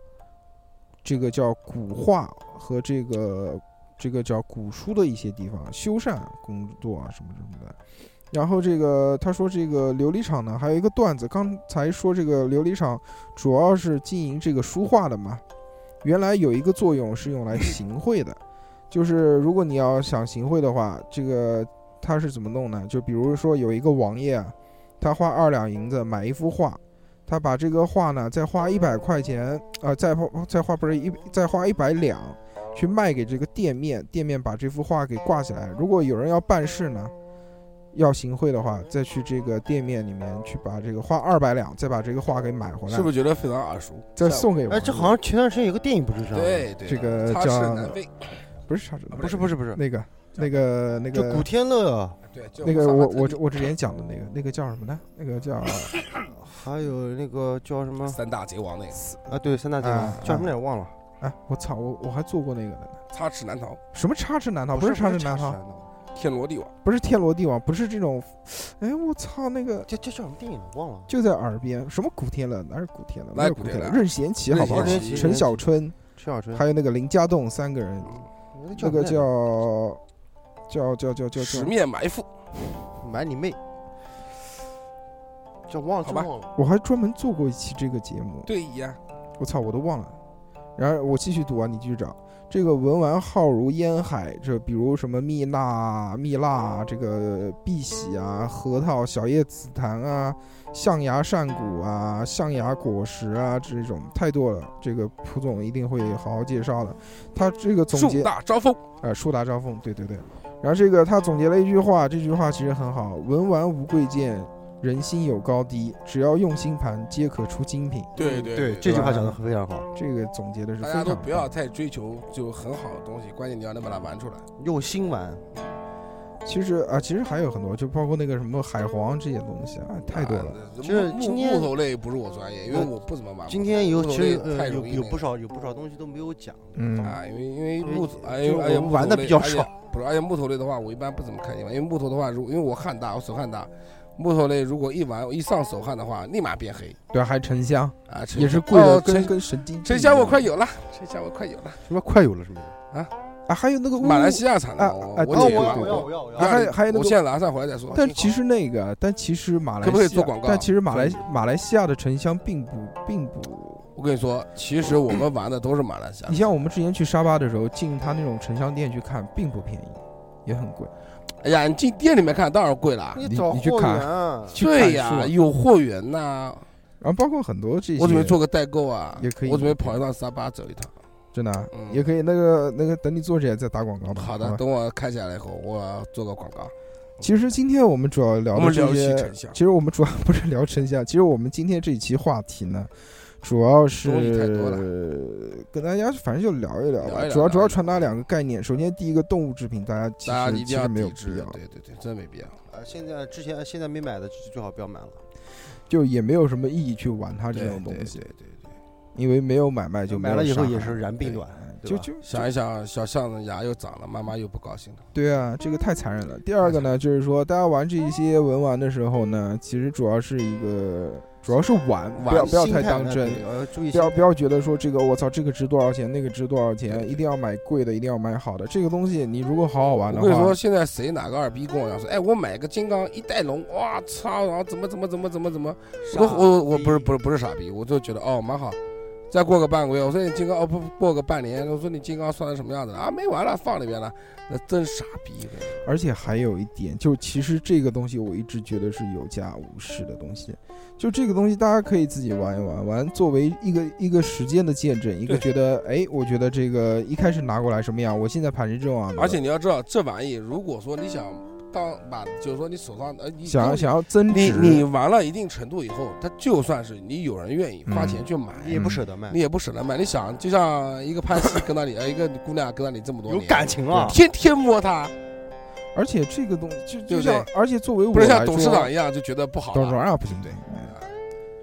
这个叫古画和这个这个叫古书的一些地方修缮工作啊什么什么的。然后这个他说这个琉璃厂呢，还有一个段子，刚才说这个琉璃厂主要是经营这个书画的嘛，原来有一个作用是用来行贿的，就是如果你要想行贿的话，这个他是怎么弄呢？就比如说有一个王爷啊，他花二两银子买一幅画，他把这个画呢再花一百块钱，啊，再花再花不是一再花一百两去卖给这个店面，店面把这幅画给挂起来。如果有人要办事呢，要行贿的话，再去这个店面里面去把这个花二百两，再把这个画给买回来，
是不是觉得非常耳熟？
再送给我。
哎，这好像前段时间有个电影不是上，，
对对，
这个
插
叫
翅难飞，
不是啥
啊
子，
不是不是不是，
那个那个那
就古
个
天乐，
对，就
那个
萨拉
我
特
我
利
我之前讲的那个那个叫什么呢？那个叫。
还有那个叫什么
三大贼王那个
啊？对，三大天王
啊
叫什么来着忘了，
哎，我操，我我还做过那个呢。
插翅难逃，
什么插翅难逃？不是插翅难逃，
逃，
天罗地网，
不是天罗地网，不是这种。哎，我操，那个
这这叫什么电影了？忘了。
就在耳边，什么古天乐，哪是古天乐？
哪
没
有
有
古
古天
天
乐？
乐
任贤齐，好不好
任贤？齐
陈小春，
陈小春，
还有那个林家栋，三个人，
嗯
那
那个叫叫叫叫叫
十
叫，
面埋伏，
买你妹，叫忘了，
好
真
吧
忘了。
我还专门做过一期这个节目。
对呀，
我操，我都忘了。然而我继续读啊，你继续找。这个文玩浩如烟海，这比如什么蜜蜡、蜜蜡，这个碧玺啊、核桃、小叶紫檀啊、象牙扇骨啊、象牙果实啊，这种太多了。这个蒲总一定会好好介绍的。他这个总
树
结
大招风，
啊，树大招风，对对对。然后这个他总结了一句话，这句话其实很好：文玩无贵贱，人心有高低，只要用心盘，皆可出精品。
对对
对，这句话讲的非常好，
这个总结的是非
大
常
家都不
好
要太追求就很好的东西，关键你要能把它玩出来。
用心
啊
玩，
其实啊，其实还有很多，就包括那个什么海皇这些东西啊，太多了。呃
啊。这
就是
木
今天
木头类不是我专业，因为我不怎么玩木头。
今天有
木头
其
类
实
太
呃有
容易
有
那
不
个
少有不少东西都没有讲，
嗯
啊，因为因为木头，哎
就是
呦哎呀，
我们
木头
玩的
类
比较。
而且
少，
不是，而且木头类的话，我一般不怎么看你玩，因为木头的话，如因为我汗大，我手汗大，木头类如果一玩一上手汗的话，立马变黑
对啊，还沉香
啊。沉
也是
香
贵的，
哦
跟
沉
跟神经。
沉香我快有了，沉香我快有了，
什么快有了什么？
啊，还有那个
马来
乌
西亚产
啊
的，
啊
我
对
我
哦，
也
我
玩
要我要
过。
我要我
啊
要！
还有还有那个
我现在拿上回来再说。
但其实那个，但其实马来西亚，
可不可以做广告
但其实马来马来西亚的沉香并不并不，
我跟你说，其实我们玩的都是马来西亚
你。像我们之前去沙巴的时候，进他那种沉香店去看，并不便宜，也很贵。
哎呀，你进店里面看当然贵了。
你
找
你去
货
看
源啊，
去看
对
书
呀，
啊
有货源呐、
然后包括很多这些，
我准备做个代购啊，
也可以
我准备跑一趟沙巴走一趟。
真的啊
嗯
也可以。那个那个，等你做起来再打广告吧。
好
吧
的，等我开起来以后，我做个广告。
其实今天我们主要聊
我
的
们
这
聊起
些
沉，香
其实我们主要不是聊沉 <laughs> 香，其实我们今天这一期话题呢，主要
东西太多
是跟大家反正就聊一聊
聊一
吧，
聊
主要主
聊
要
一
传达两个概念。首先，第一个动物制品，大家其
大家
实
一
其
定要
实没
抵
有
制
必要，，
对对对，真没必要。
呃，现在之前现在没买的就最好不要买了。
就也没有什么意义去玩它这
对
种
对
东
对
西
对。对，
因为没有买卖就没
买
有
了以后
伤
也
害
是燃并卵，对
就
吧
就
想一想，小巷子牙又长了，妈妈又不高兴了。
对啊，这个太残忍了。第二个呢，就是说大家玩这些文玩的时候呢，其实主要是一个，主要是玩，不要不要
心
太
态
当
呢
真。
对呃，注意
不要不要觉得说这个我操，这个值多少钱，那个值多少钱，一定要买贵的，一定要买好的。这个东西你如果好好玩的
我
话，
跟你说，现在谁哪个二逼跟我讲说，哎，我买个金刚一代龙，哇操，然后怎么怎么怎么怎么怎么，我都我我不是不是不是傻逼，我就觉得哦蛮好。再过个半个月，我说你金刚哦不过个半年，我说你金刚算成什么样子了啊？没玩了，放里边了，那真傻逼。
而且还有一点，就其实这个东西我一直觉得是有价无市的东西。就这个东西，大家可以自己玩一玩，玩作为一个一个时间的见证，一个
对
觉得哎，我觉得这个一开始拿过来什么样，我现在盘成这样了，
而且你要知道，这玩意如果说你想当把，就是说你手上呃，你
想要想要增
你
值，
你玩了一定程度以后，它就算是你有人愿意花
嗯
钱去买，
你也不舍得卖
你，也不舍得卖。你想，就像一个潘西跟那里，呃，一个姑娘跟那里这么多
有
年，
感情啊，
天天摸它，
而且这个东西就
对
就
不对
像，而且作为我
不是像
来
董事
说
长一样就觉得不好
董事
了。
长啊不行对。
啊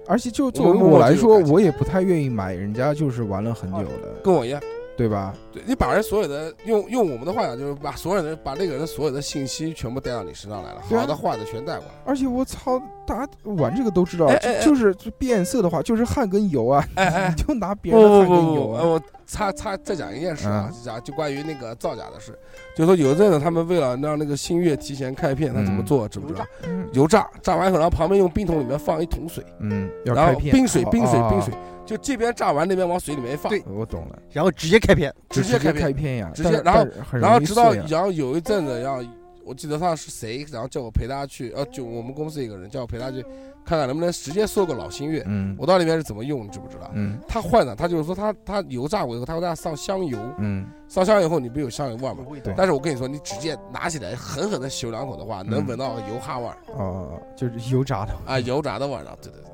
而且就作为
我我
我来
就
说，
有感觉
我也不太愿意买人家就是玩了很久的，
跟我一样，
对吧？
对你把人所有的用用我们的话讲，就是把所有人把那个人所有的信息全部带到你身上来了，
对啊
好的坏的全带过来。
而且我操，大家玩这个都知道，
哎
就
哎哎
就是就变色的话，就是汗跟油啊，
哎哎，
<laughs> 你就拿别人的
不不
汗
不
跟
不
油
不，
啊嗯
呃。我插插再讲一件事啊，就讲就关于那个造假的事，就说有一阵子他们为了让那个星月提前开片，他怎么
嗯
做知不知道？
嗯
油炸，炸完以后，然后旁边用冰桶里面放一桶水，
嗯，要
然
开
后
片，
冰水
哦
冰水
哦
冰水，就这边炸完那边往水里面一放，
对
我懂了，
然后直接开片，
直
就
接
接
开片
开片呀，
直接
但是
然后
但是很容
然后
易
直到
碎啊
然后有一阵子，然后我记得他是谁，然后叫我陪他去，呃，就我们公司一个人叫我陪他去看看能不能直接搜个老星月，
嗯
我到里面是怎么用，你知不知道？
嗯
他换的，他就是说他他油炸过以后，他会给他上香油，
嗯，
上香油以后你不有香油味儿吗？
对
但是我跟你说，你直接拿起来狠狠的嗅两口的话，能
嗯
闻到油哈味儿
哦，就是油炸的。
啊，油炸的味儿了。对对对，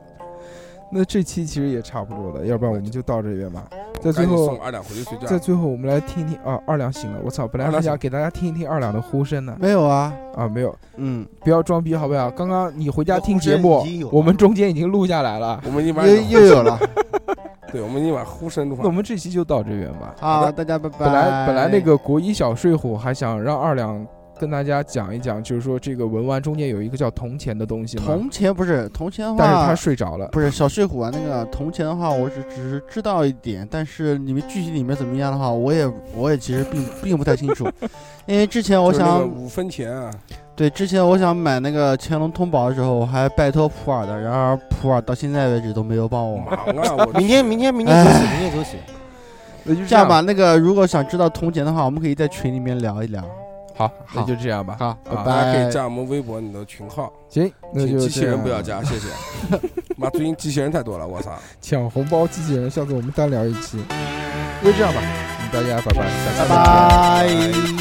那这期其实也差不多了，要不然我们就到这边吧。在最
哎赶紧
后
送，二两回去睡觉
在。最后我们来听一听啊，二两醒了，我操，本来
啊二
还
两
想
醒
给大家听一听二两的呼声呢，
没有啊，
啊，没有，
嗯，
不要装逼好不好？刚刚你回家听
呼声
节目
已经有，了
我们中间已经录下来了。
我们一晚
又
上，
又有 <laughs> 了
对，我们一晚上呼声的
那我
话，
们这期就到这边吧。
啊，大家拜拜。
本来本来那个国一小睡虎还想让二两跟大家讲一讲，就是说这个文玩中间有一个叫铜钱的东西嘛，
铜钱不是铜钱的话，
但是他睡着了。
不是小睡虎啊，那个铜钱的话，我是只是知道一点，但是你们具体里面怎么样的话，我也我也其实并并不太清楚， <laughs> 因为之前我
就是那个
想
五分钱 <laughs> 啊，
对之前我想买那个乾隆通宝的时候，我还拜托普洱的，然而普洱到现在为止都没有帮我
忙
买。
啊！我
明天明天明天走起，明天走起，
那就
这样吧，，那个如果想知道铜钱的话，我们可以在群里面聊一聊。
好，那
好
就这样吧。
好，拜
啊
大家
拜。
可以加我们微博你的群号，
行，那
请
就
机器
这
人
样
不要加，谢谢。 <laughs> 妈，最近机器人太多了，我操！
抢红包机器人，下次我们单聊一期。那就这样吧，嗯大家拜拜，下期再见。
拜。